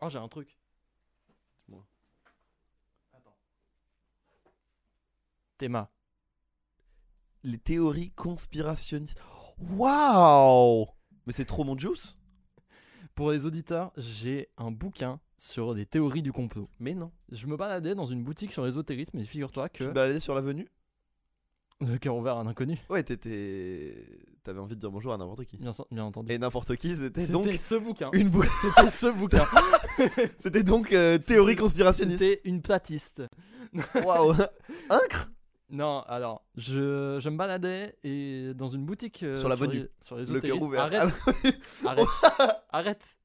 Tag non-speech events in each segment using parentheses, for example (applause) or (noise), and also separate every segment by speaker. Speaker 1: Oh, j'ai un truc. Dis-moi.
Speaker 2: Attends.
Speaker 1: Théma. Les théories conspirationnistes. Waouh Mais c'est trop mon juice
Speaker 3: Pour les auditeurs, j'ai un bouquin sur des théories du complot.
Speaker 1: Mais non.
Speaker 3: Je me baladais dans une boutique sur l'ésotérisme et figure-toi
Speaker 1: Tu te
Speaker 3: que.
Speaker 1: baladais sur l'avenue
Speaker 3: (laughs) Le cœur ouvert à un inconnu,
Speaker 1: Ouais, t'étais. T'avais envie de dire bonjour à n'importe qui.
Speaker 3: bien, sen- bien entendu.
Speaker 1: Et n'importe qui, c'était
Speaker 2: C'était
Speaker 1: donc
Speaker 2: ce bouquin.
Speaker 1: (laughs) une boule.
Speaker 3: C'était ce
Speaker 1: (laughs)
Speaker 3: bouquin.
Speaker 1: C'était donc euh, théorie conspirationniste.
Speaker 3: C'était une platiste. (laughs)
Speaker 1: Waouh Incre
Speaker 3: Non, alors, je, je me baladais et dans une boutique. euh,
Speaker 1: Sur l'avenue.
Speaker 3: les- Sur les
Speaker 1: Le cœur
Speaker 3: ésotérismes.
Speaker 1: ouvert. Ah
Speaker 3: Arrête, (laughs) Arrête. Arrête.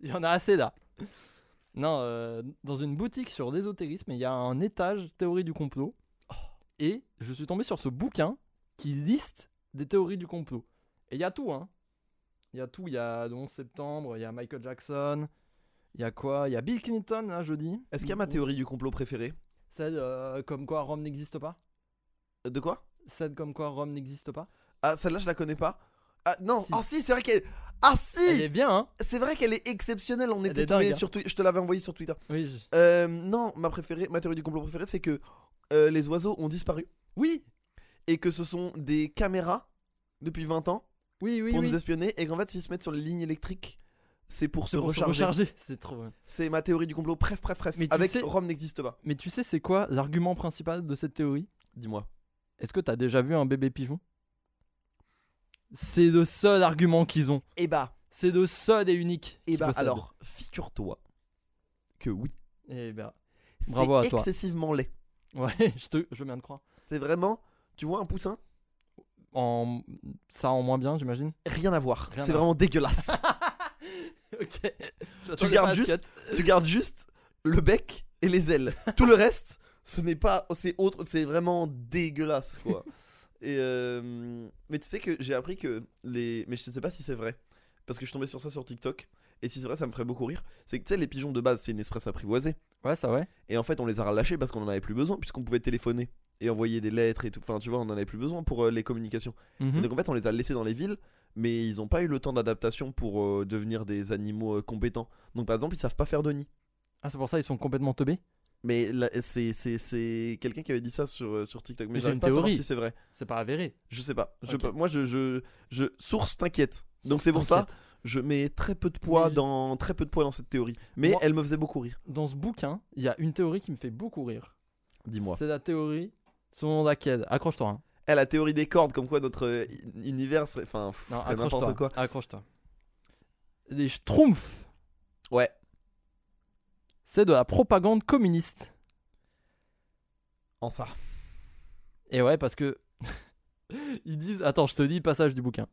Speaker 3: Il y en a assez là. Non, euh, dans une boutique sur l'ésotérisme, il y a un étage théorie du complot.
Speaker 1: Oh.
Speaker 3: Et je suis tombé sur ce bouquin qui liste des théories du complot. Et il y a tout, hein. Il y a tout. Il y a le 11 septembre, il y a Michael Jackson, il y a quoi Il y a Bill Clinton, là, jeudi.
Speaker 1: Est-ce qu'il y a ma théorie du complot préférée
Speaker 3: Celle euh, comme quoi Rome n'existe pas
Speaker 1: Euh, De quoi
Speaker 3: Celle comme quoi Rome n'existe pas
Speaker 1: Ah, celle-là, je la connais pas. Ah, non.
Speaker 3: Si.
Speaker 1: Ah, si, c'est vrai qu'elle. Ah,
Speaker 3: Elle
Speaker 1: si
Speaker 3: est bien, hein
Speaker 1: C'est vrai qu'elle est exceptionnelle. On
Speaker 3: Elle
Speaker 1: était
Speaker 3: est dingue,
Speaker 1: tombés
Speaker 3: hein.
Speaker 1: sur Twitter. Je te l'avais envoyé sur Twitter.
Speaker 3: Oui, je-
Speaker 1: Euh, non, ma préférée, ma théorie du complot préférée, c'est que euh, les oiseaux ont disparu. Oui Et que ce sont des caméras depuis 20 ans
Speaker 3: oui, oui.
Speaker 1: pour
Speaker 3: oui.
Speaker 1: nous espionner et qu'en fait, s'ils se mettent sur les lignes électriques, c'est pour se
Speaker 3: Pour se
Speaker 1: recharger.
Speaker 3: recharger, c'est trop bien.
Speaker 1: (laughs) C'est ma théorie du complot. Bref, bref, bref.
Speaker 3: Mais tu
Speaker 1: Avec
Speaker 3: sais-
Speaker 1: Rome n'existe pas.
Speaker 3: Mais tu sais, c'est quoi l'argument principal de cette théorie
Speaker 1: Dis-moi.
Speaker 3: Est-ce que t'as déjà vu un bébé pigeon C'est le seul argument qu'ils ont.
Speaker 1: Eh bah,
Speaker 3: C'est le seul et unique.
Speaker 1: eh
Speaker 3: qu'ils
Speaker 1: bah,
Speaker 3: possèdent.
Speaker 1: alors, figure-toi que oui.
Speaker 3: Eh bah, Bravo
Speaker 1: C'est
Speaker 3: à toi.
Speaker 1: excessivement laid.
Speaker 3: ouais, (laughs) je, te, je veux bien te croire.
Speaker 1: C'est vraiment, tu vois un poussin,
Speaker 3: En... Ça en moins bien,
Speaker 1: (laughs)
Speaker 3: j'imagine.
Speaker 1: rien à voir.
Speaker 3: Rien
Speaker 1: C'est
Speaker 3: à (laughs)
Speaker 1: vraiment dégueulasse.
Speaker 3: ok.
Speaker 1: tu gardes juste, tu gardes juste le bec et les ailes. Tout le reste, ce n'est pas, c'est autre, c'est vraiment dégueulasse quoi. Et euh, mais tu sais que j'ai appris que les, mais je ne sais pas si c'est vrai, parce que je suis tombé sur ça sur TikTok. Et si c'est vrai, ça me ferait beaucoup rire. C'est que tu sais, les pigeons de base, c'est une espèce apprivoisée.
Speaker 3: Ouais, ça ouais.
Speaker 1: Et en fait, on les a relâchés parce qu'on en avait plus besoin, puisqu'on pouvait téléphoner et envoyer des lettres et tout. Enfin, tu vois, on en avait plus besoin pour euh, les communications. Et
Speaker 3: Mhm.
Speaker 1: donc en fait, on les a laissés dans les villes, mais ils n'ont pas eu le temps d'adaptation pour euh, devenir des animaux euh, compétents. Donc par exemple, ils savent pas faire de nid.
Speaker 3: Ah, c'est pour ça ils sont complètement teubés
Speaker 1: Mais là, c'est c'est- c'est quelqu'un qui avait dit ça sur, euh, sur TikTok. Mais,
Speaker 3: Mais c'est
Speaker 1: j'arrive
Speaker 3: une
Speaker 1: pas à savoir
Speaker 3: théorie.
Speaker 1: si c'est vrai.
Speaker 3: C'est pas avéré.
Speaker 1: Je sais pas. Je
Speaker 3: Ok.
Speaker 1: peux- moi, je, je, je- source t'inquiète. Donc c'est pour ça,
Speaker 3: T'inquiète.
Speaker 1: je mets très peu de poids
Speaker 3: Mais-
Speaker 1: dans très peu de poids dans cette théorie. Mais
Speaker 3: Moi-
Speaker 1: elle me faisait beaucoup rire.
Speaker 3: Dans ce bouquin, il y a une théorie qui me fait beaucoup rire.
Speaker 1: Dis-moi.
Speaker 3: C'est la théorie selon laquelle. Accroche-toi. hein.
Speaker 1: Eh, la théorie des cordes, comme quoi notre euh, i- univers serait, enfin, pff,
Speaker 3: Non,
Speaker 1: serait n'importe
Speaker 3: accroche-toi.
Speaker 1: quoi.
Speaker 3: Accroche-toi. Les schtroumpfs.
Speaker 1: Ouais.
Speaker 3: C'est de la propagande communiste.
Speaker 1: En ça.
Speaker 3: Et ouais, parce que. (laughs) Ils disent. Attends, je te dis passage du bouquin.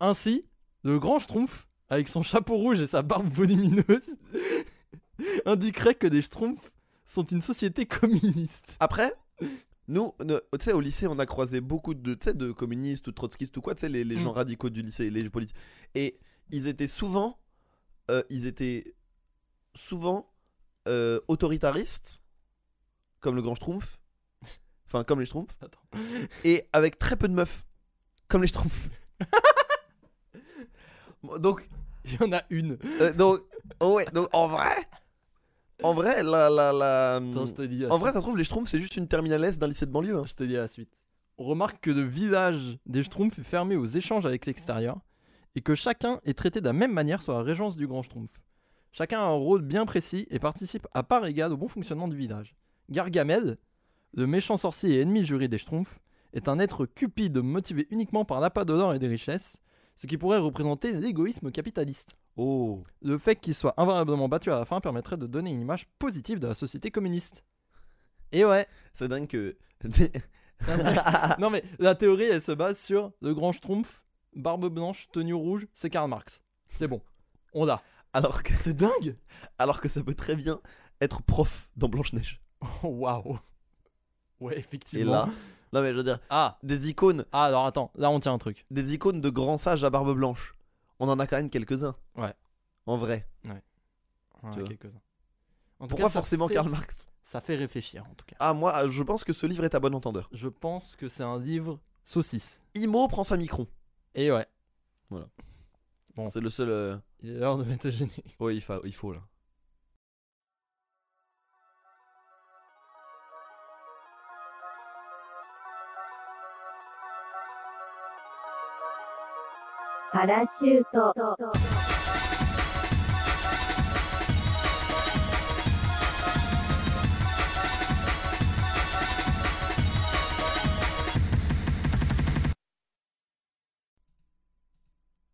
Speaker 3: Ainsi, le grand schtroumpf, avec son chapeau rouge et sa barbe volumineuse, (laughs) indiquerait que des schtroumpfs sont une société communiste.
Speaker 1: Après, nous, ne- tu sais, au lycée, on a croisé beaucoup de, tu sais, de communistes ou trotskistes ou quoi, tu sais, les, les gens
Speaker 3: Mm.
Speaker 1: radicaux du lycée, les politiques. Et ils étaient souvent, euh, ils étaient souvent euh, autoritaristes, comme le grand Schtroumpf, enfin, comme les Schtroumpfs,
Speaker 3: Attends.
Speaker 1: et avec très peu de meufs, comme les Schtroumpfs. (laughs) Bon, donc,
Speaker 3: Il y en a une.
Speaker 1: euh, donc, oh ouais, donc, en vrai, en vrai, la, la, la-
Speaker 3: Attends, je te dis. la
Speaker 1: en vrai,
Speaker 3: suite.
Speaker 1: ça se trouve, les Schtroumpfs, c'est juste une terminale S d'un lycée de banlieue. hein.
Speaker 3: (laughs) Je te dis la suite. On remarque que le village des Schtroumpfs est fermé aux échanges avec l'extérieur et que chacun est traité de la même manière sur la régence du Grand Schtroumpf. Chacun a un rôle bien précis et participe à part égale au bon fonctionnement du village. Gargamel, le méchant sorcier et ennemi juré des Schtroumpfs, est un être cupide motivé uniquement par l'appât de l'or et des richesses, ce qui pourrait représenter l'égoïsme capitaliste.
Speaker 1: Oh.
Speaker 3: Le fait qu'il soit invariablement battu à la fin permettrait de donner une image positive de la société communiste. Et ouais,
Speaker 1: C'est dingue que.
Speaker 3: (laughs) non mais la théorie elle se base sur le grand schtroumpf, barbe blanche, tenue rouge, c'est Karl Marx. C'est bon. On l'a.
Speaker 1: (laughs) alors que
Speaker 3: C'est dingue
Speaker 1: alors que ça peut très bien être prof dans Blanche Neige.
Speaker 3: Oh, (laughs) Waouh Ouais
Speaker 1: Et
Speaker 3: effectivement.
Speaker 1: là, non mais je veux dire
Speaker 3: Ah,
Speaker 1: des icônes,
Speaker 3: ah, alors attends, là on tient un truc.
Speaker 1: des icônes de grands sages à barbe blanche. On en a quand même quelques uns.
Speaker 3: Ouais.
Speaker 1: En vrai.
Speaker 3: On en a
Speaker 1: Tu vois.
Speaker 3: quelques-uns. En tout
Speaker 1: Pourquoi
Speaker 3: cas, ça
Speaker 1: forcément
Speaker 3: fait-
Speaker 1: Karl Marx
Speaker 3: Ça fait réfléchir en tout cas.
Speaker 1: Ah moi, je pense que ce livre est à bon entendeur.
Speaker 3: Je pense que c'est un livre saucisse.
Speaker 1: Imo prend sa micron.
Speaker 3: Et ouais,
Speaker 1: C'est le seul. euh,
Speaker 3: il est l'heure de mettre le générique.
Speaker 1: Ouais, il, fa- il faut là.
Speaker 4: パラシュート。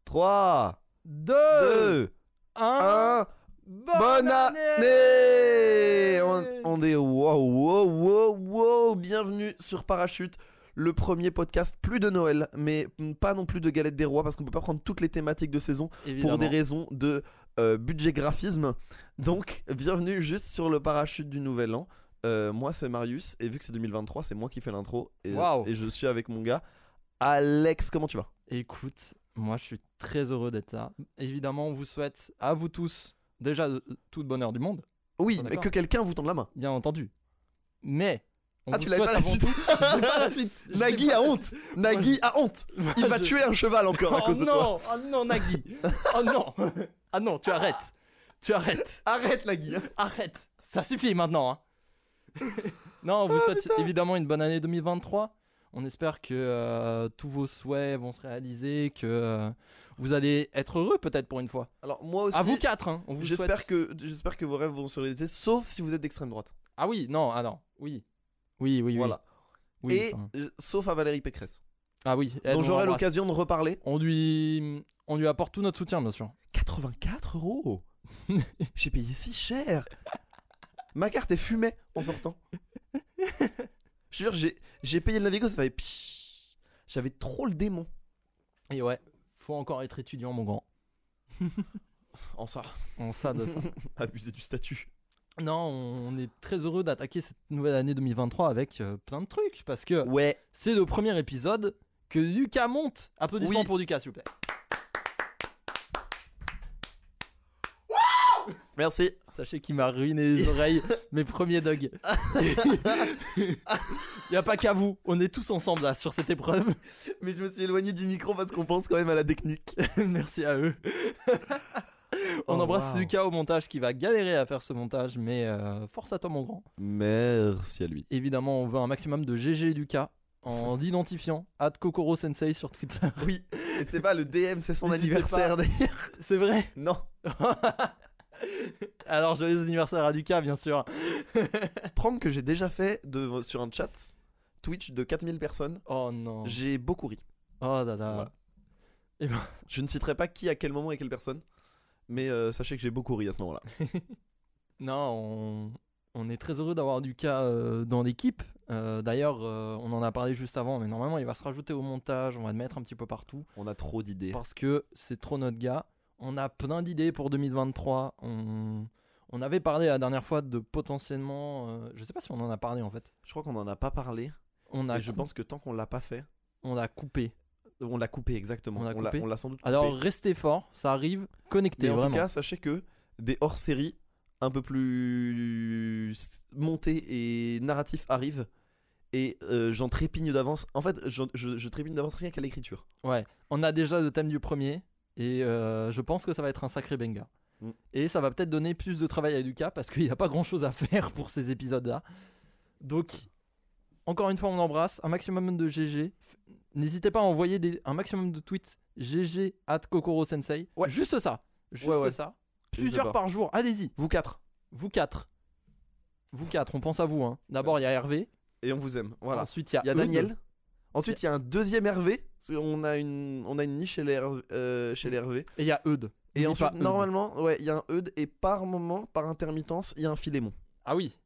Speaker 1: 3,
Speaker 3: 2,
Speaker 1: 2,
Speaker 3: 1,
Speaker 1: 1, bonne année on, on est wow, wow, wow, wow, bienvenue sur Parachute. Le premier podcast, plus de Noël, mais pas non plus de galette des rois, parce qu'on peut pas prendre toutes les thématiques de saison. pour des raisons de euh, budget graphisme. Donc, bienvenue juste sur le parachute du nouvel an. Euh, moi, c'est Marius, et vu que c'est 2023, c'est moi qui fais l'intro. Et,
Speaker 3: Waouh.
Speaker 1: et je suis avec mon gars, Alex. Comment tu vas
Speaker 3: Écoute, moi je suis très heureux d'être là. Évidemment, on vous souhaite à vous tous déjà euh, tout le bonheur du monde,
Speaker 1: Oui,
Speaker 3: Oh,
Speaker 1: mais
Speaker 3: d'accord.
Speaker 1: que quelqu'un vous tende la main.
Speaker 3: bien entendu. Mais on
Speaker 1: Ah,
Speaker 3: vous
Speaker 1: tu l'avais
Speaker 3: souhaite
Speaker 1: pas la
Speaker 3: avant
Speaker 1: suite
Speaker 3: tout- (laughs) J'ai pas la
Speaker 1: (laughs)
Speaker 3: suite. Je l'ai
Speaker 1: Nagui
Speaker 3: pas-
Speaker 1: a honte Nagui a honte Il va
Speaker 3: Je-
Speaker 1: tuer un cheval encore (laughs) à
Speaker 3: Oh
Speaker 1: cause de toi.
Speaker 3: non, oh non Nagui. Oh non. Ah non, tu arrêtes. Tu arrêtes.
Speaker 1: Arrête, Nagui
Speaker 3: Arrête. Ça suffit maintenant. hein. (laughs) non,
Speaker 1: Ah,
Speaker 3: on vous souhaite évidemment une bonne année 2023. On espère que euh, tous vos souhaits vont se réaliser, que euh, vous allez être heureux peut-être pour une fois.
Speaker 1: Alors, moi aussi.
Speaker 3: à vous quatre, hein. On vous souhaite-
Speaker 1: J'espère que, j'espère que vos rêves vont se réaliser, sauf si vous êtes d'extrême droite.
Speaker 3: Ah oui, non, ah non, oui. Oui, oui, oui.
Speaker 1: Voilà.
Speaker 3: Oui,
Speaker 1: et
Speaker 3: enfin.
Speaker 1: euh, sauf à Valérie Pécresse.
Speaker 3: Ah oui, elle,
Speaker 1: dont
Speaker 3: on
Speaker 1: j'aurai
Speaker 3: l'embrasse.
Speaker 1: l'occasion de reparler.
Speaker 3: On lui... on lui apporte tout notre soutien, bien sûr.
Speaker 1: 84 (laughs) euros J'ai payé si cher Ma carte est fumée en sortant. Je te jure, j'ai- j'ai payé le Navigo, ça fait pshhh. J'avais trop le démon.
Speaker 3: Et ouais, faut encore être étudiant, mon grand.
Speaker 1: En ça. (laughs)
Speaker 3: On ça de (laughs) ça.
Speaker 1: Abuser du statut.
Speaker 3: non, on est très heureux d'attaquer cette nouvelle année 2023 avec euh, plein de trucs, parce que
Speaker 1: Ouais.
Speaker 3: c'est le premier épisode que Lucas monte. Applaudissements
Speaker 1: Oui.
Speaker 3: pour Lucas, s'il vous plaît.
Speaker 1: Merci.
Speaker 3: Sachez qu'il m'a ruiné les (laughs) oreilles, mes premiers dogs. (laughs) y a pas qu'à vous, on est tous ensemble là sur cette épreuve.
Speaker 1: Mais je me suis éloigné du micro parce qu'on pense quand même à la technique.
Speaker 3: (laughs) Merci à eux. On
Speaker 1: Oh,
Speaker 3: embrasse
Speaker 1: wow.
Speaker 3: Lucas au montage qui va galérer à faire ce montage, mais euh, force à toi, mon grand.
Speaker 1: Merci à lui.
Speaker 3: Évidemment, on veut un maximum de GG Lucas en identifiant at Kokoro Sensei sur Twitter.
Speaker 1: Oui. Et c'est pas le DM, c'est son
Speaker 3: N'hésitez
Speaker 1: anniversaire d'ailleurs.
Speaker 3: (laughs)
Speaker 1: (laughs)
Speaker 3: C'est vrai. (laughs)
Speaker 1: Non.
Speaker 3: Alors, joyeux anniversaire à Lucas, bien sûr.
Speaker 1: Prank que j'ai déjà fait de, sur un chat Twitch de 4000 personnes.
Speaker 3: Oh non.
Speaker 1: J'ai beaucoup ri.
Speaker 3: Oh là là.
Speaker 1: Voilà.
Speaker 3: Eh ben.
Speaker 1: Je ne citerai pas qui, à quel moment et quelle personne, mais euh, sachez que j'ai beaucoup ri à ce moment-là.
Speaker 3: Non, on, on est très heureux d'avoir Lucas euh, dans l'équipe. Euh, D'ailleurs, euh, on en a parlé juste avant, mais normalement, il va se rajouter au montage. On va le mettre un petit peu partout.
Speaker 1: On a trop d'idées.
Speaker 3: parce que c'est trop notre gars. On a plein d'idées pour 2023. On, on avait parlé la dernière fois de potentiellement. euh, je sais pas si on en a parlé en fait.
Speaker 1: Je crois qu'on n'en a pas parlé,
Speaker 3: On a,
Speaker 1: et je
Speaker 3: coup-
Speaker 1: pense que tant qu'on l'a pas fait,
Speaker 3: on a coupé.
Speaker 1: on l'a coupé exactement.
Speaker 3: On l'a
Speaker 1: On l'a
Speaker 3: coupé.
Speaker 1: on l'a sans doute coupé.
Speaker 3: Alors restez fort, ça arrive. Connectez
Speaker 1: mais en
Speaker 3: vraiment.
Speaker 1: tout cas, sachez que des hors-séries un peu plus s- montés et narratifs arrivent, et euh, j'en trépigne d'avance. En fait, j'en- je, je trépigne d'avance rien qu'à l'écriture.
Speaker 3: Ouais, on a déjà le thème du premier et euh, je pense que ça va être un sacré banger.
Speaker 1: Mm.
Speaker 3: Et ça va peut-être donner plus de travail à Lucas parce qu'il n'y a pas grand chose à (laughs) faire pour ces épisodes-là. Donc, encore une fois, on embrasse un maximum de GG. F- N'hésitez pas à envoyer des- un maximum de tweets GG at Kokoro Sensei.
Speaker 1: Ouais.
Speaker 3: Juste ça. Juste
Speaker 1: Ouais, ouais.
Speaker 3: ça.
Speaker 1: Juste
Speaker 3: Plusieurs
Speaker 1: ça.
Speaker 3: par jour. Allez-y.
Speaker 1: Vous quatre,
Speaker 3: Vous quatre. Vous quatre, on pense à vous. Hein. D'abord, il y a Hervé.
Speaker 1: et on vous aime. Voilà.
Speaker 3: Ensuite, il y a,
Speaker 1: Il y a
Speaker 3: eux deux.
Speaker 1: Daniel. Ensuite, il y a un deuxième Hervé. parce qu'on a une- On a une, niche chez les, Herv- euh, chez les Hervé.
Speaker 3: Et il y a Eudes.
Speaker 1: Et
Speaker 3: N'oublie
Speaker 1: ensuite,
Speaker 3: pas Eudes.
Speaker 1: normalement, ouais, il y a un Eudes et par moment, par intermittence, il y a un Philémon.
Speaker 3: Ah oui.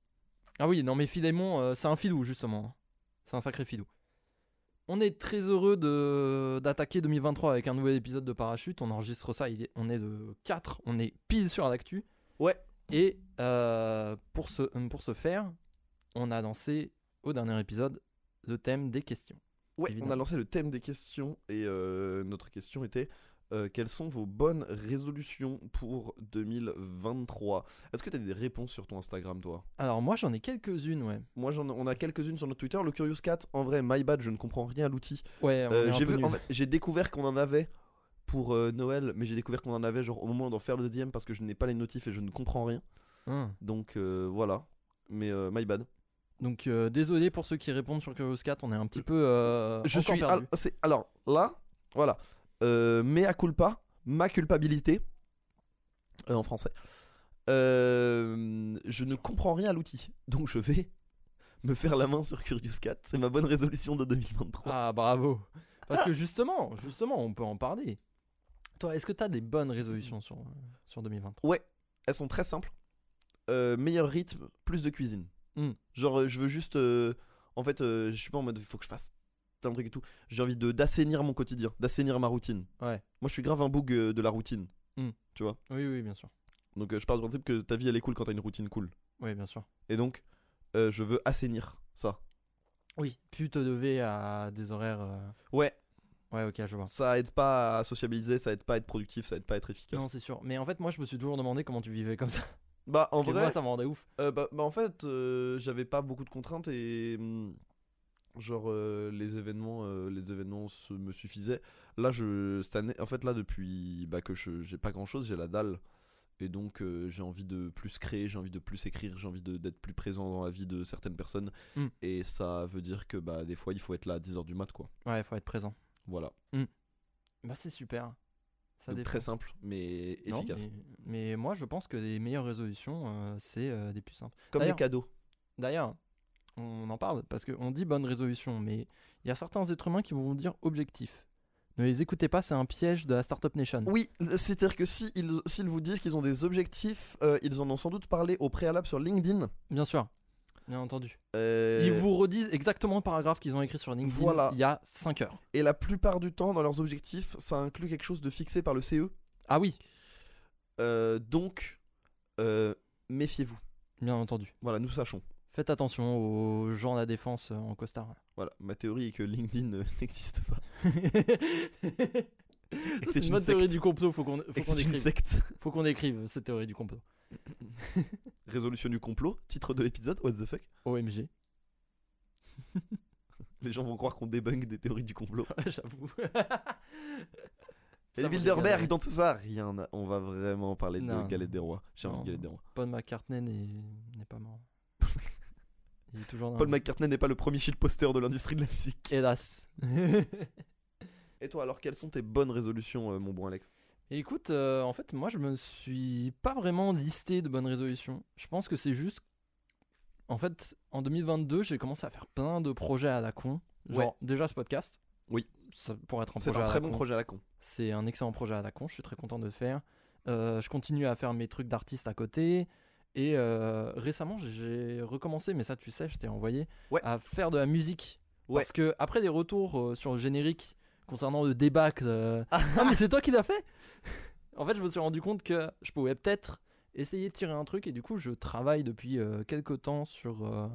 Speaker 3: Ah oui, non mais Fidémon, euh, c'est un filou justement. C'est un sacré filou. On est très heureux de d'attaquer 2023 avec un nouvel épisode de Parachute. On enregistre ça, il est- on est de 4, on est pile sur l'actu.
Speaker 1: Ouais.
Speaker 3: Et euh, pour, ce, pour ce faire, on a lancé au dernier épisode le thème des questions.
Speaker 1: Ouais,
Speaker 3: Évidemment.
Speaker 1: on a lancé le thème des questions et euh, notre question était euh, quelles sont vos bonnes résolutions pour 2023 Est-ce que tu as des réponses sur ton Instagram, toi
Speaker 3: Alors moi j'en ai quelques-unes, ouais.
Speaker 1: Moi, j'en- on a quelques-unes sur notre Twitter. Le Curious Cat, en vrai, my bad, je ne comprends rien à l'outil.
Speaker 3: Ouais, on
Speaker 1: Euh,
Speaker 3: est un
Speaker 1: j'ai
Speaker 3: peu
Speaker 1: vu-
Speaker 3: nuls.
Speaker 1: en fait, j'ai découvert qu'on en avait pour euh, Noël, mais j'ai découvert qu'on en avait genre au moment d'en faire le deuxième parce que je n'ai pas les notifs et je ne comprends rien.
Speaker 3: Hein.
Speaker 1: Donc euh, voilà. Mais euh, my bad.
Speaker 3: Donc euh, désolé pour ceux qui répondent sur Curious Cat, on est un petit peu... euh,
Speaker 1: Je
Speaker 3: encore
Speaker 1: suis.
Speaker 3: perdu.
Speaker 1: al- c'est- Alors là, voilà. euh, mea culpa, ma culpabilité, euh, en français. Euh, je ne comprends rien à l'outil, donc je vais (laughs) me faire la main sur Curious Cat. C'est ma bonne résolution de 2023.
Speaker 3: Ah, bravo. Parce que justement, justement, on peut en parler. Toi, est-ce que t'as des bonnes résolutions sur, sur 2023
Speaker 1: Ouais, elles sont très simples. Euh, meilleur rythme, plus de cuisine.
Speaker 3: Mm.
Speaker 1: Genre, euh, je veux juste. euh, en fait, euh, je suis pas en mode, il faut que je fasse plein de trucs et tout. J'ai envie de d'assainir mon quotidien, d'assainir ma routine.
Speaker 3: Ouais.
Speaker 1: Moi, je suis grave un bug euh, de la routine.
Speaker 3: Mm.
Speaker 1: Tu vois
Speaker 3: Oui, oui, bien sûr.
Speaker 1: Donc, euh, je pars du principe que ta vie, elle est cool quand t'as une routine cool.
Speaker 3: Oui, bien sûr.
Speaker 1: Et donc, euh, je veux assainir ça.
Speaker 3: Oui, plus te lever à des horaires. euh,
Speaker 1: Ouais,
Speaker 3: Ouais, ok, je vois.
Speaker 1: ça aide pas à sociabiliser, ça aide pas à être productif, ça aide pas à être efficace.
Speaker 3: Non, c'est sûr. Mais en fait, moi, je me suis toujours demandé comment tu vivais comme ça.
Speaker 1: Bah, en
Speaker 3: Parce que
Speaker 1: vrai,
Speaker 3: moi, ça me rendait ouf.
Speaker 1: Euh, bah, bah, en fait, euh, j'avais pas beaucoup de contraintes et hum, genre euh, les événements, euh, les événements se, me suffisaient. Là, je cette année, en fait, là depuis bah, que je j'ai pas grand chose, j'ai la dalle et donc euh, j'ai envie de plus créer, j'ai envie de plus écrire, j'ai envie de- d'être plus présent dans la vie de certaines personnes
Speaker 3: Mm.
Speaker 1: et ça veut dire que bah des fois il faut être là à 10h du mat quoi.
Speaker 3: Ouais, faut être présent.
Speaker 1: Voilà,
Speaker 3: Bah, c'est super. Ça
Speaker 1: donc
Speaker 3: dépend.
Speaker 1: très simple mais
Speaker 3: Non,
Speaker 1: efficace.
Speaker 3: mais, mais moi, je pense que les meilleures résolutions, euh, c'est euh, des plus simples.
Speaker 1: Comme les
Speaker 3: D'ailleurs-
Speaker 1: cadeaux.
Speaker 3: D'ailleurs, on en parle parce qu'on dit bonne résolution, mais il y a certains êtres humains qui vont vous dire objectif. Ne les écoutez pas, c'est un piège de la Startup Nation.
Speaker 1: Oui, c'est-à-dire que si ils- s'ils vous disent qu'ils ont des objectifs, euh, ils en ont sans doute parlé au préalable sur LinkedIn.
Speaker 3: Bien sûr, bien entendu.
Speaker 1: Euh,
Speaker 3: Ils vous redisent exactement le paragraphe qu'ils ont écrit sur LinkedIn
Speaker 1: Voilà.
Speaker 3: il y a 5 heures.
Speaker 1: Et la plupart du temps, dans leurs objectifs, ça inclut quelque chose de fixé par le CE.
Speaker 3: Ah oui,
Speaker 1: Euh, donc, euh, méfiez-vous.
Speaker 3: bien entendu.
Speaker 1: Voilà, nous sachons.
Speaker 3: Faites attention aux gens de la défense euh, en costard.
Speaker 1: (laughs) Voilà, ma théorie est que LinkedIn euh, (laughs) n'existe pas.
Speaker 3: Ça,
Speaker 1: que
Speaker 3: c'est
Speaker 1: c'est
Speaker 3: une bonne
Speaker 1: une
Speaker 3: théorie
Speaker 1: secte.
Speaker 3: du complot, faut qu'on faut
Speaker 1: Et que
Speaker 3: qu'on
Speaker 1: c'est une
Speaker 3: écrive.
Speaker 1: secte.
Speaker 3: Faut qu'on écrive cette théorie du
Speaker 1: (laughs)
Speaker 3: complot.
Speaker 1: Résolution du complot, titre de l'épisode, what the fuck.
Speaker 3: OMG.
Speaker 1: Les gens vont croire qu'on débunk des théories du complot.
Speaker 3: (laughs) J'avoue. Ça, moi, j'ai
Speaker 1: Et
Speaker 3: bien
Speaker 1: Bilderberg
Speaker 3: aimé.
Speaker 1: dans tout ça, rien. n'a- On va vraiment parler
Speaker 3: Non.
Speaker 1: de Galette des Rois. J'ai envie
Speaker 3: Non.
Speaker 1: de Galette des Rois.
Speaker 3: Paul McCartney n'est n'est pas mort. (laughs) Il est toujours dans
Speaker 1: Paul
Speaker 3: la-
Speaker 1: McCartney n'est pas le premier shield poster de l'industrie de la
Speaker 3: (laughs)
Speaker 1: musique.
Speaker 3: Hélas.
Speaker 1: Et toi, alors, quelles sont tes bonnes résolutions, euh, mon bon Alex
Speaker 3: Et Écoute, euh, en fait, moi, je me suis pas vraiment listé de bonnes résolutions. Je pense que c'est juste. En fait, en 2022, j'ai commencé à faire plein de projets à la con. Genre,
Speaker 1: Ouais.
Speaker 3: déjà ce podcast.
Speaker 1: Oui.
Speaker 3: Ça pourrait être un
Speaker 1: C'est
Speaker 3: projet à
Speaker 1: un
Speaker 3: la
Speaker 1: très bon
Speaker 3: con.
Speaker 1: projet à la con.
Speaker 3: C'est un excellent projet à la con, je suis très content de le faire. Euh, je continue à faire mes trucs d'artiste à côté. Et euh, récemment, j'ai recommencé, mais ça tu sais, je t'ai envoyé,
Speaker 1: Ouais.
Speaker 3: à faire de la musique.
Speaker 1: Ouais.
Speaker 3: Parce que après des retours euh, sur le générique concernant le débat que...
Speaker 1: (laughs)
Speaker 3: euh, ah mais c'est toi qui l'as fait En fait, je me suis rendu compte que je pouvais peut-être essayer de tirer un truc et du coup, je travaille depuis euh, quelques temps sur... euh,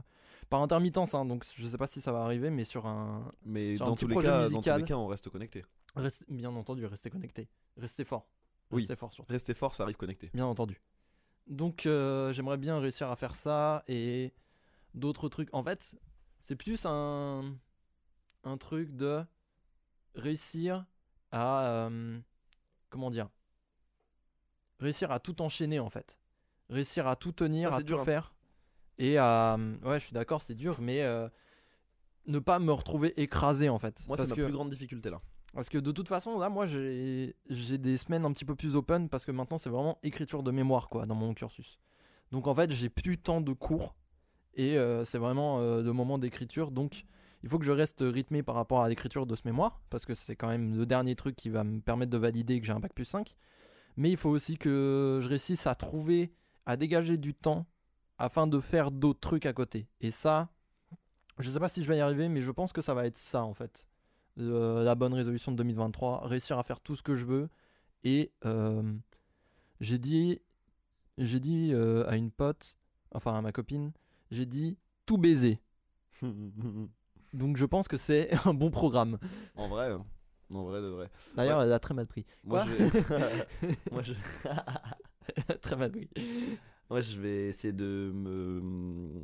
Speaker 3: par intermittence, hein, donc je sais pas si ça va arriver, mais sur un,
Speaker 1: Mais
Speaker 3: C'est un
Speaker 1: dans
Speaker 3: petit
Speaker 1: tous, les
Speaker 3: projet
Speaker 1: cas, dans tous
Speaker 3: musical.
Speaker 1: les cas, on reste connecté.
Speaker 3: Reste- bien entendu, restez connecté. Restez fort.
Speaker 1: Oui.
Speaker 3: Restez fort surtout.
Speaker 1: Restez fort, ça arrive connecté.
Speaker 3: Bien entendu. Donc euh, j'aimerais bien réussir à faire ça et d'autres trucs. En fait, c'est plus un, un truc de réussir à... euh, comment dire Réussir à tout enchaîner en fait. Réussir à tout tenir,
Speaker 1: Ça,
Speaker 3: à
Speaker 1: c'est
Speaker 3: tout
Speaker 1: dur, hein.
Speaker 3: faire. Et à... Ouais, je suis d'accord, c'est dur, mais euh, ne pas me retrouver écrasé en fait.
Speaker 1: Moi, c'est
Speaker 3: parce
Speaker 1: ma
Speaker 3: que...
Speaker 1: plus grande
Speaker 3: (laughs)
Speaker 1: difficulté là.
Speaker 3: Parce que de toute façon, là, moi, j'ai j'ai des semaines un petit peu plus open parce que maintenant, c'est vraiment écriture de mémoire, quoi, dans mon cursus. Donc, en fait, j'ai plus tant de cours et euh, c'est vraiment euh, de moments d'écriture. Donc, il faut que je reste rythmé par rapport à l'écriture de ce mémoire parce que c'est quand même le dernier truc qui va me permettre de valider que j'ai un bac plus 5. Mais il faut aussi que je réussisse à trouver, à dégager du temps afin de faire d'autres trucs à côté. Et ça, je sais pas si je vais y arriver, mais je pense que ça va être ça, en fait le- euh, la bonne résolution de 2023, réussir à faire tout ce que je veux. Et euh, j'ai dit, j'ai dit euh, à une pote, enfin à ma copine, j'ai dit tout baiser. Donc je pense que c'est (laughs) un bon programme.
Speaker 1: en vrai, hein. en vrai de vrai.
Speaker 3: D'ailleurs, elle a très mal pris.
Speaker 1: Moi,
Speaker 3: Quoi
Speaker 1: je... (laughs) Moi, je...
Speaker 3: (laughs) très (laughs) mal pris.
Speaker 1: Moi, je vais essayer de me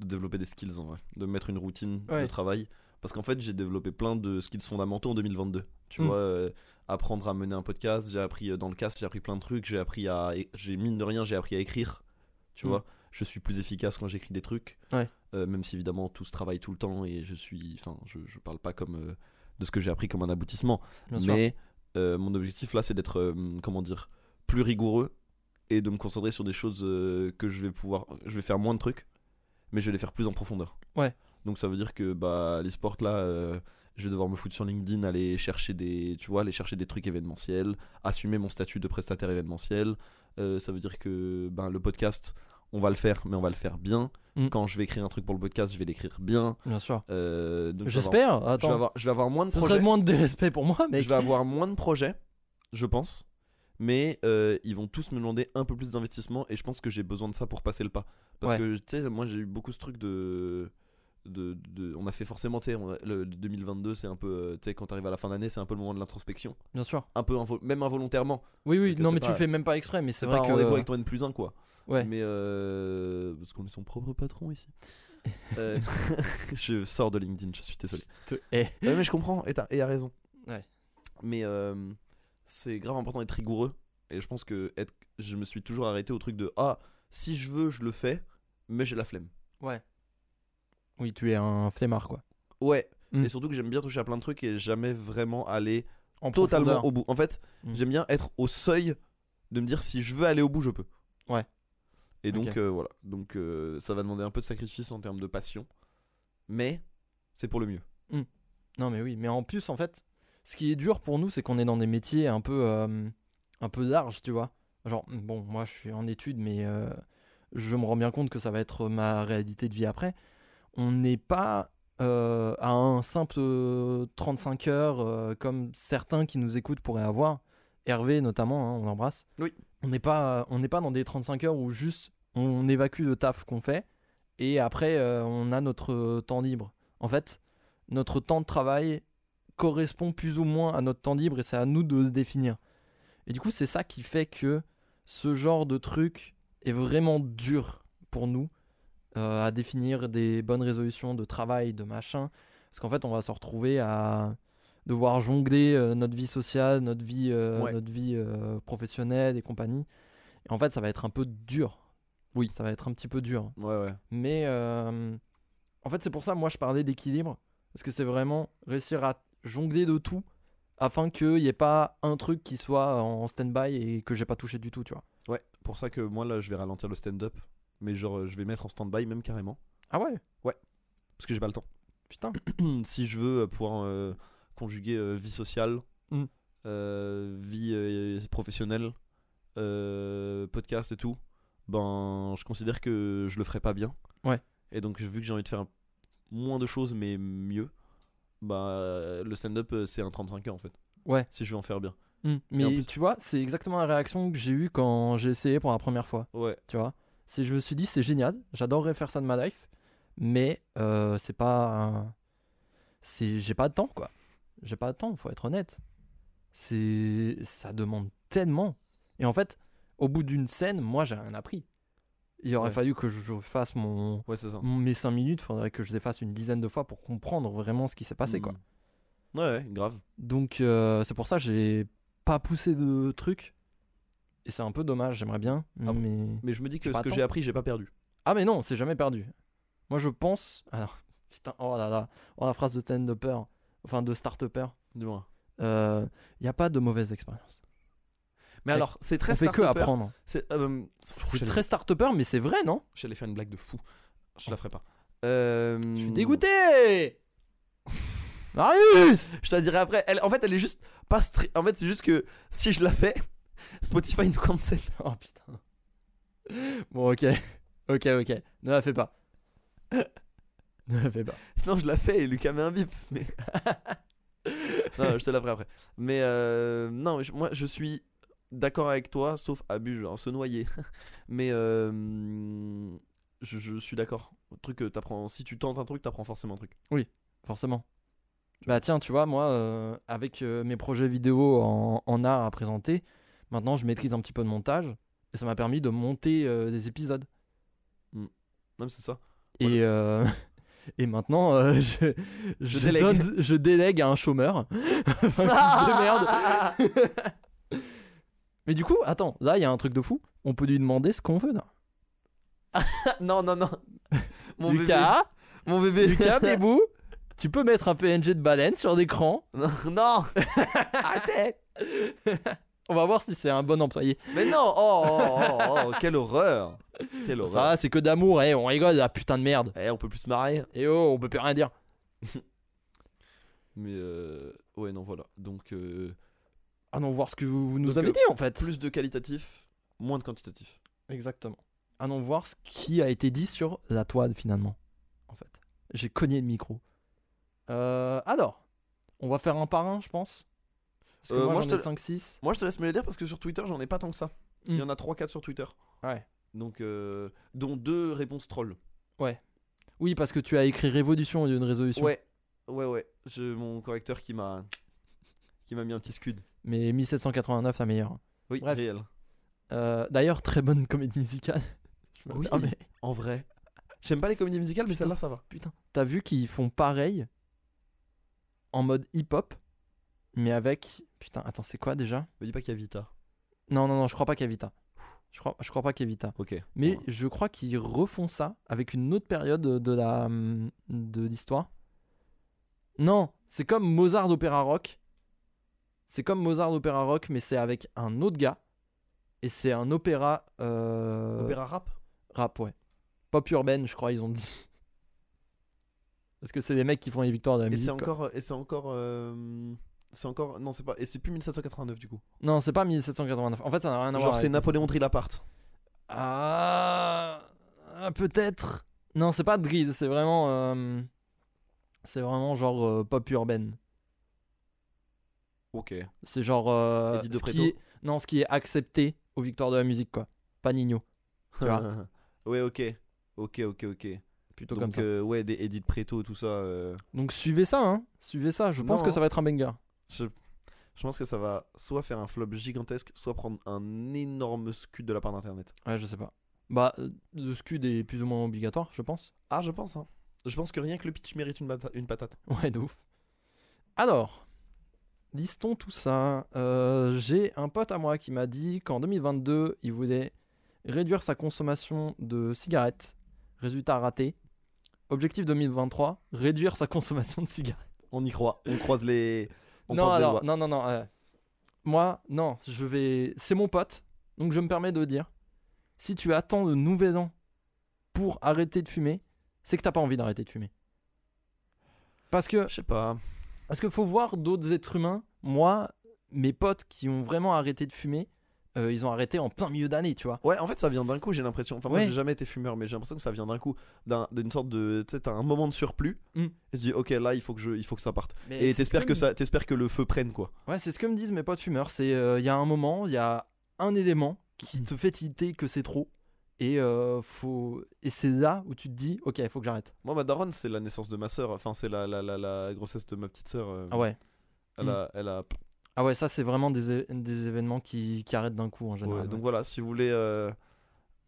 Speaker 1: de développer des skills en vrai, de me mettre une routine
Speaker 3: Ouais.
Speaker 1: de travail. Parce qu'en fait, j'ai développé plein de skills fondamentaux en 2022. Tu
Speaker 3: Mm.
Speaker 1: vois, euh, apprendre à mener un podcast, j'ai appris euh, dans le cast, j'ai appris plein de trucs, j'ai appris à. J'ai mine de rien, j'ai appris à écrire. Tu
Speaker 3: Mm.
Speaker 1: vois, je suis plus efficace quand j'écris des trucs.
Speaker 3: Ouais.
Speaker 1: Euh, même si évidemment tout se travaille tout le temps et je suis. Enfin, je, je parle pas comme. euh, de ce que j'ai appris comme un aboutissement.
Speaker 3: Bien sûr.
Speaker 1: mais euh, mon objectif là, c'est d'être, euh, comment dire, plus rigoureux et de me concentrer sur des choses euh, que je vais pouvoir. Je vais faire moins de trucs, mais je vais les faire plus en profondeur.
Speaker 3: Ouais.
Speaker 1: Donc ça veut dire que bah, les sports là, euh, je vais devoir me foutre sur LinkedIn, aller chercher des, tu vois, aller chercher des trucs événementiels, assumer mon statut de prestataire événementiel. Euh, ça veut dire que ben, le podcast, on va le faire, mais on va le faire bien.
Speaker 3: Mm.
Speaker 1: Quand je vais écrire un truc pour le podcast, je vais l'écrire bien.
Speaker 3: Bien sûr.
Speaker 1: Euh, donc je vais avoir-
Speaker 3: J'espère.
Speaker 1: Je vais,
Speaker 3: Attends.
Speaker 1: avoir, je vais avoir moins de
Speaker 3: Ce
Speaker 1: projets.
Speaker 3: serait de moins de dérespect pour moi, mec.
Speaker 1: Je vais avoir moins de projets, je pense. Mais euh, ils vont tous me demander un peu plus d'investissement et je pense que j'ai besoin de ça pour passer le pas. Parce
Speaker 3: Ouais.
Speaker 1: que, tu sais, moi j'ai eu beaucoup ce truc de. de, de- on a fait forcément, tu sais, on a- le 2022, c'est un peu. euh, Tu sais, quand t'arrives à la fin d'année, c'est un peu le moment de l'introspection.
Speaker 3: Bien sûr.
Speaker 1: Un peu, invo- même involontairement.
Speaker 3: Oui, oui.
Speaker 1: Donc,
Speaker 3: Non,
Speaker 1: c'est
Speaker 3: mais
Speaker 1: pas-
Speaker 3: tu le fais même pas exprès, mais c'est
Speaker 1: C'est
Speaker 3: vrai
Speaker 1: pas un
Speaker 3: que.
Speaker 1: rendez-vous avec ton N plus 1, quoi.
Speaker 3: Ouais.
Speaker 1: Mais. euh, parce qu'on est son propre
Speaker 3: (laughs)
Speaker 1: patron ici. Euh, (laughs) je sors de LinkedIn, je suis désolé.
Speaker 3: te hais.
Speaker 1: Ouais, mais je comprends, et t'as et t'as raison.
Speaker 3: Ouais.
Speaker 1: Mais euh, c'est grave important d'être rigoureux. Et je pense que être, je me suis toujours arrêté au truc de Ah, si je veux, je le fais, mais j'ai la flemme.
Speaker 3: Oui, tu es un flemmard, quoi.
Speaker 1: Ouais.
Speaker 3: Mm.
Speaker 1: Et surtout que j'aime bien toucher à plein de trucs et jamais vraiment aller
Speaker 3: En
Speaker 1: totalement
Speaker 3: profondeur.
Speaker 1: au bout. En fait,
Speaker 3: Mm.
Speaker 1: j'aime bien être au seuil de me dire si je veux aller au bout, je peux.
Speaker 3: Ouais.
Speaker 1: Et donc,
Speaker 3: Ok.
Speaker 1: euh, voilà. Donc, euh, ça va demander un peu de sacrifice en termes de passion. Mais c'est pour le mieux.
Speaker 3: Non, mais oui. Mais en plus, en fait, ce qui est dur pour nous, c'est qu'on est dans des métiers un peu, euh, un peu larges, tu vois. Genre, bon, moi, je suis en études, mais euh, je me rends bien compte que ça va être ma réalité de vie après. On n'est pas euh, à un simple euh, 35 heures euh, comme certains qui nous écoutent pourraient avoir. Hervé, notamment, hein, on l'embrasse.
Speaker 1: Oui.
Speaker 3: On n'est pas, euh, on n'est pas dans des 35 heures où juste on évacue le taf qu'on fait et après euh, on a notre euh, temps libre. En fait, notre temps de travail correspond plus ou moins à notre temps libre et c'est à nous de le définir. Et du coup, c'est ça qui fait que ce genre de truc est vraiment dur pour nous euh, à définir des bonnes résolutions de travail, de machin. Parce qu'en fait, on va se retrouver à devoir jongler euh, notre vie sociale, notre vie, euh,
Speaker 1: Ouais.
Speaker 3: notre vie euh, professionnelle et compagnie. Et en fait, ça va être un peu dur. Oui. Ça va être un petit peu dur.
Speaker 1: Ouais, ouais.
Speaker 3: Mais euh, en fait, c'est pour ça, moi, je parlais d'équilibre. Parce que c'est vraiment réussir à jongler de tout afin qu'il n'y ait pas un truc qui soit en stand-by et que j'ai pas touché du tout, tu vois.
Speaker 1: Ouais, pour ça que moi là je vais ralentir le stand-up, mais genre euh, je vais mettre en stand-by même carrément,
Speaker 3: Ah ouais
Speaker 1: parce que j'ai pas le temps.
Speaker 3: Putain.
Speaker 1: si je veux euh, pouvoir euh, conjuguer euh, vie sociale,
Speaker 3: Mm.
Speaker 1: euh, vie euh, professionnelle, euh, podcast et tout, ben je considère que je le ferai pas bien.
Speaker 3: Ouais.
Speaker 1: Et donc vu que j'ai envie de faire un- moins de choses mais mieux, bah le stand-up euh, c'est un 35 heures en fait.
Speaker 3: Ouais.
Speaker 1: Si je veux en faire bien.
Speaker 3: Mm. Mais
Speaker 1: en plus-
Speaker 3: tu vois, c'est exactement la réaction que j'ai eue quand j'ai essayé pour la première fois,
Speaker 1: Ouais.
Speaker 3: tu vois. C'est je me suis dit, c'est génial, j'adorerais faire ça de ma life, mais euh, c'est pas... c'est J'ai pas de temps, quoi. J'ai pas de temps, faut être honnête. C'est... Ça demande tellement. Et en fait, au bout d'une scène, moi, j'ai rien appris. Il aurait
Speaker 1: Ouais.
Speaker 3: fallu que je- je fasse mon...
Speaker 1: Ouais c'est ça.
Speaker 3: mon- mes 5 minutes, faudrait que je les fasse une dizaine de fois pour comprendre vraiment ce qui s'est passé, quoi.
Speaker 1: Mm. Ouais, ouais grave.
Speaker 3: Donc euh, c'est pour ça que j'ai pas poussé de trucs. Et c'est un peu dommage, j'aimerais bien.
Speaker 1: Ah bon
Speaker 3: mais...
Speaker 1: Mais je me dis que
Speaker 3: pas
Speaker 1: ce que
Speaker 3: le
Speaker 1: j'ai
Speaker 3: temps.
Speaker 1: appris j'ai pas perdu.
Speaker 3: Ah mais non, c'est jamais perdu. Moi je pense... (laughs) Alors, putain, oh là là. Oh la phrase de stand-upper. Enfin de start-upper.
Speaker 1: Dis-moi.
Speaker 3: Il n'y a pas de mauvaise expérience.
Speaker 1: Mais
Speaker 3: Ouais.
Speaker 1: alors, c'est très
Speaker 3: On fait que
Speaker 1: start-upper.
Speaker 3: apprendre.
Speaker 1: C'est euh,
Speaker 3: Je
Speaker 1: je
Speaker 3: suis
Speaker 1: l'ai-
Speaker 3: très start-upper, mais c'est vrai, non
Speaker 1: J'allais faire une blague de fou. Je la ferai pas. Euh,
Speaker 3: Je suis dégoûté (laughs) Marius
Speaker 1: (laughs) Je te la dirai après. Elle, en fait, elle est juste pas stri- En fait, c'est juste que si je la fais, (laughs) Spotify nous cancel.
Speaker 3: Oh putain. Bon ok. Ok ok. Ne la fais pas. (laughs) ne la fais pas.
Speaker 1: Sinon, je la fais et Lucas met un bip. Mais (laughs) non, je te la ferai après. Mais euh, non, mais je- moi, je suis d'accord avec toi, sauf abus, genre se noyer. (laughs) mais euh, je, je suis d'accord. Le Truc, euh, t'apprends. Si tu tentes un truc, t'apprends forcément un truc.
Speaker 3: Forcément. Bah tiens, tu vois, moi, euh, avec euh, mes projets vidéo en, en art à présenter, maintenant je maîtrise un petit peu de montage et ça m'a permis de monter euh, des épisodes.
Speaker 1: Non, mais c'est ça.
Speaker 3: Et, euh, (laughs) et maintenant, euh, (laughs) je, je
Speaker 1: délègue.
Speaker 3: donne- je délègue à un chômeur. (laughs) Oh,
Speaker 1: (laughs)
Speaker 3: Qui se démerde. Mais du coup, attends, là, il y a un truc de fou. On peut lui demander ce qu'on veut. là.
Speaker 1: Non,
Speaker 3: (laughs)
Speaker 1: non, non. Mon
Speaker 3: Lucas,
Speaker 1: bébé. Mon
Speaker 3: (laughs)
Speaker 1: bébé.
Speaker 3: Lucas
Speaker 1: (laughs)
Speaker 3: Bébou, tu peux mettre un PNG de baleine sur l'écran.
Speaker 1: Ah, non, non. Arrêtez.
Speaker 3: (laughs) On va voir si c'est un bon employé.
Speaker 1: Mais non, oh, oh, oh, oh, quelle horreur. Quelle
Speaker 3: Ça,
Speaker 1: horreur.
Speaker 3: va, c'est que d'amour, eh, on rigole, la putain de merde.
Speaker 1: Eh, on peut plus se marier.
Speaker 3: Et oh, on peut plus rien dire.
Speaker 1: Mais euh, ouais, non, voilà. Donc euh,
Speaker 3: Ah non, voir ce que vous, vous nous
Speaker 1: Donc,
Speaker 3: avez
Speaker 1: euh,
Speaker 3: dit en fait.
Speaker 1: plus de qualitatif, moins de quantitatif.
Speaker 3: Exactement. Allons voir ce qui a été dit sur la toile finalement. En fait, j'ai cogné le micro. Euh, alors, on va faire un par un, je pense. Parce que
Speaker 1: Euh,
Speaker 3: moi,
Speaker 1: moi,
Speaker 3: j'en
Speaker 1: je
Speaker 3: ai
Speaker 1: te-
Speaker 3: 5 6.
Speaker 1: Moi, je te laisse me les dire parce que sur Twitter, j'en ai pas tant que ça. Il y en a 3-4 sur Twitter.
Speaker 3: Hmm. Ouais.
Speaker 1: Donc, euh, dont deux réponses trolls.
Speaker 3: Oui, parce que tu as écrit révolution au lieu de résolution.
Speaker 1: Ouais, ouais, ouais. Je, mon correcteur qui m'a qui m'a mis un petit scud.
Speaker 3: Mais 1789 la meilleure.
Speaker 1: Oui,
Speaker 3: Bref.
Speaker 1: réel.
Speaker 3: Euh, D'ailleurs, très bonne comédie musicale. (laughs) Je me
Speaker 1: Oui.
Speaker 3: permets.
Speaker 1: En vrai. J'aime pas les comédies musicales, mais
Speaker 3: Putain.
Speaker 1: celle-là, ça va.
Speaker 3: Putain, t'as vu qu'ils font pareil en mode hip-hop, mais avec putain, attends, c'est quoi déjà
Speaker 1: Me dis pas qu'il y a Vita.
Speaker 3: Non, non, non, je crois pas qu'il y a Vita. Je crois, je crois pas qu'il y a Vita.
Speaker 1: Ok.
Speaker 3: Mais
Speaker 1: Bon.
Speaker 3: je crois qu'ils refont ça avec une autre période de la hum, de l'histoire. Non, c'est comme Mozart d'opéra rock. C'est comme Mozart d'opéra rock, mais c'est avec un autre gars. Et c'est un opéra, euh,
Speaker 1: Opéra rap
Speaker 3: rap, ouais. Pop urbaine, je crois, ils ont dit. (laughs) Parce que c'est les mecs qui font les victoires de la
Speaker 1: Et
Speaker 3: musique.
Speaker 1: c'est
Speaker 3: quoi.
Speaker 1: encore. Et c'est encore. euh, c'est encore. Non, c'est pas. Et c'est plus 1789 du coup.
Speaker 3: Non, c'est pas 1789. En fait, ça n'a rien à voir.
Speaker 1: Genre, c'est
Speaker 3: avec-
Speaker 1: Napoléon Trilaparte.
Speaker 3: Ah, ah, peut-être. Non, c'est pas Dreed, c'est vraiment. euh, c'est vraiment genre euh, pop urbaine.
Speaker 1: Ok.
Speaker 3: C'est genre. euh,
Speaker 1: Eddie De
Speaker 3: ce qui
Speaker 1: Pretto.
Speaker 3: est- Non, ce qui est accepté aux victoires de la musique, quoi. Pas Nino. Tu
Speaker 1: (laughs)
Speaker 3: vois.
Speaker 1: ouais, ok. Ok, ok, ok.
Speaker 3: Plutôt Ah. comme
Speaker 1: Donc,
Speaker 3: ça.
Speaker 1: euh, ouais, des Edith Preto, tout ça. euh,
Speaker 3: Donc suivez ça, hein. Suivez ça. Je pense
Speaker 1: Non,
Speaker 3: que
Speaker 1: hein.
Speaker 3: ça va être un banger.
Speaker 1: je... je pense que ça va soit faire un flop gigantesque, soit prendre un énorme scud de la part d'internet.
Speaker 3: Ouais, je sais pas. Bah, euh, le scud est plus ou moins obligatoire, je pense.
Speaker 1: Ah, je pense, hein. Je pense que rien que le pitch mérite une, bata- une patate.
Speaker 3: (laughs) Ouais, de ouf. Alors, listons tout ça. Euh, J'ai un pote à moi qui m'a dit qu'en 2022, il voulait réduire sa consommation de cigarettes. Résultat raté. Objectif 2023, réduire sa (laughs) consommation de cigarettes.
Speaker 1: On y croit. On croise les. On
Speaker 3: non,
Speaker 1: croise les
Speaker 3: alors,
Speaker 1: doigts.
Speaker 3: non, non, non. euh, moi, non, je vais. C'est mon pote, donc je me permets de dire si tu attends le nouvel an pour arrêter de fumer, c'est que t'as pas envie d'arrêter de fumer. Parce que
Speaker 1: Je sais pas.
Speaker 3: parce qu'il faut voir d'autres êtres humains. Moi, mes potes qui ont vraiment arrêté de fumer, euh, ils ont arrêté en plein milieu d'année, tu vois.
Speaker 1: Ouais, en fait, ça vient d'un coup, j'ai l'impression. Enfin, moi,
Speaker 3: Ouais.
Speaker 1: j'ai jamais été fumeur, mais j'ai l'impression que ça vient d'un coup, d'un- d'une sorte de. Tu sais, t'as un moment de surplus,
Speaker 3: Mm.
Speaker 1: et tu dis, ok, là, il faut que, je, il faut que ça parte. et t'espères que, ça, t'espères que le feu prenne, quoi.
Speaker 3: Ouais, c'est ce que me disent mes potes fumeurs. C'est euh, il y a un moment, il y a un élément qui
Speaker 1: Hmm.
Speaker 3: te fait tilter que c'est trop. Et, euh, faut... et c'est là où tu te dis, ok, il faut que j'arrête.
Speaker 1: Moi, ma daronne, c'est la naissance de ma sœur, enfin, c'est la, la, la, la grossesse de ma petite sœur. euh,
Speaker 3: Ah ouais.
Speaker 1: Elle,
Speaker 3: Mm.
Speaker 1: a, elle a.
Speaker 3: Ah ouais, ça c'est vraiment des, é- des événements qui, qui arrêtent d'un coup en
Speaker 1: ouais,
Speaker 3: général.
Speaker 1: donc voilà, si vous voulez. euh,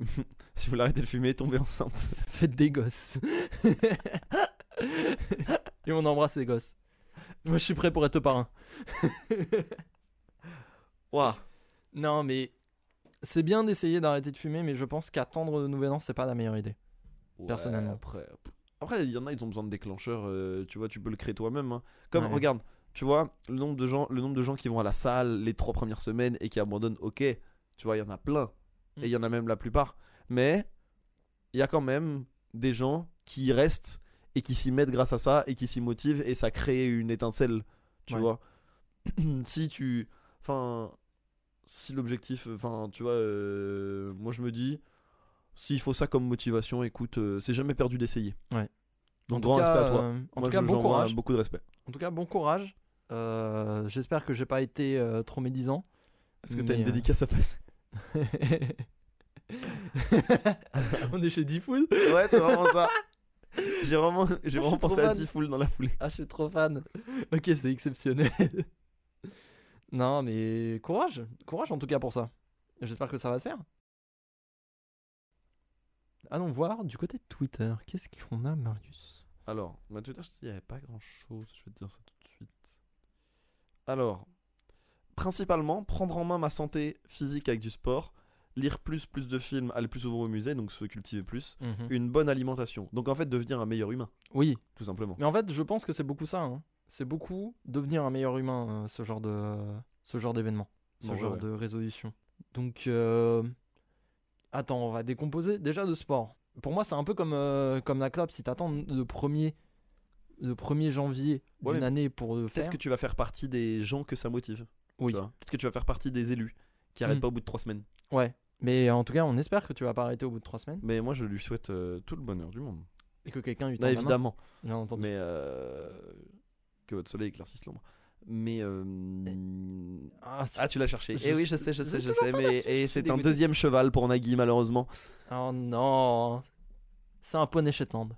Speaker 1: (laughs) si vous voulez arrêter de fumer, tombez enceinte.
Speaker 3: Faites des gosses. et on embrasse les gosses. Moi je suis prêt pour être au parrain.
Speaker 1: Waouh.
Speaker 3: Non, mais c'est bien d'essayer d'arrêter de fumer, mais je pense qu'attendre le nouvel an, c'est pas la meilleure idée.
Speaker 1: Ouais,
Speaker 3: Personnellement.
Speaker 1: Après, après, il y en a, ils ont besoin de déclencheurs. euh, tu vois, tu peux le créer toi-même. hein. Comme,
Speaker 3: Ouais.
Speaker 1: regarde, tu vois, le nombre de gens, le nombre de gens qui vont à la salle les trois premières semaines et qui abandonnent. Ok, tu vois, il y en a plein.
Speaker 3: Mm.
Speaker 1: Et il y en a même la plupart. Mais il y a quand même des gens qui y restent et qui s'y mettent grâce à ça et qui s'y motivent et ça crée une étincelle. Tu
Speaker 3: Ouais.
Speaker 1: vois. (clears throat) si tu, enfin, si l'objectif, enfin, tu vois, euh, moi je me dis. S'il faut ça comme motivation, écoute, euh, c'est jamais perdu d'essayer.
Speaker 3: Ouais.
Speaker 1: Donc,
Speaker 3: En
Speaker 1: grand
Speaker 3: tout cas,
Speaker 1: respect à toi.
Speaker 3: euh, en
Speaker 1: Moi,
Speaker 3: tout cas,
Speaker 1: je-
Speaker 3: bon
Speaker 1: j'en vois
Speaker 3: courage.
Speaker 1: Beaucoup de respect.
Speaker 3: En tout cas, bon courage. Euh, J'espère que j'ai pas été euh, trop médisant.
Speaker 1: Est-ce que t'as
Speaker 3: Mais,
Speaker 1: une
Speaker 3: euh,
Speaker 1: dédicace à passer
Speaker 3: (laughs) On est chez Diffoul.
Speaker 1: Ouais, c'est vraiment ça. (laughs) J'ai vraiment, j'ai
Speaker 3: vraiment pensé à
Speaker 1: Tifoul dans la foulée.
Speaker 3: Ah, je suis trop fan. ok, c'est exceptionnel. (laughs) non, mais courage. Courage en tout cas pour ça. J'espère que ça va te faire. Allons voir du côté de Twitter. Qu'est-ce qu'on a, Marius
Speaker 1: Alors, ma Twitter, je te dis, il n'y avait pas grand chose. Je vais te dire ça tout de suite. Alors, principalement, prendre en main ma santé physique avec du sport, lire plus, plus de films, aller plus souvent au musée, donc se cultiver plus,
Speaker 3: Mmh.
Speaker 1: une bonne alimentation. Donc, en fait, devenir un meilleur humain,
Speaker 3: Oui,
Speaker 1: tout simplement.
Speaker 3: Mais en fait, je pense que c'est beaucoup ça. hein. C'est beaucoup devenir un meilleur humain, euh, ce genre de, ce genre d'événement, ce
Speaker 1: Bon, ouais,
Speaker 3: genre
Speaker 1: ouais.
Speaker 3: de résolution. Donc, euh, attends, on va décomposer déjà de sport. Pour moi, c'est un peu comme, euh, comme la clope. Si t'attends le 1er, le 1er janvier
Speaker 1: Ouais,
Speaker 3: d'une
Speaker 1: mais
Speaker 3: année pour le
Speaker 1: Peut-être
Speaker 3: faire,
Speaker 1: que tu vas faire partie des gens que ça motive. tu
Speaker 3: Oui.
Speaker 1: vois. Peut-être que tu vas faire partie des élus qui arrêtent
Speaker 3: Mm.
Speaker 1: pas au bout de trois semaines.
Speaker 3: ouais. Mais en tout cas, on espère que tu vas pas arrêter au bout de 3 semaines
Speaker 1: Mais moi, je lui souhaite euh, tout le bonheur du monde.
Speaker 3: et que quelqu'un lui
Speaker 1: Non,
Speaker 3: tende la main.
Speaker 1: évidemment.
Speaker 3: Bien entendu.
Speaker 1: Mais euh, que votre soleil éclaircisse l'ombre. Mais euh,
Speaker 3: Ah, si-
Speaker 1: ah, tu l'as cherché.
Speaker 3: Je
Speaker 1: Eh oui,
Speaker 3: sais-
Speaker 1: je sais, je
Speaker 3: je
Speaker 1: sais,
Speaker 3: sais
Speaker 1: je sais. Mais et
Speaker 3: suis
Speaker 1: c'est un
Speaker 3: dégoûté.
Speaker 1: deuxième cheval pour Nagui, malheureusement.
Speaker 3: Oh non C'est un poney Shetland.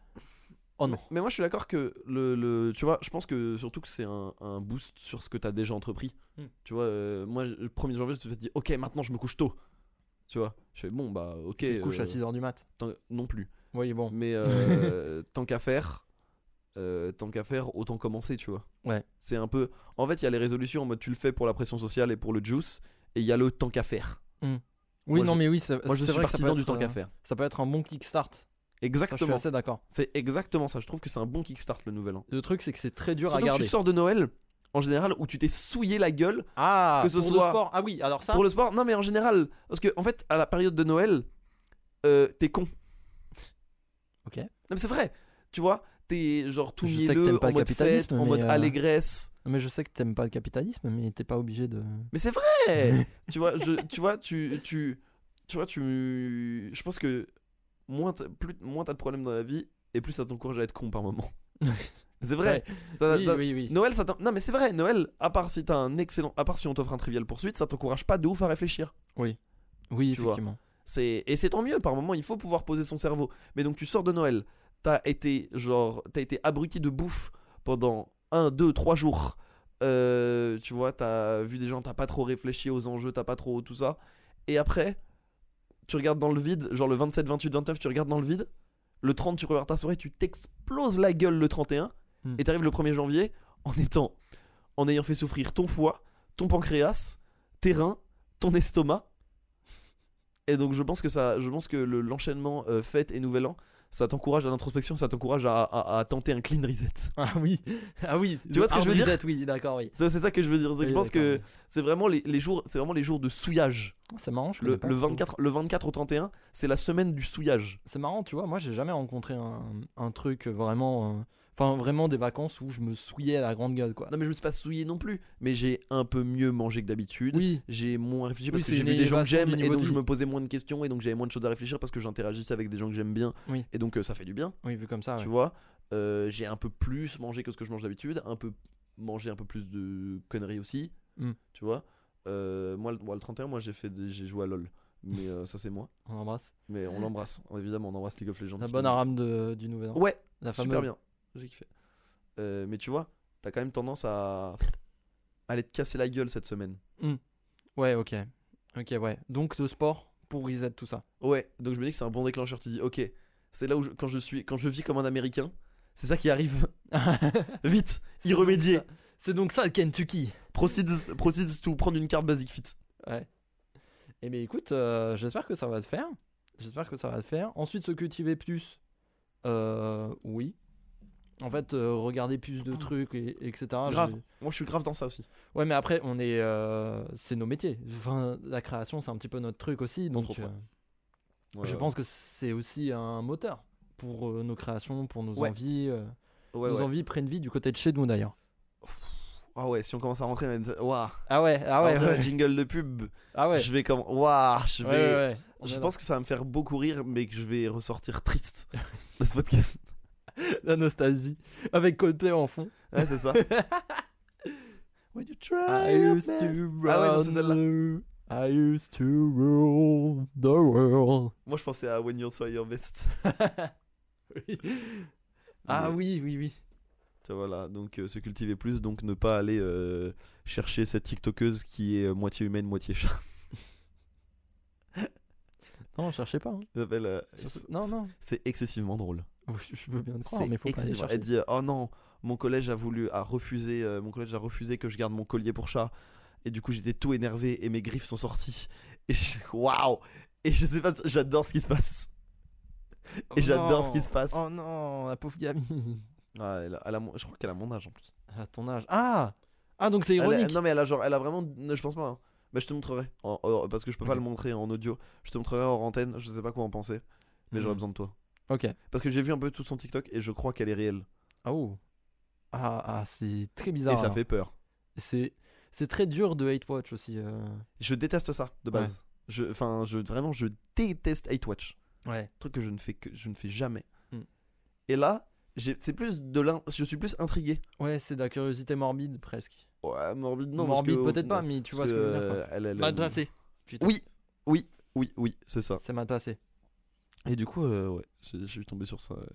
Speaker 3: Oh non.
Speaker 1: Mais moi, je suis d'accord que le, le- tu vois, je pense que surtout que c'est un, un boost sur ce que t'as déjà entrepris.
Speaker 3: Hmm.
Speaker 1: Tu vois, euh, moi, le 1er janvier, je me suis dit, ok, maintenant je me couche tôt. Tu vois, je fais bon bah ok.
Speaker 3: Tu te couches à
Speaker 1: euh,
Speaker 3: 6h du mat.
Speaker 1: tant- non plus.
Speaker 3: Oui, bon.
Speaker 1: Mais
Speaker 3: (laughs)
Speaker 1: euh, tant qu'à faire, euh, tant qu'à faire, autant commencer, tu vois.
Speaker 3: Ouais.
Speaker 1: C'est un peu. En fait, il y a les résolutions en mode tu le fais pour la pression sociale et pour le juice, et il y a le tant qu'à faire.
Speaker 3: Oui,
Speaker 1: moi,
Speaker 3: non,
Speaker 1: je-
Speaker 3: mais oui, c'est
Speaker 1: Moi, je
Speaker 3: c'est
Speaker 1: suis
Speaker 3: vrai que ça peut
Speaker 1: partisan du
Speaker 3: être,
Speaker 1: tant
Speaker 3: euh,
Speaker 1: qu'à faire.
Speaker 3: Ça peut être un bon kickstart. Ça, je suis
Speaker 1: Exactement.
Speaker 3: assez d'accord.
Speaker 1: C'est exactement ça. Je trouve que c'est un bon kickstart le nouvel an.
Speaker 3: Le truc, c'est que c'est très dur
Speaker 1: Surtout
Speaker 3: à
Speaker 1: que tu
Speaker 3: garder.
Speaker 1: sors de Noël en général où tu t'es souillé la gueule
Speaker 3: Ah,
Speaker 1: que ce
Speaker 3: pour le
Speaker 1: soit-
Speaker 3: sport. Ah oui, alors ça.
Speaker 1: pour le sport. Non, mais en général, parce que en fait, à la période de Noël, euh, t'es con.
Speaker 3: Ok.
Speaker 1: Non, mais c'est vrai. Tu vois, t'es genre tout
Speaker 3: Je sais que
Speaker 1: mielleux,
Speaker 3: t'aimes pas
Speaker 1: en
Speaker 3: le
Speaker 1: mode fête,
Speaker 3: capitalisme,
Speaker 1: en
Speaker 3: mais,
Speaker 1: mode
Speaker 3: euh,
Speaker 1: allégresse.
Speaker 3: Mais je sais que t'aimes pas le capitalisme, mais t'es pas obligé de.
Speaker 1: Mais c'est
Speaker 3: (laughs)
Speaker 1: vrai Tu vois, je, tu vois, tu, tu, tu vois, tu, je pense que moins t'as, plus, moins t'as de problèmes dans la vie et plus ça t'encourage à être con
Speaker 3: (laughs)
Speaker 1: par moment. c'est vrai. Ça-
Speaker 3: Oui,
Speaker 1: ça-
Speaker 3: oui, oui.
Speaker 1: Noël, ça t'en- non mais c'est vrai. Noël, à part si t'as un excellent, à part si on t'offre un trivial poursuite, ça t'encourage pas de ouf à réfléchir.
Speaker 3: Oui,
Speaker 1: tu vois.
Speaker 3: effectivement. (laughs)
Speaker 1: C'est et c'est tant mieux. Par moment, il faut pouvoir poser son cerveau. Mais donc tu sors de Noël, t'as été genre, t'as été abruti de bouffe pendant 1, 2, 3 jours. Euh, tu vois, t'as vu des gens, t'as pas trop réfléchi aux enjeux, t'as pas trop tout ça. Et après, tu regardes dans le vide, genre le 27, 28, 29, tu regardes dans le vide. Le 30, tu regardes ta soirée, tu t'exploses la gueule le 31.
Speaker 3: Hmm.
Speaker 1: Et t'arrives le 1er janvier en étant, en ayant fait souffrir ton foie, ton pancréas, tes reins, ton estomac. Et donc je pense que ça, je pense que le- l'enchaînement euh, fête et nouvel an, ça t'encourage à l'introspection, ça t'encourage à, à- à tenter un clean reset. (laughs)
Speaker 3: Ah oui. Ah oui.
Speaker 1: Tu vois ce que je veux dire
Speaker 3: Reset, Oui, d'accord, oui.
Speaker 1: Ça, C'est ça que je veux dire. c'est que
Speaker 3: Oui,
Speaker 1: je pense
Speaker 3: d'accord,
Speaker 1: que c'est vraiment les, les jours, c'est vraiment les jours de souillage.
Speaker 3: oui. C'est marrant. je
Speaker 1: Le,
Speaker 3: connais pas
Speaker 1: le
Speaker 3: ce mot.
Speaker 1: 24, le 24 au 31, c'est la semaine du souillage.
Speaker 3: C'est marrant, tu vois. Moi, j'ai jamais rencontré un, un truc vraiment. euh, Enfin, vraiment des vacances où je me souillais à la grande gueule, quoi.
Speaker 1: Non mais je me suis pas souillé non plus, mais j'ai un peu mieux mangé que d'habitude.
Speaker 3: Oui.
Speaker 1: J'ai moins réfléchi
Speaker 3: Oui,
Speaker 1: parce
Speaker 3: c'est
Speaker 1: que j'ai
Speaker 3: une
Speaker 1: vu des gens que
Speaker 3: élévation
Speaker 1: j'aime
Speaker 3: du
Speaker 1: et
Speaker 3: niveau de
Speaker 1: donc je
Speaker 3: vie.
Speaker 1: me posais moins de questions et donc j'avais moins de choses à réfléchir parce que j'interagissais avec des gens que j'aime bien
Speaker 3: Oui.
Speaker 1: et donc euh, ça fait du bien.
Speaker 3: Oui, vu comme ça. Ah ouais.
Speaker 1: tu vois. Euh, j'ai un peu plus mangé que ce que je mange d'habitude, un peu mangé un peu plus de conneries aussi,
Speaker 3: Mm.
Speaker 1: tu vois. Euh, moi, le, moi, le 31, moi j'ai fait, des- j'ai joué à LoL, mais euh, ça c'est moi.
Speaker 3: On embrasse.
Speaker 1: Mais on l'embrasse, évidemment, on embrasse League of Legends.
Speaker 3: La
Speaker 1: qui
Speaker 3: bonne
Speaker 1: nous-
Speaker 3: arame de- du nouvel an.
Speaker 1: Ouais,
Speaker 3: La fameuse.
Speaker 1: super bien, j'ai kiffé. Euh, mais tu vois, t'as quand même tendance à à aller te casser la gueule cette semaine.
Speaker 3: Ouais, ok. Ok, ouais. Donc, le sport pour reset tout (laughs) ça.
Speaker 1: Ouais, donc je me dis que c'est un bon déclencheur. Tu dis, ok, c'est là où je- quand je suis, quand je vis comme un Américain, c'est ça qui arrive. (laughs) Vite, y remédier.
Speaker 3: C'est donc ça le Kentucky.
Speaker 1: Proceeds, proceeds to prendre une carte Basic Fit.
Speaker 3: Ouais. Eh bien, écoute, euh, j'espère que ça va te faire. J'espère que ça va te faire. Ensuite, se cultiver plus. Euh, oui. En fait, euh, regarder plus de trucs, et, etc.
Speaker 1: Grave.
Speaker 3: J'ai-
Speaker 1: Moi, je suis grave dans ça aussi.
Speaker 3: Ouais, mais après, on est, euh, c'est nos métiers. Enfin, la création, c'est un petit peu notre truc aussi. Donc,
Speaker 1: Entrepreneur.
Speaker 3: euh, je pense que c'est aussi un moteur pour euh, nos créations, pour nos
Speaker 1: Ouais.
Speaker 3: envies. euh,
Speaker 1: Ouais,
Speaker 3: nos
Speaker 1: ouais.
Speaker 3: envies prennent vie du côté de chez nous, d'ailleurs.
Speaker 1: Ah ouais, si on commence à rentrer dans une- Ouah.
Speaker 3: Ah ouais, ah ouais,
Speaker 1: Après
Speaker 3: ouais.
Speaker 1: la jingle de pub,
Speaker 3: ah ouais.
Speaker 1: je vais comme. Ouah, je vais.
Speaker 3: Ouais, ouais, ouais. On
Speaker 1: Je
Speaker 3: est
Speaker 1: pense que ça va me faire beaucoup rire, mais que je vais ressortir triste de ce
Speaker 3: (laughs)
Speaker 1: podcast.
Speaker 3: dans la nostalgie avec Coldplay en fond.
Speaker 1: Ouais, c'est ça. When you try
Speaker 3: I
Speaker 1: your
Speaker 3: used
Speaker 1: best.
Speaker 3: to run
Speaker 1: Ah ouais, non, c'est celle-là.
Speaker 3: (laughs) the- I used to rule the world.
Speaker 1: Moi, je pensais à When you try your best.
Speaker 3: Oui. Ah
Speaker 1: Mais-
Speaker 3: oui, oui, oui.
Speaker 1: Ça, Voilà, donc euh, se cultiver plus, donc ne pas aller euh, chercher cette TikTokeuse qui est euh, moitié humaine, moitié chat.
Speaker 3: Non, cherchez pas. hein.
Speaker 1: Ça s'appelle, euh,
Speaker 3: Cherchez- Non, non.
Speaker 1: C'est excessivement drôle.
Speaker 3: Je je veux bien le croire,
Speaker 1: C'est
Speaker 3: mais faut pas aller
Speaker 1: excessivement-
Speaker 3: chercher.
Speaker 1: Elle dit euh, oh non, mon collège a voulu a refusé euh, mon collège a refusé que je garde mon collier pour chat et du coup j'étais tout énervé et mes griffes sont sorties et je- waouh et je sais pas j'adore ce qui se passe et
Speaker 3: Oh
Speaker 1: j'adore ce
Speaker 3: non.
Speaker 1: qui se passe.
Speaker 3: Oh non, la pauvre gamine.
Speaker 1: Ah, elle a- elle a mon- je crois qu'elle a mon âge en plus.
Speaker 3: À ton âge. Ah Ah, donc c'est
Speaker 1: Elle a-
Speaker 3: ironique.
Speaker 1: non mais elle a genre, elle a vraiment, ne, je pense pas. hein. Mais je te montrerai, en- hors- parce que je peux pas
Speaker 3: Ok.
Speaker 1: le montrer en audio. Je te montrerai hors antenne. Je sais pas quoi en penser, mais j'aurais
Speaker 3: Mhm.
Speaker 1: besoin de toi.
Speaker 3: Ok.
Speaker 1: Parce que j'ai vu un peu tout son TikTok et je crois qu'elle est réelle.
Speaker 3: Ah, oh. ah, ah, c'est très bizarre.
Speaker 1: et ça
Speaker 3: alors.
Speaker 1: fait peur.
Speaker 3: C'est c'est très dur de hate watch aussi. euh.
Speaker 1: Je déteste ça de
Speaker 3: Ouais.
Speaker 1: base. Je, enfin, je vraiment, je déteste Hate Watch.
Speaker 3: Ouais.
Speaker 1: truc que je ne fais que je ne fais jamais.
Speaker 3: Hmm.
Speaker 1: Et là, j'ai- c'est plus de l'in- je suis plus intrigué.
Speaker 3: Ouais, c'est de la curiosité morbide presque.
Speaker 1: Ouais, morbide non. parce
Speaker 3: morbide
Speaker 1: que-
Speaker 3: peut-être pas, mais tu vois
Speaker 1: parce
Speaker 3: ce que je veux dire. Bah,
Speaker 1: euh, elle- elle-
Speaker 3: Mal
Speaker 1: elle-
Speaker 3: placé.
Speaker 1: Oui, oui, oui, oui, c'est ça.
Speaker 3: C'est mal placé.
Speaker 1: Et du coup, euh, ouais, j'ai- je suis tombé sur ça. euh,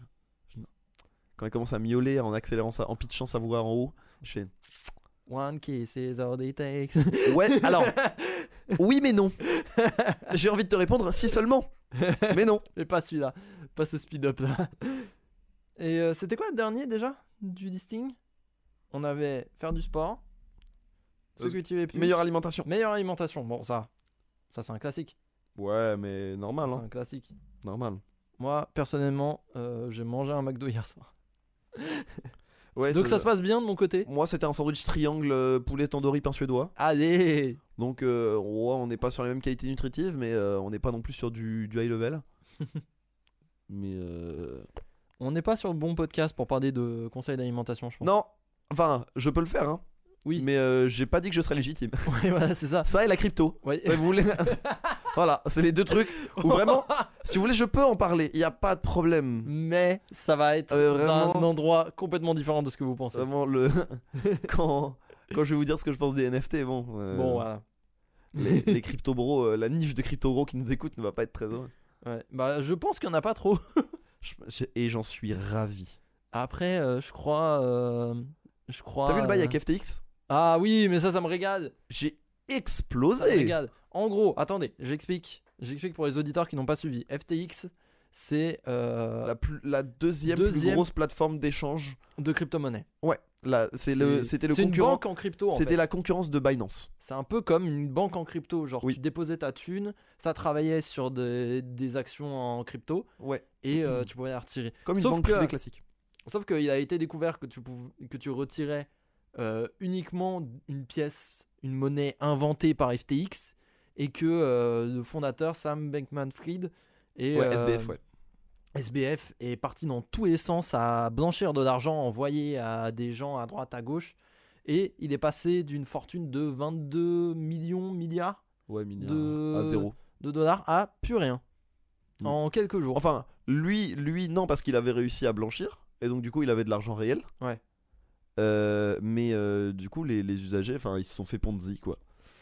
Speaker 1: je- Quand elle commence à miauler en accélérant ça, en pitchant sa voix en haut, je fais
Speaker 3: One kiss is all it takes.
Speaker 1: ouais. (laughs) Alors, oui mais non. J'ai envie de te répondre si seulement, mais non.
Speaker 3: (laughs) Mais pas celui-là. Pas ce speed-up là. Et euh, c'était quoi le dernier déjà du listing On avait faire du sport. Se
Speaker 1: Euh,
Speaker 3: cultiver plus.
Speaker 1: Meilleure alimentation.
Speaker 3: Meilleure alimentation. Bon, ça. Ça, c'est un classique.
Speaker 1: Ouais, mais normal,
Speaker 3: C'est
Speaker 1: hein.
Speaker 3: un classique.
Speaker 1: normal.
Speaker 3: Moi, personnellement, euh, j'ai mangé un McDo hier soir.
Speaker 1: Ouais.
Speaker 3: Donc ça se passe bien de mon côté.
Speaker 1: Moi, c'était un sandwich triangle euh, poulet tandoori pain suédois.
Speaker 3: Allez
Speaker 1: Donc, euh, ouais, on n'est pas sur la même qualité nutritive, mais euh, on n'est pas non plus sur du, du high (laughs) level. mais. euh,
Speaker 3: On n'est pas sur le bon podcast pour parler de conseils d'alimentation, je pense.
Speaker 1: Non! Enfin, je peux le faire, hein.
Speaker 3: Oui.
Speaker 1: Mais euh, j'ai pas dit que je serais légitime.
Speaker 3: (laughs)
Speaker 1: (laughs)
Speaker 3: Ouais, voilà, c'est ça.
Speaker 1: Ça et la crypto.
Speaker 3: Ouais.
Speaker 1: Ça, vous voulez...
Speaker 3: (laughs)
Speaker 1: voilà, c'est les deux trucs où (laughs) vraiment, si vous voulez, je peux en parler. Il n'y a pas de problème.
Speaker 3: Mais ça va être
Speaker 1: Euh, vraiment-
Speaker 3: un endroit complètement différent de ce que vous pensez.
Speaker 1: Vraiment, le. (laughs) quand... Quand je vais vous dire ce que je pense des NFT, bon. euh,
Speaker 3: Bon, voilà.
Speaker 1: Les, les crypto bros, euh, la niche de crypto bros qui nous écoute ne va pas être très heureuse.
Speaker 3: Ouais. Bah, je pense qu'il n'y en a pas trop.
Speaker 1: Je- Et j'en suis ravi.
Speaker 3: Après, euh, je crois. euh, je crois.
Speaker 1: T'as vu le bail
Speaker 3: euh,
Speaker 1: avec FTX?
Speaker 3: Ah oui, mais ça, ça me régale.
Speaker 1: J'ai
Speaker 3: Ça me
Speaker 1: explosé.
Speaker 3: régale. En gros, attendez, j'explique. J'explique pour les auditeurs qui n'ont pas suivi. FTX, c'est euh,
Speaker 1: La, plus- la deuxième, plus
Speaker 3: Deuxième.
Speaker 1: grosse plateforme d'échange.
Speaker 3: de crypto-monnaie.
Speaker 1: Ouais, là, c'est le, c'était le
Speaker 3: c'est une
Speaker 1: concurrent.
Speaker 3: banque en crypto. En
Speaker 1: C'était
Speaker 3: fait.
Speaker 1: la concurrence de Binance.
Speaker 3: C'est un peu comme une banque en crypto. Genre,
Speaker 1: Oui.
Speaker 3: tu déposais ta thune, ça travaillait sur des, des actions en crypto
Speaker 1: Ouais,
Speaker 3: et euh,
Speaker 1: Mhm.
Speaker 3: tu pouvais la retirer.
Speaker 1: comme une
Speaker 3: Sauf
Speaker 1: banque
Speaker 3: que-
Speaker 1: privée classique.
Speaker 3: Sauf qu'il a été découvert que tu, pouv- que tu retirais euh, uniquement une pièce, une monnaie inventée par FTX, et que euh, le fondateur Sam Bankman-Fried et
Speaker 1: ouais,
Speaker 3: euh,
Speaker 1: SBF, ouais.
Speaker 3: SBF est parti dans tous les sens à blanchir de l'argent envoyé à des gens à droite, à gauche, et il est passé d'une fortune de 22 millions milliards
Speaker 1: Ouais, mini
Speaker 3: de-
Speaker 1: à zéro.
Speaker 3: de dollars à plus rien
Speaker 1: Mm.
Speaker 3: en quelques jours.
Speaker 1: Enfin, lui, lui, non, parce qu'il avait réussi à blanchir. Et donc, du coup, il avait de l'argent réel.
Speaker 3: Ouais.
Speaker 1: Euh, mais euh, du coup, les, les usagers, enfin, ils se sont fait Ponzi, quoi.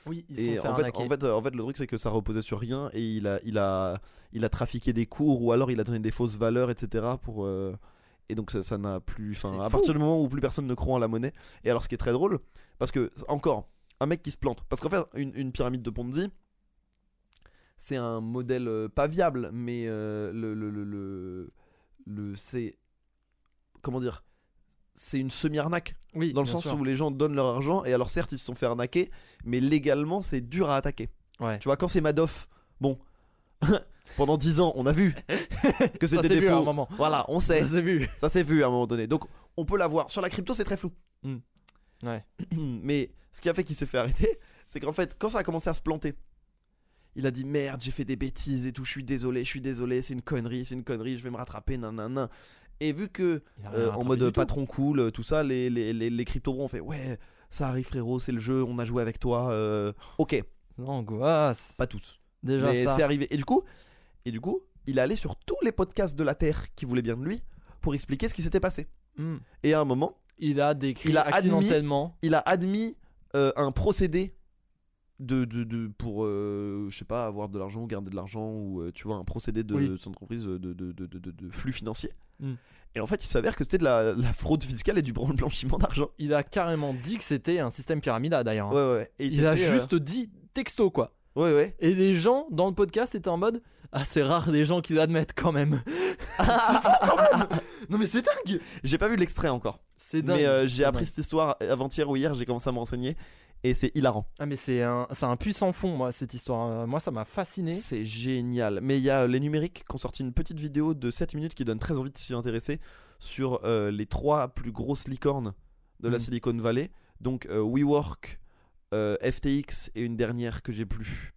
Speaker 3: oui, ils se
Speaker 1: Et
Speaker 3: sont fait
Speaker 1: en fait,
Speaker 3: arnaquer.
Speaker 1: en, fait, euh, en fait, le truc, c'est que ça reposait sur rien et il a, il, a, il a trafiqué des cours ou alors il a donné des fausses valeurs, etc. Pour, euh, Et donc, ça ça n'a plus.
Speaker 3: C'est
Speaker 1: Enfin, à
Speaker 3: fou.
Speaker 1: partir du moment où plus personne ne croit en la monnaie. Et alors, ce qui est très drôle, parce que, encore, un mec qui se plante. Parce qu'en fait, une, une pyramide de Ponzi, c'est un modèle euh, pas viable, mais euh, le, le, le, le, le- c'est. Comment dire C'est une semi-arnaque
Speaker 3: oui,
Speaker 1: dans le
Speaker 3: bien
Speaker 1: sens
Speaker 3: sûr.
Speaker 1: où les gens donnent leur argent et alors certes ils se sont fait arnaquer mais légalement c'est dur à attaquer
Speaker 3: Ouais.
Speaker 1: tu vois quand c'est Madoff bon (laughs) pendant 10 ans on a vu que
Speaker 3: Ça
Speaker 1: c'était
Speaker 3: s'est
Speaker 1: des
Speaker 3: vu à un
Speaker 1: faux
Speaker 3: moment.
Speaker 1: voilà on
Speaker 3: Ça
Speaker 1: sait
Speaker 3: s'est vu.
Speaker 1: (laughs) ça s'est vu à un moment donné donc on peut l'avoir sur la crypto c'est très flou (clears throat)
Speaker 3: Hmm.
Speaker 1: Euh,
Speaker 3: Ouais.
Speaker 1: mais ce qui a fait qu'il s'est fait arrêter (laughs) c'est qu'en fait quand ça a commencé à se planter il a dit merde j'ai fait des bêtises et tout je suis désolé je suis désolé c'est une connerie c'est une connerie je vais me rattraper nanana et vu que
Speaker 3: Il a rien
Speaker 1: euh, en
Speaker 3: rattrapé
Speaker 1: mode
Speaker 3: Ah, du tout.
Speaker 1: patron cool, euh, tout ça, les, les, les, les crypto-bros ont fait Ouais, ça arrive frérot, c'est le jeu, on a joué avec toi. euh, Ok,
Speaker 3: L'angoisse.
Speaker 1: pas tous.
Speaker 3: Déjà
Speaker 1: Mais
Speaker 3: ça.
Speaker 1: c'est arrivé. Et du coup, et du coup, il est allé sur tous les podcasts de la Terre qui voulaient bien de lui pour expliquer ce qui s'était passé.
Speaker 3: Hmm.
Speaker 1: Et à un moment,
Speaker 3: Il a décrit
Speaker 1: Il a admis-
Speaker 3: accidentellement.
Speaker 1: il a admis euh, un procédé de, de, de- pour, euh, je sais pas, avoir de l'argent, garder de l'argent, ou euh, tu vois, un procédé de
Speaker 3: Oui.
Speaker 1: son entreprise de, de, de, de- de- de flux financier.
Speaker 3: Mm.
Speaker 1: Et en fait, il s'avère que c'était de la, la fraude fiscale et du blanchiment d'argent.
Speaker 3: Il a carrément dit que c'était un système pyramidal d'ailleurs. hein.
Speaker 1: Ouais, ouais. Et
Speaker 3: il
Speaker 1: s'est
Speaker 3: a
Speaker 1: fait, euh,
Speaker 3: juste dit texto quoi.
Speaker 1: Ouais, ouais.
Speaker 3: Et les gens dans le podcast étaient en mode Ah, c'est rare des gens qui l'admettent quand même. (laughs)
Speaker 1: Non mais c'est dingue J'ai pas vu l'extrait encore.
Speaker 3: C'est dingue.
Speaker 1: Mais euh,
Speaker 3: c'est
Speaker 1: j'ai appris
Speaker 3: dingue.
Speaker 1: cette histoire avant-hier ou hier, j'ai commencé à me renseigner et c'est hilarant.
Speaker 3: Ah, mais c'est un, c'est un puissant fond, moi, cette histoire. Euh, moi, ça m'a fasciné.
Speaker 1: C'est génial. Mais il y a euh, les numériques qui ont sorti une petite vidéo de 7 minutes qui donne très envie de s'y intéresser sur euh, les trois plus grosses licornes de la
Speaker 3: Mm.
Speaker 1: Silicon Valley Donc euh, WeWork, euh, FTX et une dernière que j'ai plus.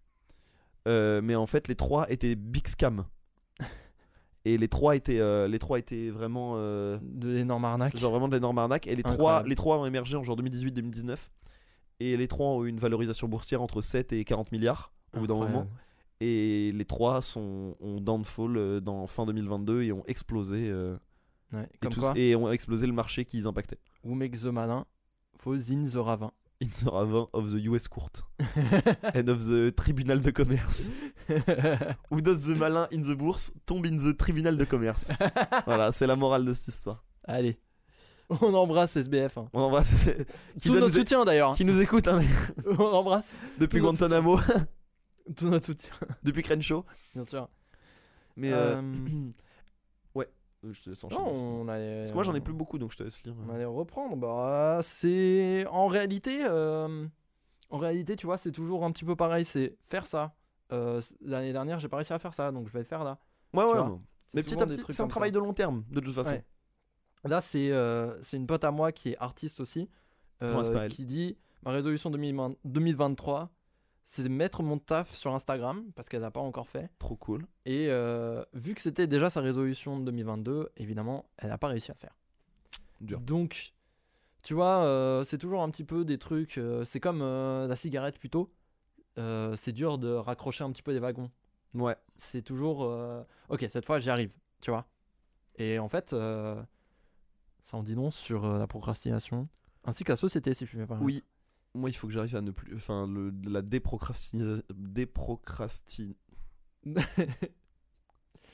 Speaker 1: Euh, mais en fait, les trois étaient
Speaker 3: (laughs)
Speaker 1: big scam. Et les trois étaient, euh, les trois étaient vraiment, euh,
Speaker 3: De l'énorme arnaque.
Speaker 1: genre vraiment de l'énorme arnaque. Et les trois,
Speaker 3: Incroyable.
Speaker 1: les trois ont émergé en genre 2018-2019. Et les trois ont eu une valorisation boursière entre 7 et 40 milliards au bout d'un
Speaker 3: Incroyable.
Speaker 1: moment. Et les trois sont, ont downfall euh, dans fin 2022 et ont explosé. euh,
Speaker 3: Ouais,
Speaker 1: et,
Speaker 3: Comme
Speaker 1: tous-
Speaker 3: quoi,
Speaker 1: et ont explosé le marché qu'ils impactaient.
Speaker 3: ou make the malin, faut zin the
Speaker 1: (laughs)
Speaker 3: ravin.
Speaker 1: In the Raven of the US
Speaker 3: (laughs)
Speaker 1: Court and of the Tribunal de Commerce. Who does the malin in the bourse tombe in the Tribunal
Speaker 3: (laughs)
Speaker 1: de Commerce. voilà, c'est la morale de cette histoire.
Speaker 3: Allez, on embrasse SBF. hein.
Speaker 1: On (laughs) embrasse. qui,
Speaker 3: Tout
Speaker 1: donne-
Speaker 3: notre soutien d'ailleurs. hein.
Speaker 1: qui nous écoute hein,
Speaker 3: (laughs)
Speaker 1: (laughs)
Speaker 3: on embrasse
Speaker 1: depuis
Speaker 3: Tout notre
Speaker 1: Guantanamo,
Speaker 3: tout notre soutien,
Speaker 1: (laughs) depuis Crenshaw.
Speaker 3: bien sûr.
Speaker 1: Mais. (clears throat) euh, ouais, euh, je te laisse enchaîner.
Speaker 3: Non, on allait- euh,
Speaker 1: Parce que moi j'en ai plus beaucoup donc je te laisse lire.
Speaker 3: On allait reprendre. Bah, c'est en réalité, euh, en réalité, tu vois, c'est toujours un petit peu pareil. C'est faire ça. Euh, c- L'année dernière, j'ai pas réussi à faire ça, donc je vais le faire là.
Speaker 1: Ouais, ouais,
Speaker 3: vois,
Speaker 1: ouais. Mais petit
Speaker 3: souvent
Speaker 1: à
Speaker 3: des
Speaker 1: petit,
Speaker 3: trucs
Speaker 1: c'est un
Speaker 3: comme ça.
Speaker 1: travail de long terme de toute façon.
Speaker 3: Ouais. Là, c'est euh, c'est une pote à moi qui est artiste aussi, euh,
Speaker 1: Florence Parel.
Speaker 3: qui dit ma résolution 2020 2023, c'est mettre mon taf sur Instagram parce qu'elle n'a pas encore fait.
Speaker 1: Trop cool.
Speaker 3: Et euh, vu que c'était déjà sa résolution de 2022, évidemment, elle n'a pas réussi à faire.
Speaker 1: Dur.
Speaker 3: Donc, tu vois, euh, c'est toujours un petit peu des trucs. euh, c'est comme euh, la cigarette plutôt. Euh, c'est dur de raccrocher un petit peu des wagons.
Speaker 1: Ouais.
Speaker 3: C'est toujours. euh, ok, cette fois, j'y arrive. Tu vois. Et en fait, euh, ça en dit non sur euh, la procrastination. Ainsi que la société, si je ne pas.
Speaker 1: Oui. Moi, il faut que j'arrive à ne plus. Enfin, le, la déprocrastination. Déprocrastine.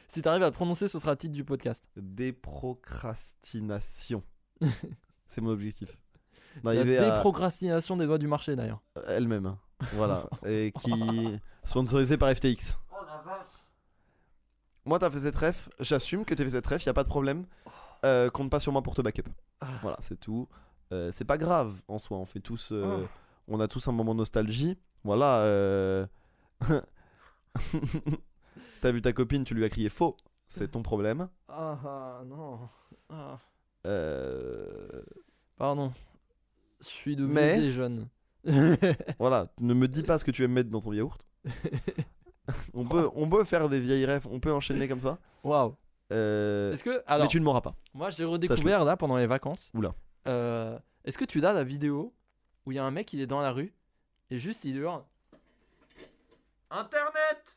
Speaker 3: Si tu arrives à le prononcer, ce sera le titre du podcast.
Speaker 1: (laughs) Déprocrastination. c'est mon objectif.
Speaker 3: La
Speaker 1: D'arriver à
Speaker 3: déprocrastination des doigts du marché, d'ailleurs.
Speaker 1: Euh, elle-même. hein. Voilà. Et qui. Sponsorisé par FTX.
Speaker 2: Oh la vache
Speaker 1: Moi, t'as fait cette ref. J'assume que t'as fait cette ref. Y a pas de problème.
Speaker 2: Oh.
Speaker 1: Euh, compte pas sur moi pour te backup.
Speaker 3: Ah.
Speaker 1: Voilà, c'est tout. Euh, c'est pas grave en soi. On fait tous.
Speaker 2: Oh.
Speaker 1: euh, On a tous un moment de nostalgie. Voilà. euh, (laughs) t'as vu ta copine, tu lui as crié faux. C'est ton problème.
Speaker 3: Ah, ah, non. Ah.
Speaker 1: Euh,
Speaker 3: Pardon. Je suis devenu
Speaker 1: Mais-
Speaker 3: des (laughs) jeunes.
Speaker 1: Voilà, ne me dis pas ce que tu aimes mettre dans
Speaker 3: (laughs)
Speaker 1: ton yaourt. on, peut, on peut faire des vieilles rêves, on peut enchaîner comme ça.
Speaker 3: Waouh.
Speaker 1: Euh,
Speaker 3: Est-ce que
Speaker 1: mais
Speaker 3: alors
Speaker 1: tu ne m'auras pas.
Speaker 3: moi j'ai redécouvert là pendant les vacances.
Speaker 1: Oula.
Speaker 3: Euh, Est-ce que tu as la vidéo où il y a un mec il est dans la rue et juste il hurle
Speaker 2: Internet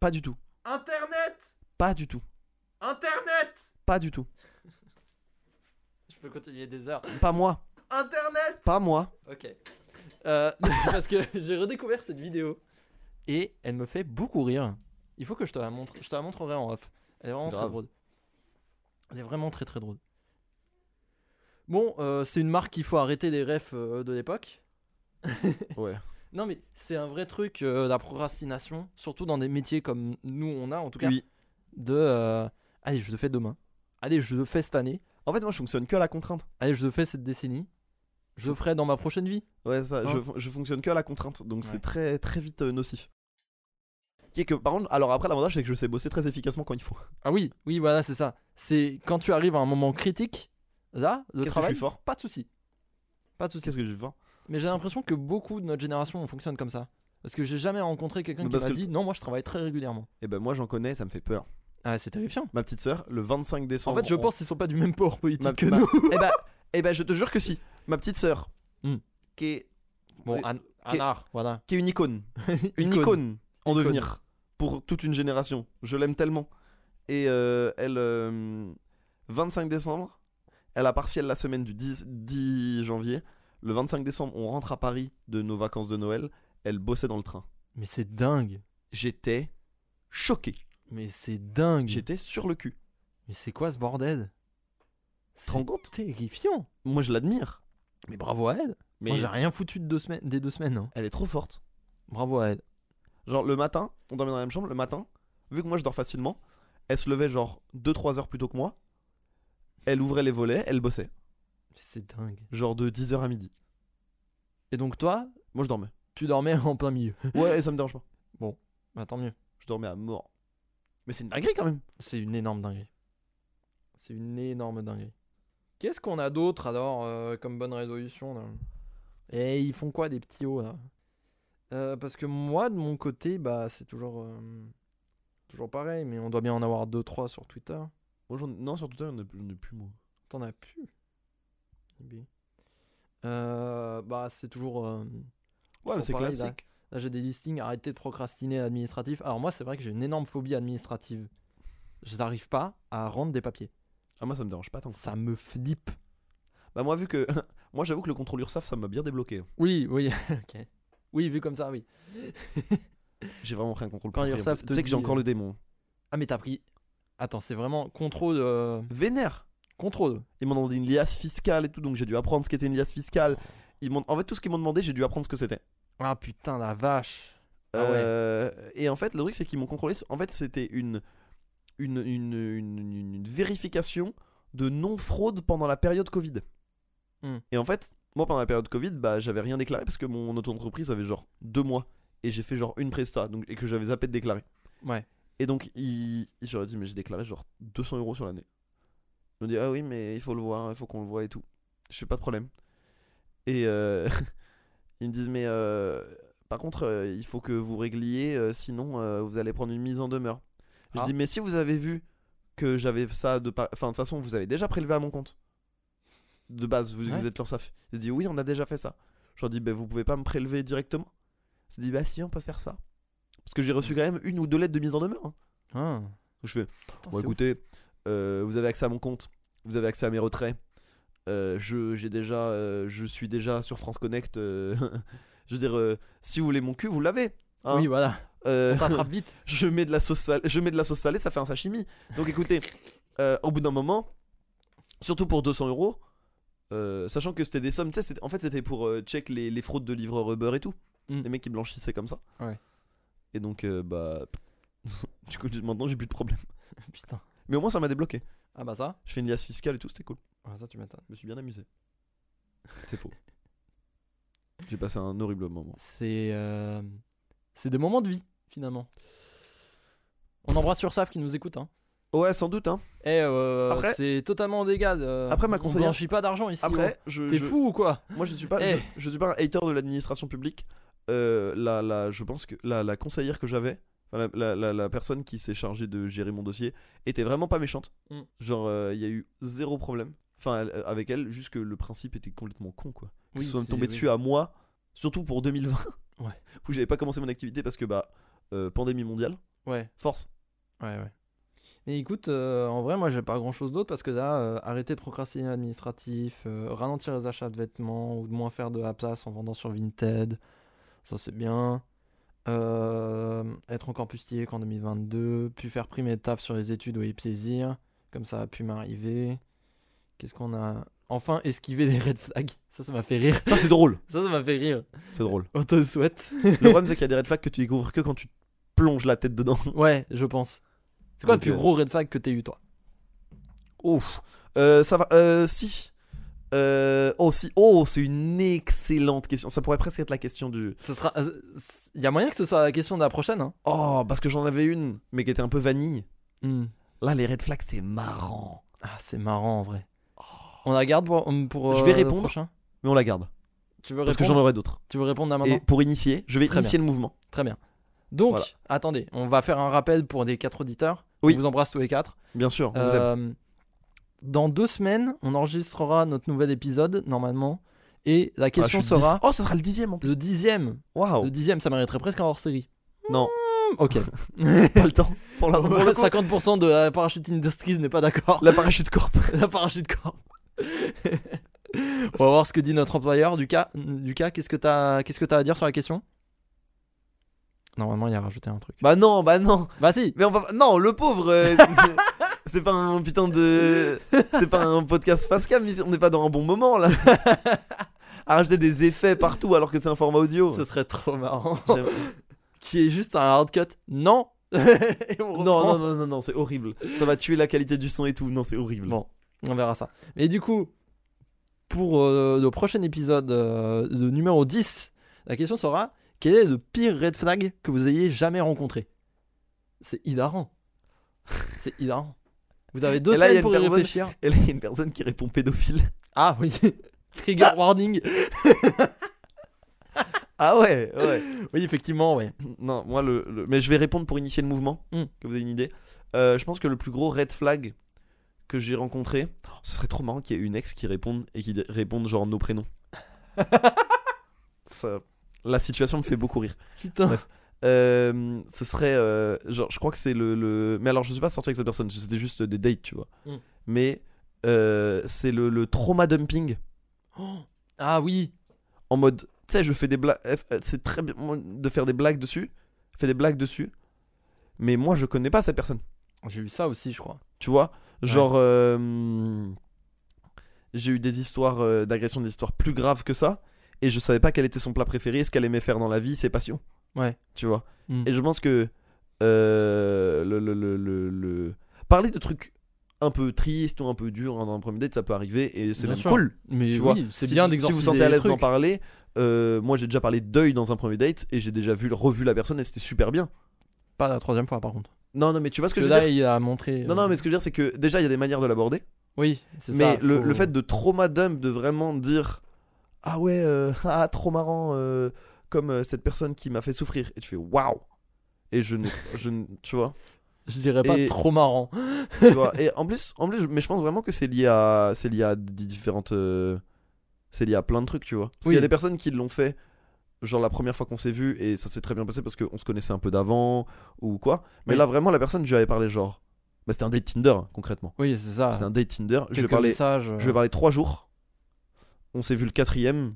Speaker 1: Pas du tout.
Speaker 2: Internet
Speaker 1: Pas du tout.
Speaker 2: Internet
Speaker 1: Pas du tout.
Speaker 3: Je peux continuer des heures.
Speaker 1: Pas moi.
Speaker 2: Internet
Speaker 1: Pas moi.
Speaker 3: Ok. Euh, (laughs) parce que j'ai redécouvert cette vidéo et elle me fait beaucoup rire. Il faut que je te la montre. Je te la montrerai en off. Elle est vraiment
Speaker 1: Grave.
Speaker 3: très drôle. Elle est vraiment très très drôle. Bon, euh, c'est une marque qu'il faut arrêter des refs euh, de l'époque.
Speaker 1: (laughs) Ouais.
Speaker 3: Non mais c'est un vrai truc euh, la procrastination, surtout dans des métiers comme nous on a en tout cas.
Speaker 1: Oui.
Speaker 3: De euh, allez je le fais demain, allez je le fais cette année,
Speaker 1: En fait, moi, je fonctionne que à la contrainte.
Speaker 3: allez je le fais cette décennie, je le ferai dans ma prochaine vie.
Speaker 1: Ouais, ça,
Speaker 3: Hein
Speaker 1: je, fon- je fonctionne que à la contrainte. Donc,
Speaker 3: Ouais.
Speaker 1: c'est très, très vite euh, nocif. Qui est que, par contre, alors après, l'avantage, c'est que je sais bosser très efficacement quand il faut.
Speaker 3: Ah oui, oui voilà c'est ça. C'est quand tu arrives à un moment critique, là le
Speaker 1: Qu'est-ce que je
Speaker 3: travail,
Speaker 1: suis fort
Speaker 3: pas de souci, pas de souci.
Speaker 1: Qu'est-ce que je suis fort
Speaker 3: Mais j'ai l'impression que beaucoup de notre génération on fonctionne comme ça, parce que j'ai jamais rencontré quelqu'un
Speaker 1: Mais
Speaker 3: qui
Speaker 1: parce
Speaker 3: m'a
Speaker 1: que-
Speaker 3: dit non moi je travaille très régulièrement.
Speaker 1: Et ben, moi, j'en connais, ça me fait peur.
Speaker 3: Ah c'est terrifiant.
Speaker 1: Ma petite sœur, le 25
Speaker 3: En
Speaker 1: décembre.
Speaker 3: fait je
Speaker 1: on-
Speaker 3: pense qu'ils sont pas du même port politique
Speaker 1: Ma-
Speaker 3: que
Speaker 1: ma-
Speaker 3: nous.
Speaker 1: Eh ben, eh ben, je te jure que si. Ma petite sœur,
Speaker 3: Hmm.
Speaker 1: qui est
Speaker 3: Bon
Speaker 1: Et-
Speaker 3: An- Anar, voilà.
Speaker 1: qui est
Speaker 3: (laughs)
Speaker 1: une icône. une
Speaker 3: Icône.
Speaker 1: icône, en devenir pour toute une génération. Je l'aime tellement. Et euh, elle, euh, 25 décembre, elle a partiel la semaine du 10, 10 janvier. Le 25 décembre, on rentre à Paris de nos vacances de Noël. Elle bossait dans le train.
Speaker 3: Mais c'est dingue.
Speaker 1: J'étais choqué.
Speaker 3: Mais c'est dingue.
Speaker 1: J'étais sur le cul.
Speaker 3: Mais c'est quoi ce bordel
Speaker 1: Tu te rends compte
Speaker 3: Terrifiant.
Speaker 1: Moi, je l'admire.
Speaker 3: Mais bravo à elle.
Speaker 1: Mais
Speaker 3: Moi j'ai rien foutu de deux semaines, des deux semaines. hein.
Speaker 1: elle est trop forte.
Speaker 3: Bravo à elle.
Speaker 1: Genre le matin, on dormait dans la même chambre, le matin, vu que moi je dors facilement, elle se levait genre 2-3 heures plus tôt que moi, elle ouvrait les volets, elle bossait,
Speaker 3: C'est dingue.
Speaker 1: genre de 10h à midi.
Speaker 3: Et donc toi,
Speaker 1: Moi je (laughs) dormais.
Speaker 3: tu dormais en plein milieu.
Speaker 1: Ouais, et ça me dérange pas.
Speaker 3: bah tant mieux.
Speaker 1: Je dormais à mort. Mais c'est une dinguerie quand même.
Speaker 3: C'est une énorme dinguerie. C'est une énorme dinguerie. Qu'est-ce qu'on a d'autre alors euh, comme bonne résolution là Et ils font quoi des petits hauts là Euh, Parce que moi, de mon côté, bah, c'est toujours, euh, toujours pareil, mais on doit bien en avoir 2-3 sur Twitter.
Speaker 1: Moi, j'en- Non, sur Twitter, j'en ai- j'en ai plus, moi.
Speaker 3: T'en as plus Maybe. Euh, bah, c'est toujours. euh,
Speaker 1: Ouais, mais c'est
Speaker 3: pareil, là.
Speaker 1: classique.
Speaker 3: Là, j'ai des listings, arrêtez de procrastiner administratif. Alors, moi, c'est vrai que j'ai une énorme phobie administrative. Je n'arrive pas à rendre des papiers.
Speaker 1: Ah, moi, ça me dérange pas tant.
Speaker 3: Ça me flippe.
Speaker 1: Bah, moi, vu que. (laughs) moi, j'avoue que le contrôle URSAF, ça m'a bien débloqué.
Speaker 3: Oui, oui, (laughs) ok. Oui, vu comme ça, oui.
Speaker 1: J'ai vraiment rien contre le
Speaker 3: Quand
Speaker 1: contrôle.
Speaker 3: l'URSSAF te
Speaker 1: Tu sais que j'ai
Speaker 3: dit,
Speaker 1: encore
Speaker 3: euh,
Speaker 1: le démon.
Speaker 3: Ah, mais t'as pris. Attends, c'est vraiment contrôle. euh,
Speaker 1: Vénère
Speaker 3: Contrôle.
Speaker 1: Ils m'ont demandé une liasse fiscale et tout, donc j'ai dû apprendre ce qu'était une liasse fiscale. Ils m'ont... En fait, tout ce qu'ils m'ont demandé, j'ai dû apprendre ce que c'était.
Speaker 3: Ah, putain, la vache. Ah ouais.
Speaker 1: Euh, et en fait, le truc, c'est qu'ils m'ont contrôlé. En fait, c'était une, une, une, une, une- une vérification de non-fraude pendant la période Covid.
Speaker 3: Hmm.
Speaker 1: Et en fait, moi, pendant la période Covid, bah, j'avais rien déclaré parce que mon auto-entreprise avait genre deux mois. Et j'ai fait genre une presta donc, et que j'avais zappé de déclarer.
Speaker 3: Ouais.
Speaker 1: Et donc, il... j'aurais dit, mais j'ai déclaré genre 200 euros sur l'année. Ils m'ont dit, ah oui, mais il faut le voir, il faut qu'on le voit et tout. Je fais pas de problème. Et euh, (laughs) ils me disent, mais euh, par contre, euh, il faut que vous régliez, euh, sinon euh, vous allez prendre une mise en demeure. Je
Speaker 3: Ah.
Speaker 1: dis, mais si vous avez vu que j'avais ça de par- Enfin, de toute façon, vous avez déjà prélevé à mon compte. De base, vous, vous
Speaker 3: Ouais.
Speaker 1: êtes l'URSSAF. Ils disent, oui, on a déjà fait ça. Je leur dis, ben vous pouvez pas me prélever directement. Je dis, bah si, on peut faire ça. Parce que j'ai
Speaker 3: Mm.
Speaker 1: reçu quand même une ou deux lettres de mise en demeure.
Speaker 3: Ah,
Speaker 1: hein. Je fais,
Speaker 3: putain,
Speaker 1: Bon,
Speaker 3: Oh, c'est ouf.
Speaker 1: écoutez, euh, vous avez accès à mon compte, vous avez accès à mes retraits. Euh, je, j'ai déjà, euh, je suis déjà sur France Connect. euh, (laughs) je veux dire, euh, si vous voulez mon cul, vous l'avez. hein.
Speaker 3: Oui, voilà. (laughs)
Speaker 1: Euh,
Speaker 3: On t'attrape vite.
Speaker 1: (laughs) je mets de la sauce salée, je mets de la sauce salée, ça fait un sashimi. Donc écoutez, euh, au bout d'un moment, surtout pour 200 euros, euh, sachant que c'était des sommes, tu sais, c'était- en fait c'était pour euh, check les, les fraudes de livreurs Uber et tout,
Speaker 3: Mm.
Speaker 1: les mecs qui blanchissaient comme ça.
Speaker 3: Ouais.
Speaker 1: Et donc euh, bah, (laughs) du coup maintenant j'ai plus de problème.
Speaker 3: (laughs) putain.
Speaker 1: Mais au moins ça m'a débloqué.
Speaker 3: Ah, bah ça.
Speaker 1: Je fais une liasse fiscale et tout, c'était cool.
Speaker 3: Ah, ça, tu m'étonnes.
Speaker 1: Je me suis bien amusé. C'est faux. J'ai passé un horrible moment.
Speaker 3: C'est euh, c'est des moments de vie finalement. On embrasse Ursaf qui nous écoute. Hein.
Speaker 1: Ouais, sans doute, hein.
Speaker 3: Et euh,
Speaker 1: Après-
Speaker 3: c'est totalement légal. euh,
Speaker 1: Après, ma
Speaker 3: On
Speaker 1: conseillère-
Speaker 3: blanchit pas d'argent ici. hein.
Speaker 1: Après, je,
Speaker 3: t'es
Speaker 1: je-
Speaker 3: fou ou quoi
Speaker 1: moi je suis pas,
Speaker 3: Eh.
Speaker 1: je, je suis pas un hater de l'administration publique. Euh, la, la, je pense que la, la conseillère que j'avais, enfin, la, la- la- la personne qui s'est chargée de gérer mon dossier, était vraiment pas méchante.
Speaker 3: Mm.
Speaker 1: Genre, euh, il y a eu zéro problème. Enfin, elle- euh, avec elle, juste que le principe était complètement con, quoi. Que
Speaker 3: Oui,
Speaker 1: ce soit me
Speaker 3: c'est-
Speaker 1: tombé
Speaker 3: oui.
Speaker 1: dessus à moi, surtout pour 2020,
Speaker 3: Ouais.
Speaker 1: (laughs) où j'avais pas commencé mon activité parce que, bah, euh, pandémie mondiale,
Speaker 3: Ouais, (laughs)
Speaker 1: force.
Speaker 3: ouais, ouais. Mais écoute, euh, en vrai, moi j'ai pas grand chose d'autre parce que là, euh, arrêter de procrastiner administratif, euh, ralentir les achats de vêtements ou de moins faire de la place en vendant sur Vinted, ça c'est bien. Euh, être encore plus stylé qu'en 2022, puis faire primer taf sur les études et plaisir, comme ça a pu m'arriver. Qu'est-ce qu'on a Enfin, esquiver des red flags. Ça, ça m'a fait rire.
Speaker 1: Ça, c'est drôle.
Speaker 3: Ça, ça m'a fait rire.
Speaker 1: C'est drôle.
Speaker 3: On te le (laughs) souhaite.
Speaker 1: Le problème, c'est qu'il y a des red flags que tu découvres que quand tu plonges la
Speaker 3: (laughs)
Speaker 1: tête dedans.
Speaker 3: Ouais, je pense. C'est quoi le
Speaker 1: Donc,
Speaker 3: plus
Speaker 1: euh,
Speaker 3: gros red flag que t'aies eu, toi
Speaker 1: Ouf. Euh, ça va. Euh, si. Euh, oh, si. Oh, c'est une excellente question. Ça pourrait presque être la question du.
Speaker 3: Ce sera. Il y a moyen que ce soit la question de la prochaine. Hein.
Speaker 1: Oh, parce que j'en avais une, mais qui était un peu vanille. Là, les red flags, c'est marrant.
Speaker 3: Ah, c'est marrant en vrai. On la garde pour. pour,
Speaker 1: Je
Speaker 3: euh,
Speaker 1: vais
Speaker 3: le
Speaker 1: répondre.
Speaker 3: prochain
Speaker 1: Mais on la garde.
Speaker 3: Tu veux
Speaker 1: Parce que j'en
Speaker 3: répondre
Speaker 1: aurai d'autres.
Speaker 3: Tu veux répondre là maintenant
Speaker 1: Et pour initier, je vais
Speaker 3: Très
Speaker 1: initier le mouvement.
Speaker 3: Très bien. Donc,
Speaker 1: Voilà.
Speaker 3: attendez, on va faire un rappel pour les quatre auditeurs.
Speaker 1: Oui.
Speaker 3: On vous embrasse tous les quatre.
Speaker 1: Bien sûr. on vous aime.
Speaker 3: Euh, dans deux semaines, on enregistrera notre nouvel épisode normalement, et la
Speaker 1: Ah, je
Speaker 3: question
Speaker 1: suis le
Speaker 3: sera
Speaker 1: dix- Oh, ce sera le dixième en plus.
Speaker 3: le dixième.
Speaker 1: Waouh.
Speaker 3: Le dixième, ça mériterait presque un hors-série.
Speaker 1: Non,
Speaker 3: Hmm,
Speaker 1: (laughs)
Speaker 3: Ok.
Speaker 1: pas le temps. Pour la, pour le coup,
Speaker 3: 50% de la parachute industries n'est pas d'accord.
Speaker 1: la parachute corp.
Speaker 3: (laughs) La parachute corps. On va voir ce que dit notre employeur. Lucas, Lucas qu'est-ce que t'as qu'est-ce que t'as à dire sur la question Normalement, il a rajouté un truc.
Speaker 1: (laughs) Bah non, bah non.
Speaker 3: Bah si
Speaker 1: Mais on va. Non, le pauvre. (laughs) euh, c'est- c'est pas un putain de. C'est pas un podcast face cam. ici, On n'est pas dans un bon moment (laughs) là. À rajouter des effets partout alors que c'est un format audio.
Speaker 3: Ce serait trop marrant. (laughs)
Speaker 1: J'aime-
Speaker 3: Qui est juste un hard cut. Non (laughs) Et on
Speaker 1: Non,
Speaker 3: reprend.
Speaker 1: non, non, non, non, c'est horrible. Ça va tuer la qualité du son et tout. Non, c'est horrible.
Speaker 3: Bon, on verra ça. Mais du coup, pour euh, le prochain épisode, euh, le numéro 10, la question sera quel est le pire red flag que vous ayez jamais rencontré C'est hilarant. C'est hilarant. Vous avez deux
Speaker 1: Et là, il y
Speaker 3: semaines
Speaker 1: a une
Speaker 3: pour y
Speaker 1: personne-
Speaker 3: réfléchir.
Speaker 1: Ah
Speaker 3: (laughs)
Speaker 1: Et là, il y a une personne qui répond pédophile.
Speaker 3: Ah oui Trigger warning
Speaker 1: (laughs) Ah ouais, ouais.
Speaker 3: Oui, effectivement, ouais.
Speaker 1: (laughs) Non, moi, le, le- mais je vais répondre pour initier le mouvement,
Speaker 3: Mm.
Speaker 1: que vous avez une idée. Euh, je pense que le plus gros red flag que j'ai rencontré, Oh, ce serait trop marrant qu'il y ait une ex qui réponde et qui dé- réponde genre
Speaker 3: (laughs)
Speaker 1: nos prénoms. Ça- la situation me fait beaucoup rire.
Speaker 3: Putain.
Speaker 1: Bref. Euh, ce serait euh, genre, je crois que c'est le, le- Mais alors, je suis pas sorti avec cette personne, c'était juste des dates, tu vois.
Speaker 3: Mm.
Speaker 1: Mais euh, c'est le, le trauma dumping
Speaker 3: Oh. Ah oui.
Speaker 1: en mode, tu sais, je fais des blagues, euh, c'est très bien moi, de faire des blagues dessus, fais des blagues dessus, mais moi je connais pas cette personne,
Speaker 3: J'ai eu ça aussi, je crois.
Speaker 1: tu vois, genre euh, j'ai eu des histoires euh, d'agression, des histoires plus graves que ça, et je savais pas quel était son plat préféré, ce qu'elle aimait faire dans la vie, ses passions,
Speaker 3: Ouais.
Speaker 1: tu vois,
Speaker 3: Mm.
Speaker 1: et je pense que euh, le, le- le- le- le- parler de trucs un peu tristes ou un peu durs hein, dans un premier date, ça peut arriver, et c'est
Speaker 3: Bien
Speaker 1: même
Speaker 3: sûr.
Speaker 1: cool,
Speaker 3: Mais
Speaker 1: tu
Speaker 3: oui,
Speaker 1: vois,
Speaker 3: c'est
Speaker 1: si
Speaker 3: bien
Speaker 1: vous- Si
Speaker 3: d'exorciser
Speaker 1: vous sentez à
Speaker 3: les
Speaker 1: l'aise d'en
Speaker 3: trucs.
Speaker 1: parler, euh, moi j'ai déjà parlé de deuil dans un premier date et j'ai déjà vu, revu la personne et c'était super bien.
Speaker 3: Pas la troisième fois, par contre.
Speaker 1: Non, non, mais tu vois ce que,
Speaker 3: Parce que
Speaker 1: je veux
Speaker 3: là,
Speaker 1: dire
Speaker 3: il a montré.
Speaker 1: Non,
Speaker 3: euh,
Speaker 1: non, mais ce que je veux dire, c'est que déjà il y a des manières de l'aborder,
Speaker 3: Oui, c'est ça.
Speaker 1: mais le,
Speaker 3: faut-
Speaker 1: le fait de trauma dump, de vraiment dire Ah ouais, euh, (laughs) ah, trop marrant, euh, comme euh, cette personne qui m'a fait souffrir, et tu fais waouh Et je ne. je ne- tu vois
Speaker 3: Je dirais pas
Speaker 1: et-
Speaker 3: trop marrant.
Speaker 1: tu vois et en plus, en plus je- mais je pense vraiment que c'est lié à c'est lié à des différentes euh, c'est lié à plein de trucs tu vois parce qu'il y
Speaker 3: Oui.
Speaker 1: a des personnes qui l'ont fait genre la première fois qu'on s'est vu et ça s'est très bien passé parce qu'on se connaissait un peu d'avant ou quoi mais
Speaker 3: Oui.
Speaker 1: là vraiment la personne je lui avais parlé genre bah, c'était un date Tinder hein, concrètement
Speaker 3: Oui, c'est ça.
Speaker 1: c'était un date Tinder je lui ai
Speaker 3: Quelques
Speaker 1: parlé
Speaker 3: messages, euh,
Speaker 1: je lui ai parlé trois jours on s'est vu le quatrième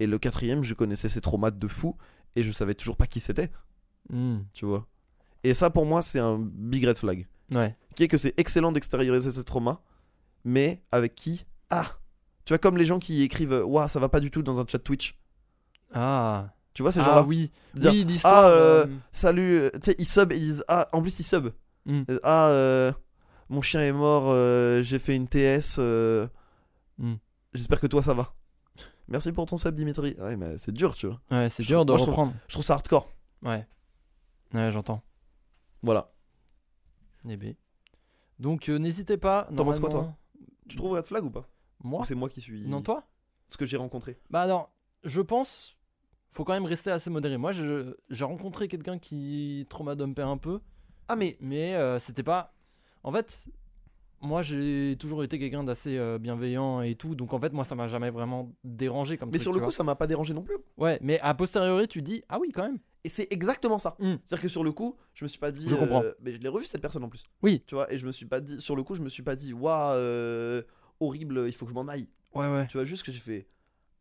Speaker 1: et le quatrième je connaissais ses traumates de fou et je savais toujours pas qui c'était
Speaker 3: hmm,
Speaker 1: tu vois et ça pour moi c'est un big red flag
Speaker 3: Ouais.
Speaker 1: qui est que c'est excellent d'extérioriser ce trauma, mais avec qui Ah Tu vois, comme les gens qui écrivent euh, Ouah, ça va pas du tout dans un chat Twitch.
Speaker 3: Ah.
Speaker 1: Tu vois, ces
Speaker 3: ah
Speaker 1: gens-là
Speaker 3: oui.
Speaker 1: Dire,
Speaker 3: oui, l'histoire.
Speaker 1: ah, euh,
Speaker 3: euh,
Speaker 1: Salut euh, Tu sais, ils sub et ils disent Ah, en plus, ils sub.
Speaker 3: Mm.
Speaker 1: Euh, Ah, euh, mon chien est mort, euh, j'ai fait une TS. euh,
Speaker 3: Mm.
Speaker 1: J'espère que toi, ça va. Merci pour ton sub, Dimitri. Ah Ouais, mais c'est dur, tu vois.
Speaker 3: Ouais, c'est
Speaker 1: je
Speaker 3: dur
Speaker 1: trouve-
Speaker 3: de
Speaker 1: moi, je trouve-
Speaker 3: reprendre.
Speaker 1: Je trouve ça hardcore.
Speaker 3: Ouais. Ouais, j'entends.
Speaker 1: Voilà.
Speaker 3: Eh ben. Donc, euh, n'hésitez pas.
Speaker 1: T'en penses quoi, toi
Speaker 3: normalement-
Speaker 1: Tu trouves red flag ou pas
Speaker 3: Moi
Speaker 1: Ou c'est moi qui suis.
Speaker 3: Non, toi
Speaker 1: Ce que j'ai rencontré.
Speaker 3: Bah alors, je pense, faut quand même rester assez modéré. Moi, je- j'ai rencontré quelqu'un qui trauma dumpait un peu,
Speaker 1: Ah, mais.
Speaker 3: mais euh, c'était pas. En fait, moi, j'ai toujours été quelqu'un d'assez euh, bienveillant et tout, donc en fait, moi, ça m'a jamais vraiment dérangé comme
Speaker 1: Mais
Speaker 3: truc,
Speaker 1: sur le
Speaker 3: tu
Speaker 1: coup, ça m'a pas dérangé non plus.
Speaker 3: vois. ouais, mais a posteriori, tu dis, ah oui, quand même.
Speaker 1: Et c'est exactement ça.
Speaker 3: Mm.
Speaker 1: C'est-à-dire que sur le coup, je me suis pas dit.
Speaker 3: Je comprends.
Speaker 1: euh, mais je l'ai revu cette personne en plus.
Speaker 3: Oui.
Speaker 1: Tu vois, et je me suis pas dit. Sur le coup, je me suis pas dit, waouh, euh, horrible, il faut que je m'en aille.
Speaker 3: Ouais, ouais.
Speaker 1: Tu vois, juste que j'ai fait.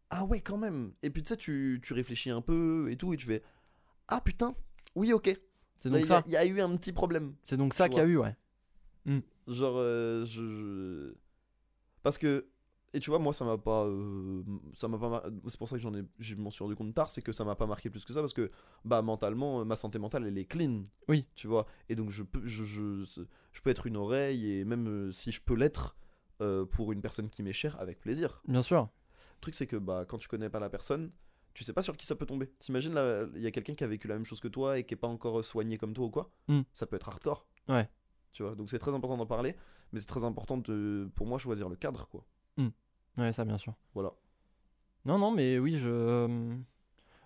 Speaker 1: Ah ouais, quand même. Et puis tu sais, tu tu réfléchis un peu et tout, et tu fais. Ah putain, oui, ok.
Speaker 3: C'est
Speaker 1: Là,
Speaker 3: donc
Speaker 1: Il y, a-
Speaker 3: ça,
Speaker 1: il y a eu un petit problème.
Speaker 3: c'est donc ça
Speaker 1: tu
Speaker 3: qu'il y a eu, ouais.
Speaker 1: Genre, euh, je, je- Parce que. Et tu vois, moi, ça m'a pas. euh, ça m'a pas. mar- C'est pour ça que j'en ai. Je m'en suis rendu compte tard, c'est que ça m'a pas marqué plus que ça, parce que, bah, mentalement, euh, ma santé mentale, elle est clean.
Speaker 3: Oui.
Speaker 1: Tu vois. Et donc, je peux, je, je, c'est- je peux être une oreille, et même euh, si je peux l'être, euh, pour une personne qui m'est chère, avec plaisir.
Speaker 3: Bien sûr.
Speaker 1: Le truc, c'est que, bah, quand tu connais pas la personne, tu sais pas sur qui ça peut tomber. T'imagines, là, il y a quelqu'un qui a vécu la même chose que toi et qui est pas encore soigné comme toi ou quoi.
Speaker 3: Mm.
Speaker 1: Ça peut être hardcore.
Speaker 3: Ouais.
Speaker 1: Tu vois, donc c'est très important d'en parler, mais c'est très important de, pour moi, choisir le cadre, quoi.
Speaker 3: Ouais, ça, bien sûr.
Speaker 1: Voilà.
Speaker 3: Non, non, mais oui, je. euh,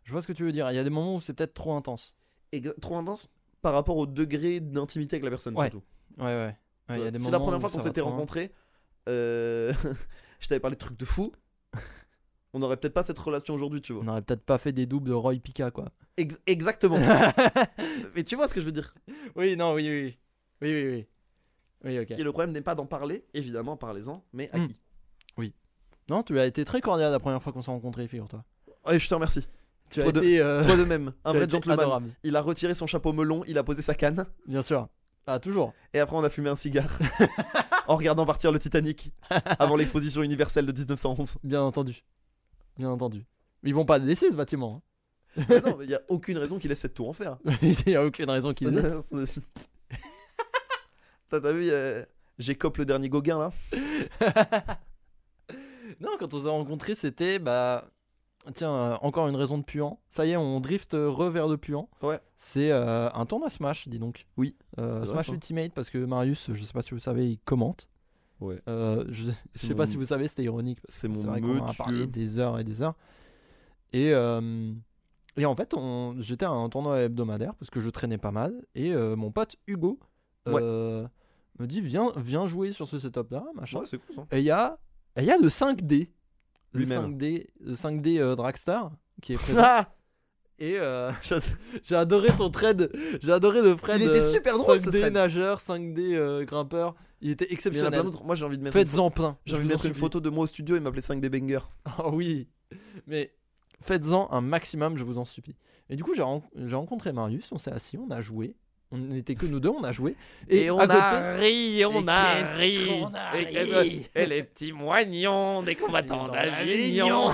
Speaker 3: Je vois ce que tu veux dire. Il y a des moments où c'est peut-être trop intense.
Speaker 1: Et trop intense par rapport au degré d'intimité avec la personne,
Speaker 3: Ouais.
Speaker 1: surtout.
Speaker 3: Ouais, ouais. ouais il y a des
Speaker 1: c'est la
Speaker 3: moments
Speaker 1: première
Speaker 3: où
Speaker 1: fois qu'on
Speaker 3: ça va
Speaker 1: s'était
Speaker 3: trop loin.
Speaker 1: rencontrés. euh, (laughs) je t'avais parlé de trucs
Speaker 3: (laughs)
Speaker 1: de fou. On n'aurait peut-être pas cette relation aujourd'hui, tu vois.
Speaker 3: On aurait peut-être pas fait des doubles de Roy Pika, quoi.
Speaker 1: Ex- exactement. mais tu vois ce que je veux dire
Speaker 3: (laughs) oui, non, oui, oui. Oui, oui, oui. Oui,
Speaker 1: Et
Speaker 3: ok.
Speaker 1: Le problème n'est pas d'en parler, évidemment, parlez-en, mais à
Speaker 3: Mm.
Speaker 1: qui
Speaker 3: Non, tu as été très cordial la première fois qu'on s'est rencontrés, figure-toi.
Speaker 1: Ouais, Je te remercie.
Speaker 3: Tu
Speaker 1: Toi
Speaker 3: as
Speaker 1: de-
Speaker 3: été. euh,
Speaker 1: Toi de même,
Speaker 3: (laughs) tu as
Speaker 1: un vrai
Speaker 3: été
Speaker 1: gentleman.
Speaker 3: adorable.
Speaker 1: Il a retiré son chapeau melon, il a posé sa canne,
Speaker 3: Bien sûr. Ah, toujours.
Speaker 1: et après on a fumé
Speaker 3: (laughs)
Speaker 1: un cigare en regardant partir le Titanic avant l'exposition universelle
Speaker 3: (laughs)
Speaker 1: de 1911.
Speaker 3: Bien entendu. Bien entendu. Ils vont pas le laisser, ce bâtiment.
Speaker 1: Mais non, mais il y a aucune raison qu'il laisse cette tour en fer.
Speaker 3: hein. (laughs) Il y a aucune raison (laughs)
Speaker 1: (laughs)
Speaker 3: qu'ils le laissent.
Speaker 1: T'as t'as vu, euh, j'écope le dernier Gauguin là.
Speaker 3: Non, quand on s'est rencontrés, c'était. Bah. Tiens, euh, encore une raison de puant. Ça y est, on drift euh, re vers le puant.
Speaker 1: Ouais.
Speaker 3: C'est euh, un tournoi Smash, dis donc.
Speaker 1: Oui,
Speaker 3: Euh,
Speaker 1: c'est vrai,
Speaker 3: Smash
Speaker 1: ça.
Speaker 3: Ultimate, parce que Marius, je sais pas si vous savez, il commente.
Speaker 1: Ouais.
Speaker 3: Euh, je, (laughs) je sais pas
Speaker 1: mon-
Speaker 3: si vous savez, c'était ironique.
Speaker 1: C'est
Speaker 3: C'est
Speaker 1: mon
Speaker 3: vrai qu'on en a parlé
Speaker 1: me
Speaker 3: des heures et des heures. Et euh, Et en fait, on... j'étais à un tournoi hebdomadaire parce que je traînais pas mal. Et euh, mon pote Hugo euh, me dit viens, viens jouer sur ce setup-là, machin.
Speaker 1: c'est cool ça.
Speaker 3: Et il y a, et il y a le 5D. Le
Speaker 1: Lui-même.
Speaker 3: 5D, le 5D euh, Dragstar qui est présent.
Speaker 1: Ah
Speaker 3: et euh, (laughs) j'a- j'ai adoré ton trade. J'ai adoré le Fred.
Speaker 1: Il était
Speaker 3: euh,
Speaker 1: super drôle, ce
Speaker 3: 5D
Speaker 1: trade.
Speaker 3: nageur, 5D euh, grimpeur. Il était
Speaker 1: Il y en a
Speaker 3: exceptionnel.
Speaker 1: plein d'autres. Moi j'ai envie de mettre. une photo-
Speaker 3: Faites-en plein.
Speaker 1: J'ai envie
Speaker 3: Je vous
Speaker 1: de
Speaker 3: en
Speaker 1: mettre une
Speaker 3: supplie.
Speaker 1: photo de moi au studio et m'appeler 5D Banger.
Speaker 3: Ah oui, mais faites-en un maximum, je vous en supplie. Et du coup, j'ai ren- j'ai rencontré Marius, on s'est assis, on a joué. On n'était que nous deux, on a joué. Et, à côté-
Speaker 1: ri,
Speaker 3: on a ri. Et qu'est-ce que-
Speaker 1: les petits moignons des combattants
Speaker 3: d'Avignon.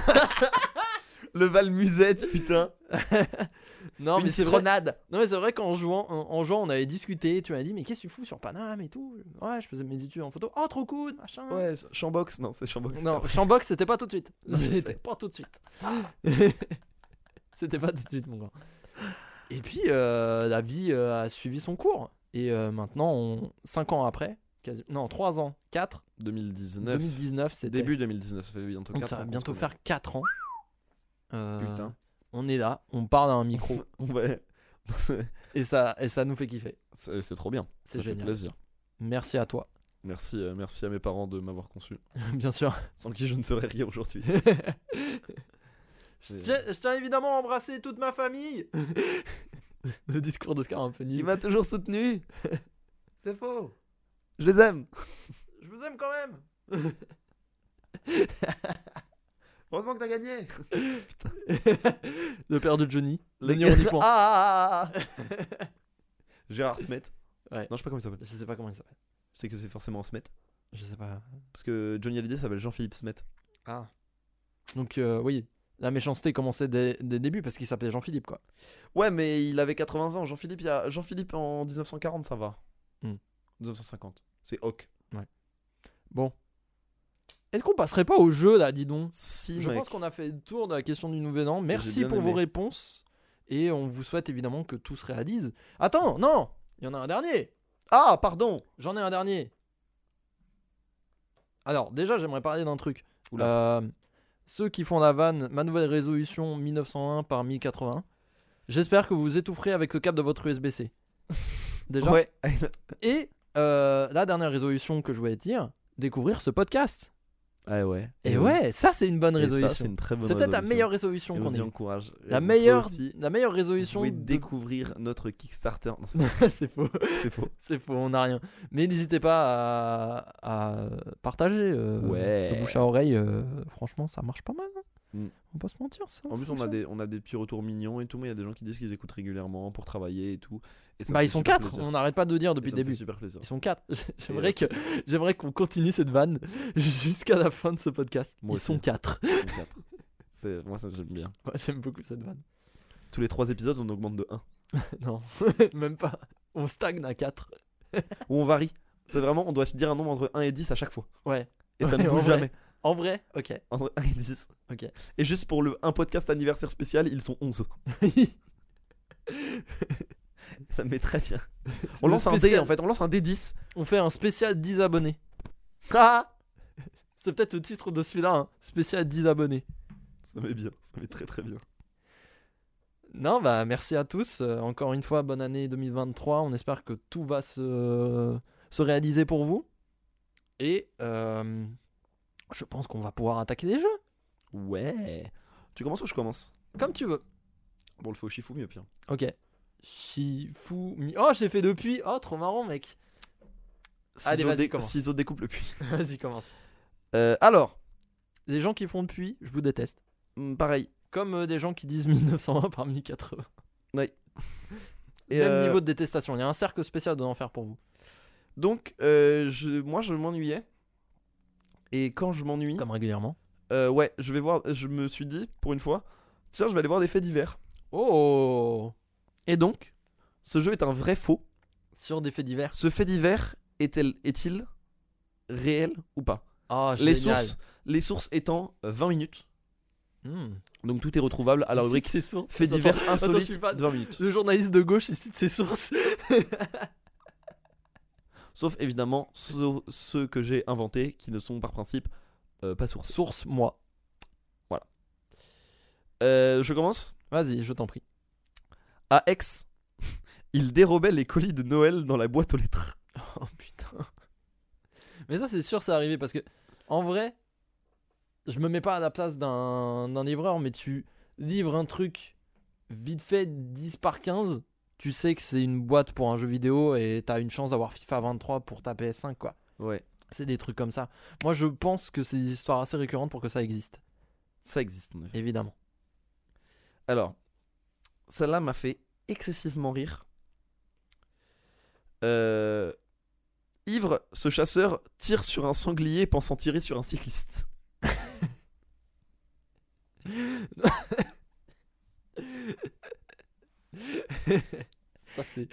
Speaker 1: (laughs) Le Val Musette, putain.
Speaker 3: Non,
Speaker 1: Une
Speaker 3: mais c'est vrai.
Speaker 1: citronnade.
Speaker 3: Non, mais c'est vrai qu'en jouant, en, en jouant, on avait discuté. Tu m'as dit, mais qu'est-ce que tu fous sur Paname et tout Ouais, je faisais mes études en photo. Oh, trop cool, machin.
Speaker 1: Ouais, Chambox, non, c'est Chambox.
Speaker 3: Non, Shambox, c'était pas tout de suite.
Speaker 1: (laughs) Non, je sais.
Speaker 3: C'était pas tout de
Speaker 1: (laughs)
Speaker 3: suite. c'était pas tout de suite, mon gars. Et puis, euh, la vie euh, a suivi son cours. Et euh, maintenant, on... 5 ans après, quasi- non, 3 ans, 4,
Speaker 1: 2019.
Speaker 3: 2019, c'était.
Speaker 1: Début 2019, ça fait bientôt
Speaker 3: Donc
Speaker 1: 4
Speaker 3: ça
Speaker 1: ans
Speaker 3: va
Speaker 1: qu'on
Speaker 3: bientôt
Speaker 1: se
Speaker 3: faire 4 ans. Euh,
Speaker 1: Putain.
Speaker 3: On est là, on parle à un micro.
Speaker 1: (laughs) connaît. Ouais.
Speaker 3: et, ça, et ça nous fait kiffer.
Speaker 1: (laughs) C'est c'est trop bien.
Speaker 3: C'est
Speaker 1: ça fait
Speaker 3: génial.
Speaker 1: plaisir.
Speaker 3: Merci à toi,
Speaker 1: Merci, euh, merci à mes parents de m'avoir conçu.
Speaker 3: (laughs) bien sûr.
Speaker 1: Sans qui je ne serais rien aujourd'hui.
Speaker 3: Je tiens, je tiens évidemment à embrasser toute ma famille. (laughs) Le discours d'Oscar est un peu nul.
Speaker 1: m'a toujours (laughs) soutenu.
Speaker 2: C'est faux.
Speaker 1: Je les aime.
Speaker 2: Je vous aime quand même. Heureusement que t'as gagné.
Speaker 3: (laughs) Le père de Johnny.
Speaker 1: Les
Speaker 3: Johnny Ronipon.
Speaker 1: Ah (laughs) Gérard Smet.
Speaker 3: Ouais.
Speaker 1: Non, je sais pas comment il s'appelle.
Speaker 3: Je sais pas comment il s'appelle.
Speaker 1: Je sais que c'est forcément Smet.
Speaker 3: Je sais pas.
Speaker 1: Parce que Johnny Hallyday s'appelle Jean-Philippe Smet.
Speaker 3: Ah. Donc, euh, oui, la méchanceté commençait dès, dès le début parce qu'il s'appelait Jean-Philippe, quoi.
Speaker 1: Ouais, mais il avait 80 ans. Jean-Philippe, il y a... Jean-Philippe en 1940, ça va.
Speaker 3: Hmm.
Speaker 1: 1950. C'est Hawk.
Speaker 3: Bon. Est-ce qu'on passerait pas au jeu, là, dis donc
Speaker 1: Si,
Speaker 3: Je
Speaker 1: mec.
Speaker 3: pense qu'on a fait le tour de la question du nouvel an.
Speaker 1: J'ai
Speaker 3: Merci
Speaker 1: bien
Speaker 3: pour
Speaker 1: aimé.
Speaker 3: vos réponses. Et on vous souhaite évidemment que tout se réalise. Attends, non Il y en a un dernier
Speaker 1: Ah, pardon
Speaker 3: J'en ai un dernier. Alors, déjà, j'aimerais parler d'un truc. Euh, ceux qui font la vanne, ma nouvelle résolution 1901 par 1080. J'espère que vous vous étoufferez avec le câble de votre USB-C. (laughs) Déjà. (laughs)
Speaker 1: Ouais.
Speaker 3: Et euh, la dernière résolution que je voulais dire, découvrir ce podcast.
Speaker 1: ah ouais.
Speaker 3: Et ouais, ça c'est une bonne
Speaker 1: Et ça, c'est
Speaker 3: résolution.
Speaker 1: une très bonne
Speaker 3: C'est peut-être la
Speaker 1: résolution.
Speaker 3: meilleure résolution
Speaker 1: Et
Speaker 3: qu'on
Speaker 1: on
Speaker 3: ait.
Speaker 1: y
Speaker 3: eue.
Speaker 1: encourage. Et
Speaker 3: La
Speaker 1: vous
Speaker 3: meilleure,
Speaker 1: pouvez aussi-
Speaker 3: la meilleure
Speaker 1: Vous
Speaker 3: résolution.
Speaker 1: pouvez
Speaker 3: de-
Speaker 1: découvrir (laughs) notre Kickstarter. Non, c'est
Speaker 3: c'est faux.
Speaker 1: c'est faux.
Speaker 3: C'est faux, on n'a rien. Mais n'hésitez pas à, à partager. euh,
Speaker 1: Ouais.
Speaker 3: de bouche à oreille, euh, franchement, ça marche pas mal. hein.
Speaker 1: Mm.
Speaker 3: On peut se mentir, ça.
Speaker 1: En plus, on a, des, on a des petits retours mignons et tout. mais Il y a des gens qui disent qu'ils écoutent régulièrement pour travailler et tout. Et ça me
Speaker 3: Bah,
Speaker 1: fait
Speaker 3: ils sont
Speaker 1: super
Speaker 3: quatre.
Speaker 1: plaisir.
Speaker 3: On n'arrête pas de le dire
Speaker 1: Et
Speaker 3: depuis
Speaker 1: ça
Speaker 3: le
Speaker 1: me fait
Speaker 3: début.
Speaker 1: super
Speaker 3: (laughs)
Speaker 1: plaisir.
Speaker 3: Ils sont quatre.
Speaker 1: Et-
Speaker 3: J'aimerais que j'aimerais qu'on continue cette vanne (laughs) jusqu'à la fin de ce podcast.
Speaker 1: Moi
Speaker 3: Ils
Speaker 1: aussi.
Speaker 3: sont quatre. (laughs)
Speaker 1: Ils sont quatre. C'est- Moi, ça j'aime bien.
Speaker 3: Moi, j'aime beaucoup cette vanne. (laughs)
Speaker 1: Tous les trois épisodes, on augmente de 1.
Speaker 3: Non, (laughs) même pas. On stagne à quatre.
Speaker 1: Ou on varie. C'est vraiment, on doit se dire un nombre entre 1 et 10 à chaque fois.
Speaker 3: Ouais.
Speaker 1: Et ça
Speaker 3: Ouais,
Speaker 1: ne
Speaker 3: en
Speaker 1: bouge
Speaker 3: vrai.
Speaker 1: jamais.
Speaker 3: En vrai, ok.
Speaker 1: Entre 1 et 10.
Speaker 3: Ok.
Speaker 1: Et juste pour le un podcast anniversaire spécial, ils sont 11. Ça me met très bien. (laughs) On
Speaker 3: Le
Speaker 1: lance un dé
Speaker 3: spécial-
Speaker 1: en fait, on lance un dé 10.
Speaker 3: On fait un spécial 10 abonnés.
Speaker 1: Ah
Speaker 3: C'est peut-être le titre de celui-là. hein. Spécial 10 abonnés.
Speaker 1: Ça met bien, ça met très très bien.
Speaker 3: Non, bah merci à tous. Euh, encore une fois, bonne année 2023. On espère que tout va se, se réaliser pour vous. Et euh, je pense qu'on va pouvoir attaquer les jeux.
Speaker 1: Ouais. Tu commences ou je commence
Speaker 3: Comme tu veux.
Speaker 1: Bon, le faux chifou mieux pire.
Speaker 3: Ok. Shifumi. Oh, j'ai fait depuis. Oh, trop marrant, mec. Allez, vas-y, commence.
Speaker 1: Ciseaux découpe le puits.
Speaker 3: (laughs) Vas-y, commence.
Speaker 1: Euh, alors,
Speaker 3: Les gens qui font depuis, je vous déteste.
Speaker 1: hum, pareil.
Speaker 3: Comme euh, des gens qui disent (laughs) 1920 par 1080.
Speaker 1: Et,
Speaker 3: Même
Speaker 1: euh,
Speaker 3: niveau de détestation. Il y a un cercle spécial de l'enfer pour vous.
Speaker 1: Donc, euh, je, moi, je m'ennuyais. Et quand je m'ennuie,
Speaker 3: Comme régulièrement.
Speaker 1: euh, ouais, je vais voir. Je me suis dit, pour une fois, tiens, je vais aller voir des faits divers.
Speaker 3: Oh
Speaker 1: Et donc, ce jeu est un vrai faux.
Speaker 3: Sur des faits divers.
Speaker 1: Ce fait divers est-elle- est-il réel ou pas
Speaker 3: Ah,
Speaker 1: Les
Speaker 3: génial.
Speaker 1: sources, les sources étant euh, 20 minutes.
Speaker 3: Hmm.
Speaker 1: Donc tout est retrouvable à la
Speaker 3: (laughs)
Speaker 1: rubrique
Speaker 3: C'est source.
Speaker 1: faits
Speaker 3: Attends,
Speaker 1: divers
Speaker 3: attends, je suis
Speaker 1: insolites
Speaker 3: pas-
Speaker 1: de 20 minutes.
Speaker 3: Le journaliste de gauche, il cite ses (laughs) sources.
Speaker 1: Sauf évidemment ceux, ceux que j'ai inventés qui ne sont par principe euh, pas sourcés.
Speaker 3: Source, moi.
Speaker 1: Euh, je commence
Speaker 3: Vas-y, je t'en prie.
Speaker 1: À Aix, il dérobait les colis de Noël dans la boîte aux lettres.
Speaker 3: Oh putain. Mais ça, c'est sûr, c'est arrivé parce que, en vrai, je me mets pas à la place d'un d'un livreur, mais tu livres un truc vite fait 10 par 15, tu sais que c'est une boîte pour un jeu vidéo et t'as une chance d'avoir FIFA 23 pour ta PS5, quoi.
Speaker 1: Ouais,
Speaker 3: C'est des trucs comme ça. Moi, je pense que c'est des histoires assez récurrentes pour que ça existe,
Speaker 1: ça existe en effet.
Speaker 3: évidemment.
Speaker 1: Alors, celle-là m'a fait excessivement rire. Euh, Ivre, ce chasseur tire sur un sanglier pensant tirer sur un cycliste.
Speaker 3: (laughs) Ça, c'est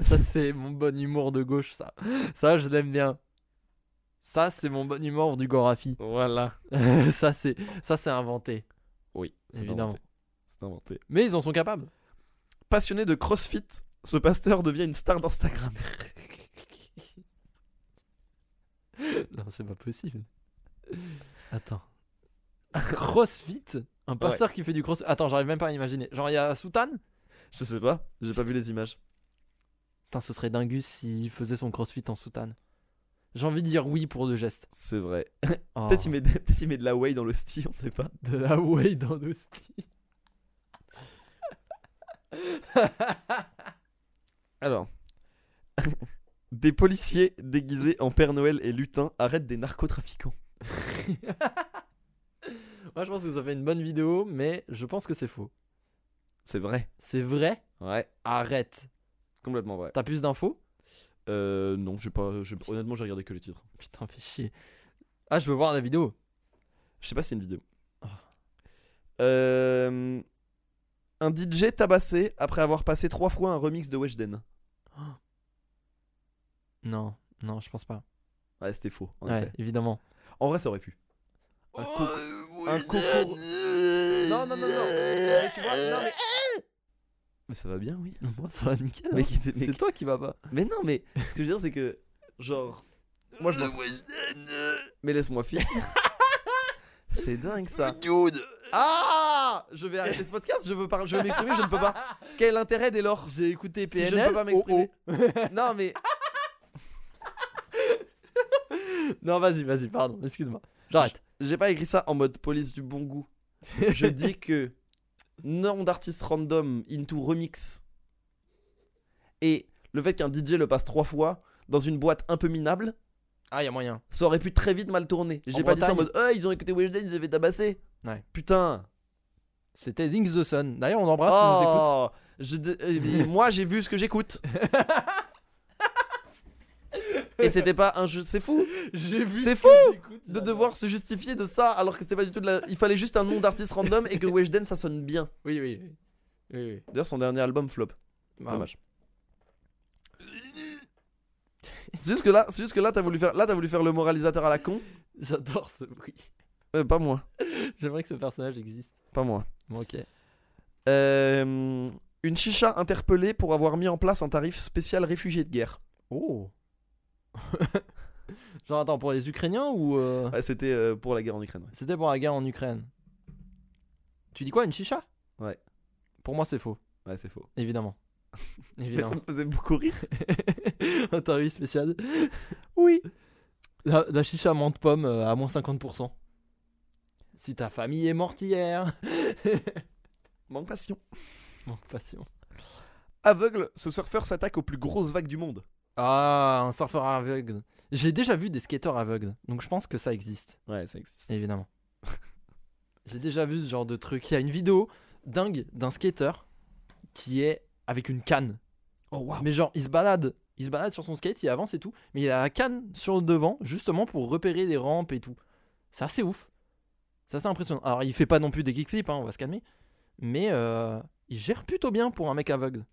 Speaker 3: ça, c'est mon bon humour de gauche, ça. Ça, je l'aime bien. Ça, c'est mon bon humour du Gorafi. (laughs)
Speaker 1: Voilà.
Speaker 3: ça, c'est ça, c'est inventé,
Speaker 1: Oui, c'est
Speaker 3: évidemment.
Speaker 1: inventé. C'est inventé.
Speaker 3: Mais ils en sont capables. (laughs)
Speaker 1: Passionné de CrossFit, ce pasteur devient une star d'Instagram.
Speaker 3: Non, c'est pas possible. Attends. Crossfit Un pasteur qui fait du crossfit Attends, j'arrive même pas à imaginer. Genre, il y a Soutane
Speaker 1: Je sais pas, j'ai pas vu les images.
Speaker 3: Putain, ce serait dingus s'il faisait son crossfit en soutane. J'ai envie de dire oui pour deux gestes.
Speaker 1: C'est vrai.
Speaker 3: Oh,
Speaker 1: Peut-être il, met (laughs) de- peut-être il met de la whey dans le style, on sait pas.
Speaker 3: de la way dans nos styles.
Speaker 1: Alors. (laughs) des policiers déguisés en Père Noël et lutin arrêtent des narcotrafiquants.
Speaker 3: Moi, je pense que ça fait une bonne vidéo, mais je pense que c'est faux.
Speaker 1: C'est vrai.
Speaker 3: C'est vrai
Speaker 1: Ouais,
Speaker 3: Arrête.
Speaker 1: complètement vrai.
Speaker 3: T'as plus d'infos
Speaker 1: Euh, non, j'ai pas. j'ai- Honnêtement, j'ai regardé que le titre.
Speaker 3: Putain, fais chier. Ah, je veux voir la vidéo.
Speaker 1: Je sais pas s'il y a une vidéo.
Speaker 3: Ah.
Speaker 1: Euh, un DJ tabassé après avoir passé trois fois un remix de Weshden.
Speaker 3: Non, non, je pense pas.
Speaker 1: Ouais, c'était faux. En,
Speaker 3: Ouais, Oh,
Speaker 1: effet.
Speaker 3: évidemment.
Speaker 1: en vrai, ça aurait pu. Un co- un concours.
Speaker 2: Non, non, non, non. Mais tu vois, non, mais-
Speaker 1: Mais ça va bien, oui.
Speaker 3: (laughs) Moi, ça va nickel. hein.
Speaker 1: Mais, qui- mais-
Speaker 3: C'est toi qui va pas.
Speaker 1: mais non, mais ce que je veux dire, c'est que. Genre. Moi, je pense. Mais laisse-moi finir. (laughs) c'est dingue ça. Ah Je vais arrêter ce podcast, je veux, parler, je veux m'exprimer, je ne peux pas. Quel intérêt dès lors
Speaker 3: J'ai écouté
Speaker 1: (laughs) Si
Speaker 3: PNL.
Speaker 1: je ne peux pas m'exprimer.
Speaker 3: oh,
Speaker 1: (laughs) Non, mais.
Speaker 3: oh. Non, vas-y, vas-y, pardon, excuse-moi. J'arrête.
Speaker 1: J'ai pas écrit ça en mode police du bon goût. (laughs) Je dis que nom d'artiste random into remix et le fait qu'un DJ le passe trois fois dans une boîte un peu minable,
Speaker 3: Ah, y a moyen.
Speaker 1: ça aurait pu très vite mal tourner. J'ai
Speaker 3: En
Speaker 1: pas dit ça en
Speaker 3: Bretagne.
Speaker 1: mode Ah, ils ont écouté Weshden, ils les avaient tabassé.
Speaker 3: Ouais.
Speaker 1: Putain.
Speaker 3: C'était Dings the Sun. D'ailleurs, on l'embrasse, il nous écoute.
Speaker 1: oh, je dé- euh, moi j'ai vu ce que j'écoute. et c'était pas un jeu, c'est fou
Speaker 3: J'ai vu.
Speaker 1: C'est
Speaker 3: ce que j'écoute,
Speaker 1: de
Speaker 3: j'adore.
Speaker 1: devoir se justifier de ça alors que c'était pas du tout de la... Il fallait juste un nom d'artiste random
Speaker 3: (laughs)
Speaker 1: et que Weshden ça sonne bien.
Speaker 3: Oui, oui, oui. oui, oui.
Speaker 1: D'ailleurs, son dernier album flop.
Speaker 3: Bah,
Speaker 1: Dommage. C'est juste que là, c'est juste que là, t'as voulu faire, là, t'as voulu faire le moralisateur à la con.
Speaker 3: J'adore ce bruit.
Speaker 1: Euh, pas moi,
Speaker 3: J'aimerais que ce personnage existe.
Speaker 1: pas moi.
Speaker 3: Bon, ok.
Speaker 1: Euh, une chicha interpellée pour avoir mis en place un tarif spécial réfugié de guerre.
Speaker 3: Oh. (laughs) Genre, attends, pour les Ukrainiens ou. euh,
Speaker 1: Ouais, c'était euh, pour la guerre en Ukraine. ouais.
Speaker 3: C'était pour la guerre en Ukraine. Tu dis quoi, une chicha
Speaker 1: Ouais.
Speaker 3: Pour moi, c'est faux,
Speaker 1: Ouais, c'est faux.
Speaker 3: (laughs) évidemment.
Speaker 1: Mais ça
Speaker 3: évidemment.
Speaker 1: me faisait beaucoup rire.
Speaker 3: (laughs) Interview spéciale. Oui. La, la chicha à menthe pomme euh, à moins 50%. Si ta famille est morte (laughs) hier.
Speaker 1: Manque passion.
Speaker 3: Manque de passion.
Speaker 1: Aveugle, ce surfeur s'attaque aux plus grosses vagues du monde.
Speaker 3: Ah, un surfeur aveugle. J'ai déjà vu des skateurs aveugles, donc je pense que ça existe,
Speaker 1: Ouais, ça existe.
Speaker 3: évidemment. (laughs) J'ai déjà vu ce genre de truc. Il y a une vidéo dingue d'un skateur qui est avec une canne.
Speaker 1: Oh waouh.
Speaker 3: Mais genre, il se balade. Il se balade sur son skate, il avance et tout. Mais il a la canne sur le devant, justement pour repérer les rampes et tout. C'est assez ouf. C'est assez impressionnant. Alors, il fait pas non plus des kickflips, hein, on va se calmer. Mais euh, il gère plutôt bien pour un mec aveugle.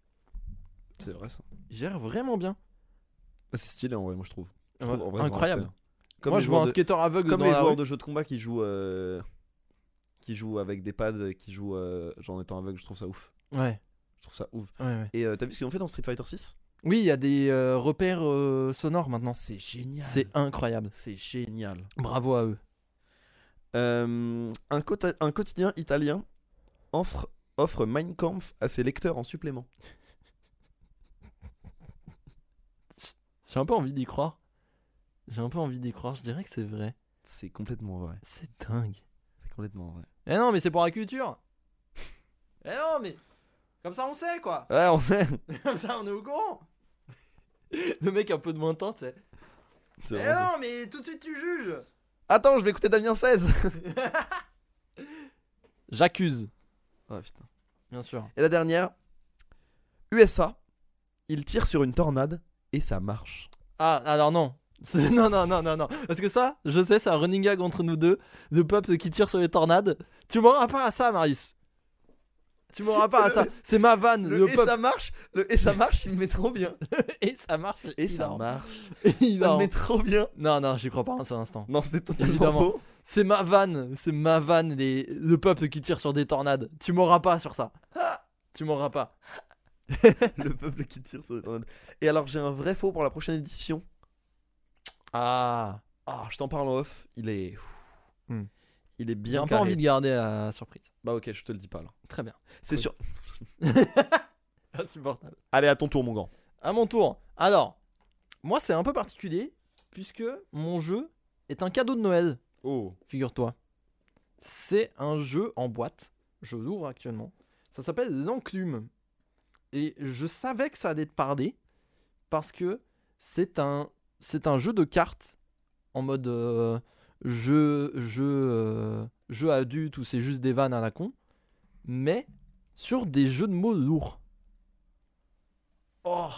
Speaker 1: C'est vrai ça.
Speaker 3: Il gère vraiment bien.
Speaker 1: Ah, C'est stylé en vrai, moi je trouve. Je
Speaker 3: Ouais,
Speaker 1: trouve en vrai,
Speaker 3: Incroyable.
Speaker 1: vraiment Comme
Speaker 3: Moi,
Speaker 1: les
Speaker 3: je vois
Speaker 1: joueurs
Speaker 3: un
Speaker 1: de-
Speaker 3: skateur aveugle
Speaker 1: Comme
Speaker 3: dans
Speaker 1: les
Speaker 3: la
Speaker 1: joueurs
Speaker 3: rue.
Speaker 1: de jeux de combat qui jouent, euh, qui jouent avec des pads, qui jouent euh, genre en étant aveugle, je trouve ça ouf.
Speaker 3: Ouais,
Speaker 1: Je trouve ça ouf.
Speaker 3: ouais, ouais.
Speaker 1: Et euh, t'as vu ce qu'ils ont fait dans Street Fighter 6
Speaker 3: Oui, il y a des euh, repères euh, sonores maintenant.
Speaker 1: C'est génial.
Speaker 3: C'est incroyable.
Speaker 1: C'est génial.
Speaker 3: Bravo à eux.
Speaker 1: Euh, un, quota- un quotidien italien offre offre Mein Kampf à ses lecteurs en supplément.
Speaker 3: J'ai un peu envie d'y croire. J'ai un peu envie d'y croire. Je dirais que c'est vrai.
Speaker 1: C'est complètement vrai.
Speaker 3: C'est dingue.
Speaker 1: C'est complètement vrai.
Speaker 3: Eh non, mais c'est pour la culture. (laughs) Eh non, mais comme ça on sait quoi. (laughs)
Speaker 1: Ouais, on sait.
Speaker 3: Comme ça on est au courant. (laughs) Le mec un peu de moins temps, tu sais.
Speaker 1: C'est
Speaker 3: Eh
Speaker 1: vraiment ça.
Speaker 3: non, mais tout de suite tu juges.
Speaker 1: Attends, je vais écouter Damien 16.
Speaker 3: J'accuse.
Speaker 1: Ouais, putain.
Speaker 3: Bien sûr.
Speaker 1: Et la dernière USA, il tire sur une tornade et ça marche.
Speaker 3: Ah, alors non. (laughs) C'est- Non, non, non, non, non. Parce que ça, je sais, c'est un running gag entre nous deux. De Pops qui tire sur les tornades. Tu m'auras pas à ça, Marius. Tu m'auras pas à ça. C'est ma vanne, le,
Speaker 1: Le, et
Speaker 3: Pop.
Speaker 1: ça marche, le et ça marche, il me met trop bien.
Speaker 3: Et ça marche.
Speaker 1: Et ça
Speaker 3: énorme.
Speaker 1: marche, ça
Speaker 3: Énorme.
Speaker 1: me met trop bien.
Speaker 3: Non, non, j'y crois pas un seul instant.
Speaker 1: Non, c'est totalement
Speaker 3: Évidemment.
Speaker 1: faux.
Speaker 3: C'est ma vanne, c'est ma vanne, les... le peuple qui tire sur des tornades. Tu m'auras pas sur ça. Tu m'auras pas.
Speaker 1: Le peuple qui tire sur les tornades. Et alors, j'ai un vrai faux pour la prochaine édition.
Speaker 3: Ah.
Speaker 1: Ah, je t'en parle en off. Il est.
Speaker 3: Hmm.
Speaker 1: Il est
Speaker 3: J'ai
Speaker 1: bien
Speaker 3: un peu
Speaker 1: carré.
Speaker 3: envie de garder la surprise.
Speaker 1: Bah, ok, je te le dis pas alors.
Speaker 3: Très bien.
Speaker 1: C'est
Speaker 3: Cool.
Speaker 1: sûr.
Speaker 3: Insupportable.
Speaker 1: Allez, à ton tour, mon grand.
Speaker 3: À mon tour. Alors, moi, c'est un peu particulier puisque mon jeu est un cadeau de Noël,
Speaker 1: Oh.
Speaker 3: figure-toi. C'est un jeu en boîte. Je l'ouvre actuellement. Ça s'appelle L'Enclume. Et je savais que ça allait te parler parce que c'est un, c'est un jeu de cartes en mode euh, jeu, jeu, euh, jeu adulte ou c'est juste des vannes à la con, mais sur des jeux de mots lourds.
Speaker 1: Oh.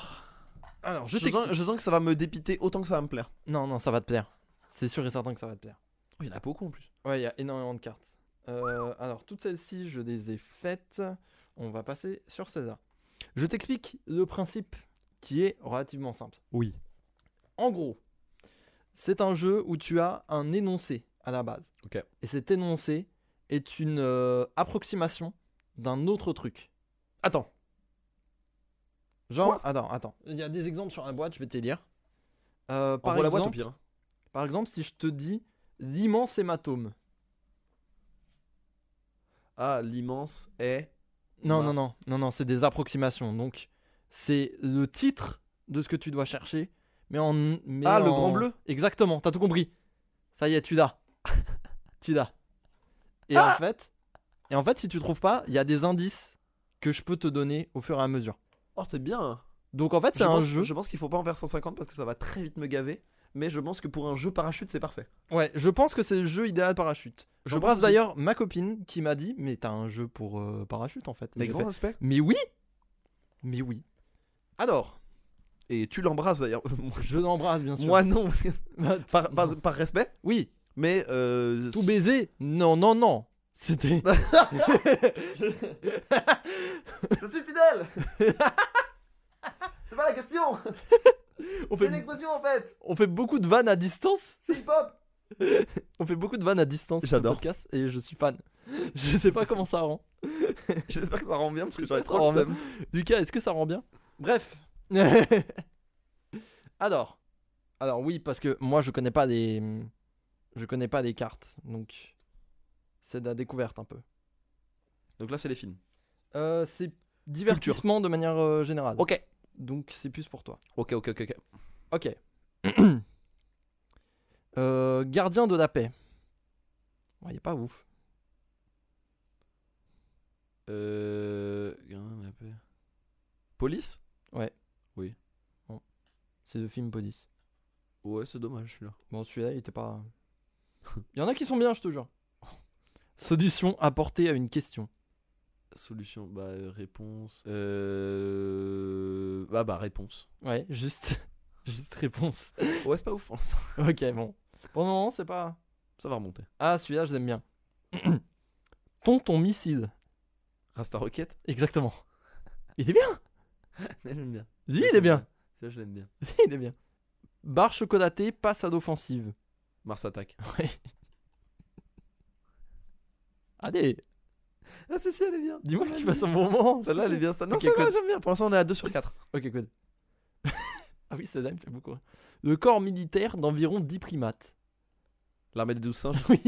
Speaker 3: Alors,
Speaker 1: Je, sens, je sens que ça va me dépiter autant que ça va me plaire.
Speaker 3: Non, non, ça va te plaire. C'est sûr et certain que ça va te plaire.
Speaker 1: Oh, il y en a beaucoup en plus.
Speaker 3: Ouais, il y a énormément de cartes. Euh, alors, toutes celles-ci, je les ai faites. On va passer sur celles-là. Je t'explique le principe qui est relativement simple.
Speaker 1: Oui.
Speaker 3: En gros, c'est un jeu où tu as un énoncé à la base.
Speaker 1: Ok.
Speaker 3: Et cet énoncé est une euh, approximation d'un autre truc.
Speaker 1: Attends.
Speaker 3: Genre, attends, attends. Il y a des exemples sur la boîte, je vais te les lire. Euh, par,
Speaker 1: Envoie la boîte au
Speaker 3: exemple,
Speaker 1: pire. hein.
Speaker 3: par exemple, si je te dis l'immense hématome.
Speaker 1: Ah, l'immense est.
Speaker 3: Non,
Speaker 1: Bah.
Speaker 3: non, non, non, non, c'est des approximations. Donc, c'est le titre de ce que tu dois chercher, mais en. mais
Speaker 1: Ah, le
Speaker 3: en-
Speaker 1: Grand Bleu
Speaker 3: Exactement, t'as tout compris. Ça y est, tu
Speaker 1: (laughs)
Speaker 3: l'as. tu l'as. Et
Speaker 1: Ah
Speaker 3: en fait, et en fait, si tu trouves pas, il y a des indices que je peux te donner au fur et à mesure.
Speaker 1: Oh, c'est bien.
Speaker 3: Donc en fait,
Speaker 1: Je
Speaker 3: c'est un
Speaker 1: pense-
Speaker 3: jeu.
Speaker 1: Je pense qu'il faut pas en faire 150 parce que ça va très vite me gaver. Mais je pense que pour un jeu parachute, c'est parfait.
Speaker 3: Ouais, je pense que c'est le jeu idéal parachute.
Speaker 1: Je
Speaker 3: Je
Speaker 1: pense
Speaker 3: brasse
Speaker 1: aussi.
Speaker 3: d'ailleurs ma copine qui m'a dit, mais t'as un jeu pour euh, parachute en fait.
Speaker 1: Mais
Speaker 3: Et j'ai
Speaker 1: grand
Speaker 3: fait,
Speaker 1: respect.
Speaker 3: mais oui, mais oui. Alors,
Speaker 1: Et tu l'embrasses d'ailleurs. (laughs) Moi-
Speaker 3: je l'embrasse bien sûr.
Speaker 1: Moi non,
Speaker 3: Bah,
Speaker 1: (laughs) par, par- par respect.
Speaker 3: (laughs) Oui,
Speaker 1: Mais euh,
Speaker 3: tout baiser Non, non, non.
Speaker 2: (laughs)
Speaker 3: C'était.
Speaker 2: Je suis fidèle C'est pas la question
Speaker 3: On
Speaker 2: C'est une
Speaker 3: fait,
Speaker 2: expression en fait
Speaker 3: on fait beaucoup de vannes à distance.
Speaker 2: C'est hip-hop
Speaker 3: On fait beaucoup de vannes à distance. sur ce
Speaker 1: J'adore.
Speaker 3: podcast et je suis fan. Je sais pas comment ça rend.
Speaker 1: (laughs) j'espère que ça rend bien parce que
Speaker 3: J'espère
Speaker 1: j'aurais
Speaker 3: que ça
Speaker 1: trop le
Speaker 3: rend
Speaker 1: seum.
Speaker 3: Lucas, est-ce que ça rend bien Bref. (laughs) alors, alors oui, parce que moi je connais pas des, je connais pas des cartes, donc c'est de la découverte un peu.
Speaker 1: Donc là, c'est les films.
Speaker 3: Euh, c'est divertissement de manière euh, générale.
Speaker 1: Ok.
Speaker 3: Donc c'est plus pour toi.
Speaker 1: Ok, ok, ok, ok.
Speaker 3: Ok. (clears throat) Euh, gardien de la paix. Ouais, il est pas ouf.
Speaker 1: Euh... Police
Speaker 3: C'est de film Police.
Speaker 1: Ouais, c'est dommage celui-là.
Speaker 3: Bon, celui-là, il était (laughs) pas. Il y en a qui sont bien, je te jure. Solution apportée à une question.
Speaker 1: Solution, bah euh, réponse. Euh... Bah bah réponse.
Speaker 3: Ouais, juste, (laughs) juste réponse. (laughs)
Speaker 1: Ouais, c'est pas ouf pour l'instant.
Speaker 3: ok, bon. Pour le moment, c'est pas.
Speaker 1: Ça va remonter.
Speaker 3: Ah, celui-là, je l'aime bien. (clears throat) Tonton missile.
Speaker 1: Rasta Rocket (laughs)
Speaker 3: Exactement. Il est bien.
Speaker 1: J'aime bien.
Speaker 3: Dis, il est bien.
Speaker 1: Celui-là, je l'aime bien.
Speaker 3: Dis, (laughs) il est bien. Barre chocolatée passe à l'offensive.
Speaker 1: Mars Attack. (laughs)
Speaker 3: Ouais. Allez,
Speaker 1: Ah, c'est si, elle est bien.
Speaker 3: dis-moi que tu passes un bon moment.
Speaker 1: Celle-là, elle est bien. ça- Non,
Speaker 3: Ok,
Speaker 1: celle-là,
Speaker 3: cool.
Speaker 1: j'aime bien. Pour l'instant, on est à 2 sur 4.
Speaker 3: Ok, cool. ah oui, celle-là, elle me fait beaucoup. rire. Le corps militaire d'environ 10 primates. (laughs)
Speaker 1: L'armée des douze singes.
Speaker 3: Oui.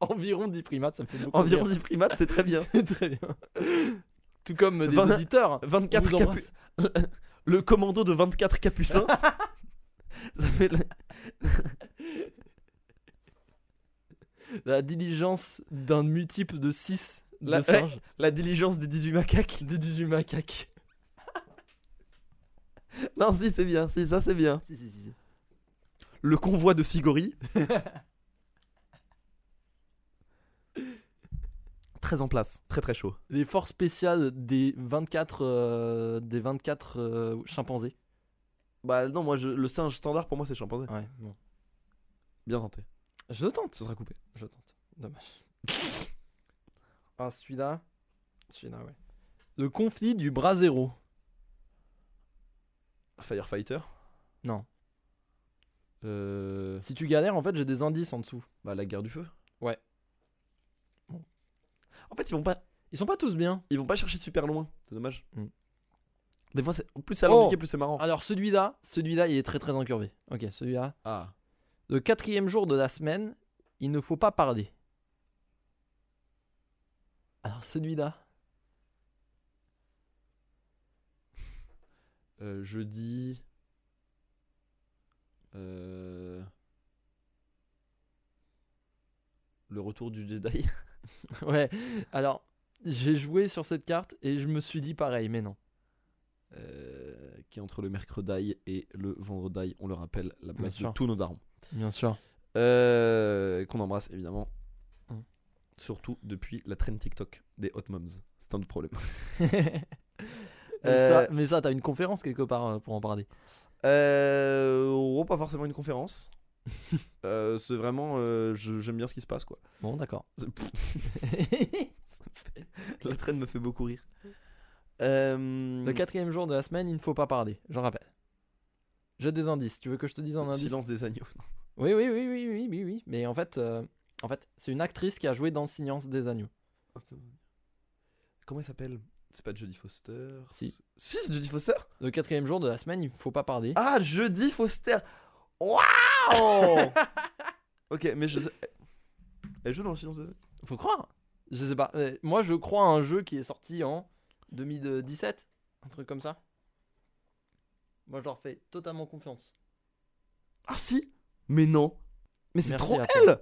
Speaker 3: Environ 10 primates, ça me fait beaucoup
Speaker 1: Environ
Speaker 3: rire.
Speaker 1: 10 primates, c'est très (laughs) bien.
Speaker 3: Très bien. (laughs) Tout comme des
Speaker 1: Vingt-
Speaker 3: auditeurs. hein.
Speaker 1: 24
Speaker 3: vous
Speaker 1: capu...
Speaker 3: embrasse.
Speaker 1: Le commando de
Speaker 3: (laughs)
Speaker 1: 24 capucins. Ça fait le-
Speaker 3: La diligence d'un multiple de 6
Speaker 1: La-
Speaker 3: de singes.
Speaker 1: la diligence des 18 macaques.
Speaker 3: Des 18 macaques.
Speaker 1: Non, si, c'est bien, si, ça c'est bien.
Speaker 3: Si, si, si, si.
Speaker 1: Le convoi de
Speaker 3: (laughs)
Speaker 1: Sigori. très en place, très très chaud.
Speaker 3: Les forces spéciales des 24, euh, des 24 euh, chimpanzés.
Speaker 1: Bah non, moi je- le singe standard pour moi c'est chimpanzé.
Speaker 3: Ouais, bon.
Speaker 1: Bien tenté.
Speaker 3: Je tente.
Speaker 1: Ce sera coupé.
Speaker 3: Je tente. Dommage. (laughs) ah, celui-là. Celui-là, ouais. Le conflit du bras zéro.
Speaker 1: Firefighter.
Speaker 3: Non.
Speaker 1: Euh,
Speaker 3: Si tu galères, en fait, j'ai des indices en dessous.
Speaker 1: bah la guerre du feu.
Speaker 3: Ouais.
Speaker 1: En fait ils vont pas,
Speaker 3: Ils sont pas tous bien.
Speaker 1: ils vont pas chercher de super loin. C'est dommage.
Speaker 3: Mm.
Speaker 1: Des fois c'est plus c'est alambiqué,
Speaker 3: Oh
Speaker 1: plus c'est marrant.
Speaker 3: Alors, celui-là, celui-là, il est très très incurvé. Ok, celui-là.
Speaker 1: Ah.
Speaker 3: Le quatrième jour de la semaine, il ne faut pas parler. Alors, celui-là. (laughs)
Speaker 1: Euh, jeudi. Euh, Le retour du Jedi.
Speaker 3: Ouais. Alors, j'ai joué sur cette carte et je me suis dit pareil, mais non.
Speaker 1: euh, qui est entre le mercredi et le vendredi, on le rappelle, la
Speaker 3: Bien
Speaker 1: place de
Speaker 3: sûr.
Speaker 1: tous nos darons.
Speaker 3: Bien sûr.
Speaker 1: Euh, Qu'on embrasse évidemment.
Speaker 3: Mm.
Speaker 1: Surtout depuis la traîne TikTok des Hot Moms. C'est un autre problème.
Speaker 3: (laughs)
Speaker 1: (laughs)
Speaker 3: mais,
Speaker 1: Euh,
Speaker 3: ça, mais ça, t'as une conférence quelque part euh, pour en parler.
Speaker 1: Euh, oh, pas forcément
Speaker 3: (laughs)
Speaker 1: une conférence. Euh, c'est vraiment. euh, je- J'aime bien ce qui se passe, quoi.
Speaker 3: Bon, d'accord. (laughs)
Speaker 1: C'est- pff, la traîne me fait beaucoup rire. Euh,
Speaker 3: Le quatrième jour de Mm. la semaine, il ne faut pas parler. Je rappelle. J'ai des indices. Tu veux que je te dise un indice
Speaker 1: silence des agneaux.
Speaker 3: Oui, oui, oui, oui, oui, oui, oui. Mais en fait, euh, en fait, c'est une actrice qui a joué dans Silence des agneaux.
Speaker 1: (laughs) Comment il s'appelle C'est pas Jodie Foster
Speaker 3: Si.
Speaker 1: c'est- Si, c'est Jodie Foster
Speaker 3: Le quatrième jour de la semaine, il ne faut pas parler.
Speaker 1: Ah, jeudi Foster
Speaker 3: (laughs)
Speaker 1: Waouh Ok, mais je sais. Elle joue dans le silence des agneaux
Speaker 3: Faut croire. Je sais pas. Euh, Moi, je crois à un jeu qui est sorti en 2017. Un truc comme ça. Moi, je leur fais totalement confiance.
Speaker 1: Ah, si Mais non Mais c'est
Speaker 3: Merci
Speaker 1: trop
Speaker 3: à
Speaker 1: elle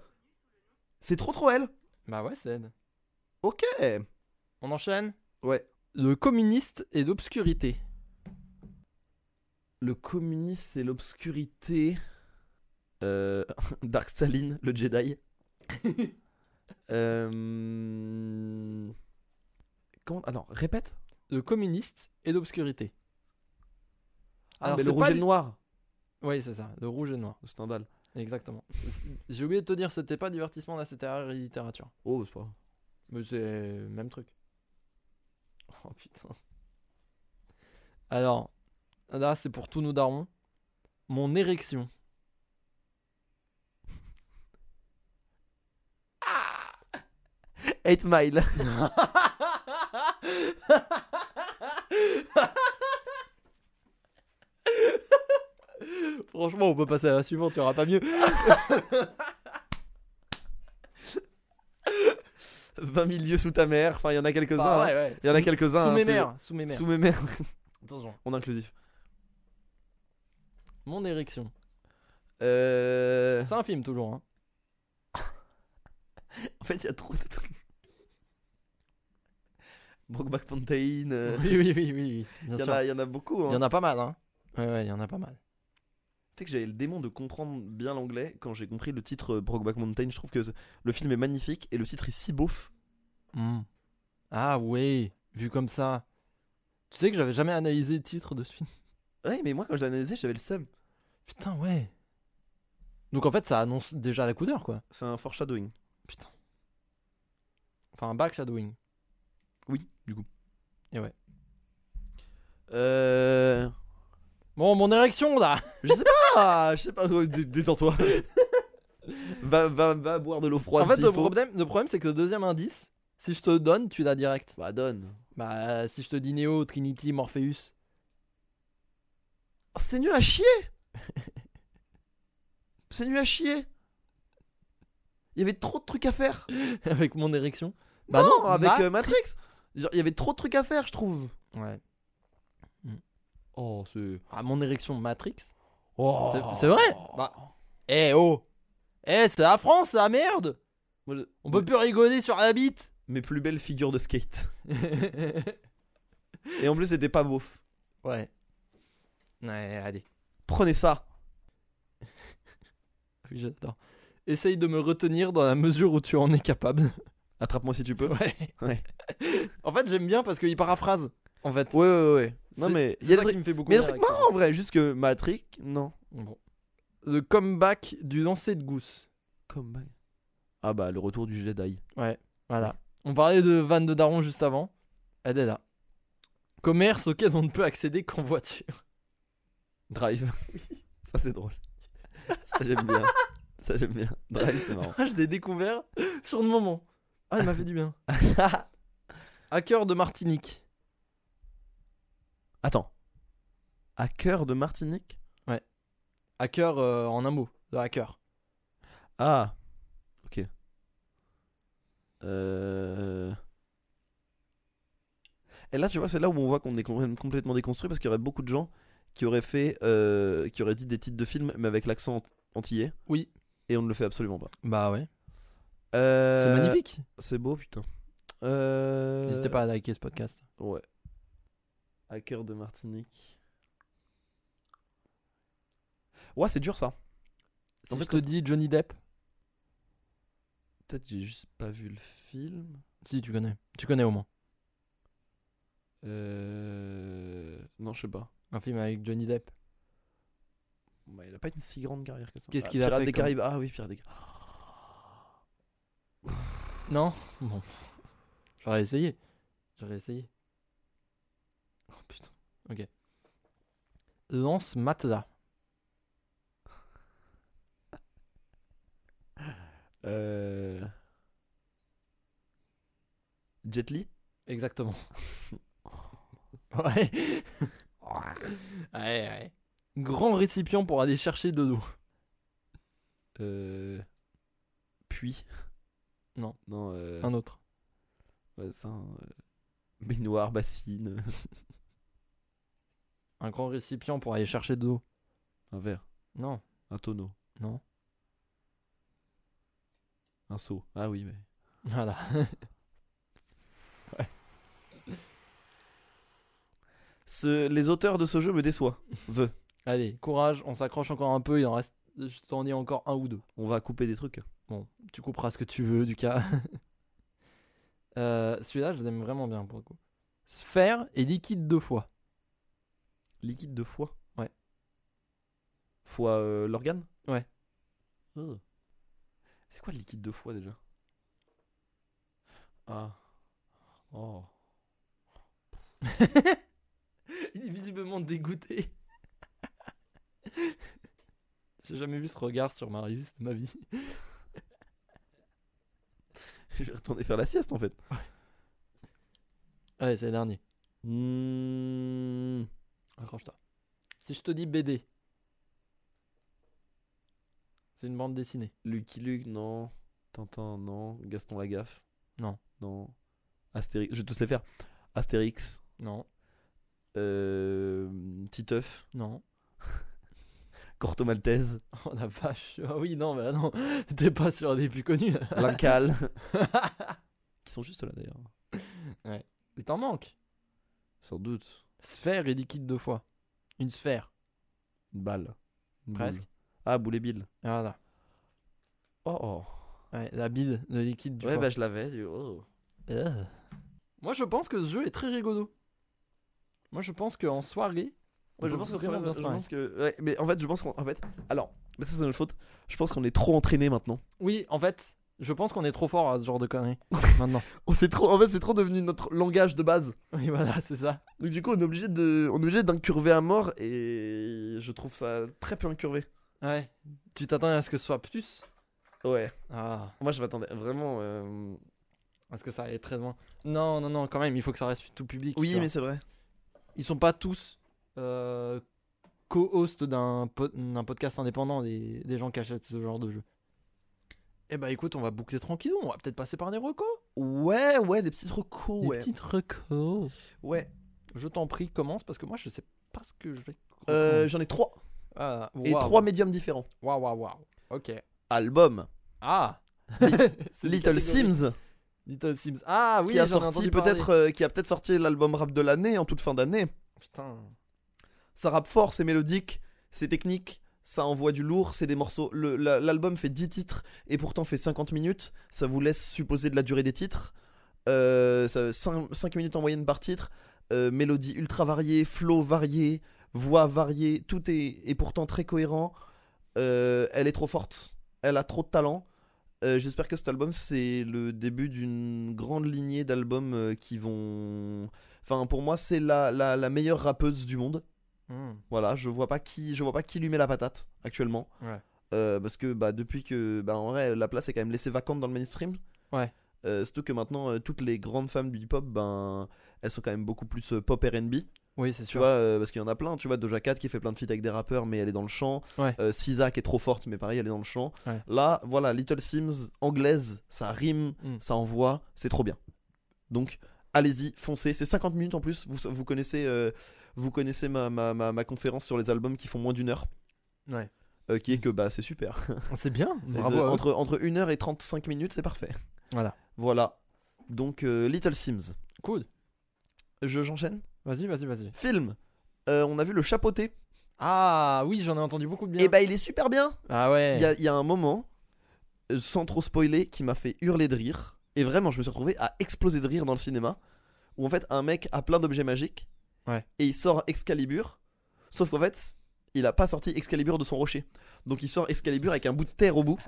Speaker 1: C'est trop trop elle
Speaker 3: Bah ouais, c'est aide.
Speaker 1: Ok
Speaker 3: On enchaîne
Speaker 1: Ouais.
Speaker 3: Le communiste et d'obscurité.
Speaker 1: Le communiste, c'est l'obscurité. Euh, (laughs) Dark Stalin,
Speaker 3: (laughs)
Speaker 1: le Jedi. euh... Comment Attends, répète
Speaker 3: Le communiste et d'obscurité.
Speaker 1: Ah,
Speaker 3: Alors,
Speaker 1: mais
Speaker 3: c'est
Speaker 1: le rouge
Speaker 3: pas
Speaker 1: et le
Speaker 3: les-
Speaker 1: noir,
Speaker 3: Oui, c'est ça. Le rouge et le noir.
Speaker 1: Stendhal.
Speaker 3: Exactement. (laughs) J'ai oublié de te dire, c'était pas divertissement, là, c'était art et littérature.
Speaker 1: Oh, c'est pas grave.
Speaker 3: Mais c'est le même truc. (laughs) Oh putain. Alors, là, c'est pour tous nos darons. Mon (laughs) érection.
Speaker 1: Eight Mile. (laughs)
Speaker 3: Franchement, on peut passer à la suivante, il n'y aura pas mieux.
Speaker 1: 20 000 lieux sous ta mère. Enfin, il y en a quelques-uns.
Speaker 3: Bah,
Speaker 1: hein.
Speaker 3: ouais, ouais.
Speaker 1: Il y en a
Speaker 3: Sous-
Speaker 1: quelques-uns.
Speaker 3: Sous
Speaker 1: hein,
Speaker 3: mes
Speaker 1: tu-
Speaker 3: mères, sous mes mères.
Speaker 1: Sous mes mères. (laughs)
Speaker 3: Attention.
Speaker 1: On est inclusif.
Speaker 3: Mon érection.
Speaker 1: Euh... (laughs)
Speaker 3: C'est un film toujours. Hein.
Speaker 1: En fait, il y a trop de trucs. (laughs) Brokeback Mountain. euh,
Speaker 3: Oui, oui, oui, oui, oui. Bien
Speaker 1: Il y, en
Speaker 3: sûr.
Speaker 1: a- il y en a beaucoup.
Speaker 3: Il
Speaker 1: hein.
Speaker 3: y en a pas mal. Hein. Ouais, ouais, il y en a pas mal.
Speaker 1: Tu sais que j'avais le démon de comprendre bien l'anglais quand j'ai compris le titre euh, Brokeback Mountain. Je trouve que le film est magnifique et le titre est si beauf.
Speaker 3: Hmm. Ah ouais, vu comme ça. Tu sais que j'avais jamais analysé le titre de ce film.
Speaker 1: Ouais, mais moi, quand je l'ai analysé, j'avais le seum.
Speaker 3: (laughs) Putain, ouais. Donc en fait, ça annonce déjà la couleur, quoi.
Speaker 1: C'est un foreshadowing.
Speaker 3: Putain. Enfin, un backshadowing.
Speaker 1: Oui, du coup.
Speaker 3: Et ouais.
Speaker 1: Euh...
Speaker 3: Bon, mon érection, là
Speaker 1: Je sais pas, je sais pas, (laughs) euh, dé- détends-toi. va, va, va boire de l'eau froide.
Speaker 3: En fait,
Speaker 1: s'il
Speaker 3: le
Speaker 1: faut.
Speaker 3: problème, le problème, c'est que le deuxième indice, si je te le donne, tu l'as direct.
Speaker 1: Bah, donne.
Speaker 3: Bah, si je te dis Neo, Trinity, Morpheus. (laughs)
Speaker 1: Oh, (laughs) C'est nul à chier. C'est nul à chier. Il y avait trop de trucs à faire.
Speaker 3: avec mon érection.
Speaker 1: Bah non, avec euh, Matrix. Genre, il y avait trop de trucs à faire, je trouve.
Speaker 3: Ouais.
Speaker 1: Oh, c'est.
Speaker 3: Ah, mon érection Matrix.
Speaker 1: Oh.
Speaker 3: C'est- c'est vrai. Bah, Eh oh Eh, c'est la France, la merde
Speaker 1: Moi, je-
Speaker 3: On peut plus rigoler sur la bite
Speaker 1: Mes plus belles figures de (laughs) skate. Et en plus, c'était pas beauf.
Speaker 3: (laughs) Ouais. Ouais, allez.
Speaker 1: Prenez ça.
Speaker 3: Oui, j'adore. Essaye de me retenir dans la mesure où tu en es capable.
Speaker 1: Attrape-moi si tu peux.
Speaker 3: (laughs) Ouais.
Speaker 1: Ouais.
Speaker 3: (laughs) en fait, j'aime bien parce qu'il paraphrase. En fait.
Speaker 1: Ouais, ouais, ouais. Non,
Speaker 3: C'est-
Speaker 1: mais il
Speaker 3: c'est
Speaker 1: y a
Speaker 3: ça
Speaker 1: des
Speaker 3: qui
Speaker 1: trucs.
Speaker 3: me fait beaucoup
Speaker 1: Mais il y a
Speaker 3: rire
Speaker 1: des
Speaker 3: avec
Speaker 1: trucs
Speaker 3: ça.
Speaker 1: marrants en vrai. Juste que Matrix, non.
Speaker 3: Bon. Le comeback du lancer de gousse.
Speaker 1: Comme. Ah bah, le retour du Jedi.
Speaker 3: Voilà. On parlait de Van de Daron juste avant. Elle est là. Commerce auquel on ne peut accéder qu'en voiture.
Speaker 1: (laughs) Drive. ça, c'est drôle. Ça, j'aime bien. Ça, j'aime bien. Drive, c'est marrant.
Speaker 3: Ah, (laughs) je l'ai découvert sur le moment. Ah, il m'a fait du bien. Hacker de Martinique.
Speaker 1: (laughs) Attends. Hacker de Martinique
Speaker 3: Hacker euh, en un mot. Le hacker.
Speaker 1: Ah. Ok. Euh... Et là, tu vois, c'est là où on voit qu'on est com- complètement déconstruit parce qu'il y aurait beaucoup de gens qui auraient fait, euh, qui auraient dit des titres de films mais avec l'accent antillais.
Speaker 3: Oui.
Speaker 1: Et on ne le fait absolument pas.
Speaker 3: Bah ouais.
Speaker 1: Euh,
Speaker 3: C'est magnifique.
Speaker 1: C'est beau, putain. Euh...
Speaker 3: N'hésitez pas à liker ce podcast.
Speaker 1: Ouais. Hacker de Martinique. Ouais, c'est dur ça.
Speaker 3: Si
Speaker 1: En
Speaker 3: je
Speaker 1: fait,
Speaker 3: te dis Johnny Depp.
Speaker 1: Peut-être j'ai juste pas vu le film.
Speaker 3: Si, tu connais. Tu connais au moins.
Speaker 1: Euh... Non, je sais pas.
Speaker 3: Un film avec Johnny Depp.
Speaker 1: Bah, il a pas une si grande carrière que ça.
Speaker 3: Qu'est-ce
Speaker 1: Ah,
Speaker 3: qu'il a
Speaker 1: Pirates
Speaker 3: fait
Speaker 1: des
Speaker 3: comme-
Speaker 1: Caraïbes. Ah oui, Pirates des Caraïbes.
Speaker 3: Non Bon. J'aurais essayé. J'aurais essayé. Oh putain. Ok. Lance matelas.
Speaker 1: Euh... Jet Li
Speaker 3: Exactement. (laughs) ouais. ouais, ouais. Grand récipient pour aller chercher de l'eau.
Speaker 1: euh... Puis
Speaker 3: Non.
Speaker 1: Non, euh...
Speaker 3: Un autre.
Speaker 1: ouais, ça, euh, Baignoire, bassine,
Speaker 3: Un grand récipient pour aller chercher de l'eau.
Speaker 1: un verre,
Speaker 3: Non.
Speaker 1: un tonneau,
Speaker 3: Non.
Speaker 1: un seau. Ah oui, mais...
Speaker 3: Voilà.
Speaker 1: Ce... Les auteurs de ce jeu me déçoivent. Veu.
Speaker 3: Allez, courage, on s'accroche encore un peu, il en reste. Je t'en dis encore un ou deux.
Speaker 1: On va couper des trucs.
Speaker 3: Bon, tu couperas ce que tu veux, du cas. (laughs) Euh, Celui-là, je l'aime vraiment bien pour le coup. Sphère et liquide deux fois.
Speaker 1: Liquide de foie
Speaker 3: Ouais.
Speaker 1: Foie euh, l'organe
Speaker 3: Ouais.
Speaker 1: Oh. C'est quoi le liquide de foie déjà Ah. Oh.
Speaker 3: (laughs)
Speaker 1: (laughs)
Speaker 3: Il est visiblement dégoûté. (laughs) J'ai jamais vu ce regard sur Marius de ma (laughs) vie.
Speaker 1: Je vais retourner faire la sieste en fait.
Speaker 3: Allez, c'est le dernier.
Speaker 1: Mmh.
Speaker 3: Accroche-toi. Si je te dis BD, c'est une bande dessinée.
Speaker 1: Lucky Luke, non. Tintin, non. Gaston Lagaffe
Speaker 3: Non.
Speaker 1: Non. Astérix, je vais tous les faire. Astérix,
Speaker 3: Non,
Speaker 1: euh, Titeuf,
Speaker 3: non.
Speaker 1: Corto Maltese,
Speaker 3: (laughs) Oh la vache. Ah oui, non, bah non. (laughs) T'es pas sur des plus connus. (laughs)
Speaker 1: (laughs) Lincal. Qui sont juste là d'ailleurs.
Speaker 3: Il t'en manque.
Speaker 1: Sans doute.
Speaker 3: Sphère et liquide deux fois. Une sphère,
Speaker 1: Une balle. Une
Speaker 3: presque.
Speaker 1: boule. Ah, boulet bill.
Speaker 3: Voilà.
Speaker 1: Oh, oh.
Speaker 3: Ouais, la bide, le liquide du
Speaker 1: ouais,
Speaker 3: foie.
Speaker 1: bah je l'avais. du- oh.
Speaker 3: Euh. Moi, je pense que ce jeu est très rigolo. Moi, je pense qu'en soirée. on
Speaker 1: Ouais, je
Speaker 3: peut
Speaker 1: pense que
Speaker 3: vraiment bien
Speaker 1: c'est-
Speaker 3: se
Speaker 1: je
Speaker 3: marrer.
Speaker 1: pense que. ouais, mais en fait, je pense qu'en en fait. Alors, mais ça, c'est notre faute. Je pense qu'on est trop entraîné maintenant.
Speaker 3: Oui, en fait, je pense qu'on est trop fort à ce genre de
Speaker 1: (laughs)
Speaker 3: conneries. maintenant.
Speaker 1: On s'est trop. En fait, c'est trop devenu notre langage de base.
Speaker 3: Oui, voilà, c'est ça.
Speaker 1: Donc, du coup, on est obligé de. On est obligé d'incurver à mort et. Je trouve ça très peu incurvé.
Speaker 3: Ouais. Tu t'attends à ce que ce soit plus
Speaker 1: Ouais.
Speaker 3: Ah.
Speaker 1: Moi, je m'attendais vraiment. euh,
Speaker 3: Parce que ça allait très loin. Non, non, non, quand même, il faut que ça reste tout public. tu
Speaker 1: Oui,
Speaker 3: vois.
Speaker 1: mais c'est vrai.
Speaker 3: ils sont pas tous euh, co-hosts d'un po- d'un podcast indépendant des, des gens qui achètent ce genre de jeu. Eh bah écoute, on va boucler tranquillou, on va peut-être passer par des recos.
Speaker 1: Ouais, ouais, des petites recos,
Speaker 3: Des
Speaker 1: ouais.
Speaker 3: petites recos.
Speaker 1: Ouais,
Speaker 3: Je t'en prie, commence parce que moi je sais pas ce que je vais.
Speaker 1: Euh, j'en ai trois.
Speaker 3: Ah,
Speaker 1: Et
Speaker 3: waouh.
Speaker 1: trois médiums différents.
Speaker 3: Waouh, waouh, waouh. Ok.
Speaker 1: Album
Speaker 3: Ah (laughs) C'est une
Speaker 1: Little
Speaker 3: catégorie.
Speaker 1: Sims,
Speaker 3: Little Sims. Ah oui,
Speaker 1: qui a
Speaker 3: j'en ai
Speaker 1: sorti
Speaker 3: entendu parler.
Speaker 1: peut-être, euh, qui a peut-être sorti l'album rap de l'année en toute fin d'année.
Speaker 3: Putain.
Speaker 1: Ça rappe fort, c'est mélodique, c'est technique, ça envoie du lourd, c'est des morceaux. le- la- L'album fait 10 titres et pourtant fait 50 minutes. Ça vous laisse supposer de la durée des titres. Euh, 5, minutes en moyenne par titre. Euh, mélodie ultra variée, flow varié, voix variée, tout est, est pourtant très cohérent. Euh, elle est trop forte, elle a trop de talent. Euh, J'espère que cet album, c'est le début d'une grande lignée d'albums euh, qui vont. Enfin, pour moi, c'est la- la- la meilleure rappeuse du monde.
Speaker 3: Hmm.
Speaker 1: Voilà, je vois pas qui, je vois pas qui lui met la patate actuellement.
Speaker 3: Ouais.
Speaker 1: Euh, parce que bah depuis que bah en vrai la place est quand même laissée vacante dans le mainstream.
Speaker 3: Ouais.
Speaker 1: Euh, surtout que maintenant euh, toutes les grandes femmes du hip-hop, ben elles sont quand même beaucoup plus euh, pop R&B.
Speaker 3: Oui, c'est
Speaker 1: Tu
Speaker 3: sûr.
Speaker 1: vois, euh, parce qu'il y en a plein. Tu vois Doja Cat qui fait plein de feats avec des rappeurs, mais elle est dans le chant.
Speaker 3: Ouais.
Speaker 1: Euh, SZA qui est trop forte, mais pareil elle est dans le chant.
Speaker 3: Ouais.
Speaker 1: Là, voilà Little Sims anglaise, ça rime,
Speaker 3: Mm.
Speaker 1: ça envoie, c'est trop bien. Donc allez-y, foncez. C'est 50 minutes en plus. Vous, vous connaissez, euh, vous connaissez ma, ma- ma- ma conférence sur les albums qui font moins d'une heure.
Speaker 3: Ouais.
Speaker 1: Euh, qui est que bah c'est super.
Speaker 3: (laughs) C'est bien. Bravo.
Speaker 1: Et de-
Speaker 3: à eux.
Speaker 1: entre, entre 1h et 35 minutes, c'est parfait.
Speaker 3: Voilà.
Speaker 1: Voilà. Donc euh, Little Sims.
Speaker 3: Cool.
Speaker 1: Je j'enchaîne.
Speaker 3: Vas-y, vas-y, vas-y.
Speaker 1: Film. Euh, on a vu le chapeauté.
Speaker 3: Ah oui, j'en ai entendu beaucoup de bien.
Speaker 1: Et bah il est super bien.
Speaker 3: ah ouais.
Speaker 1: Il y, a- il y a un moment, euh, sans trop spoiler, qui m'a fait hurler de rire. Et vraiment, je me suis retrouvé à exploser de rire dans le cinéma. Où en fait, un mec a plein d'objets magiques.
Speaker 3: Ouais.
Speaker 1: Et il sort Excalibur. Sauf qu'en fait, il a pas sorti Excalibur de son rocher. Donc il sort Excalibur avec un bout de terre
Speaker 3: (laughs)
Speaker 1: au bout.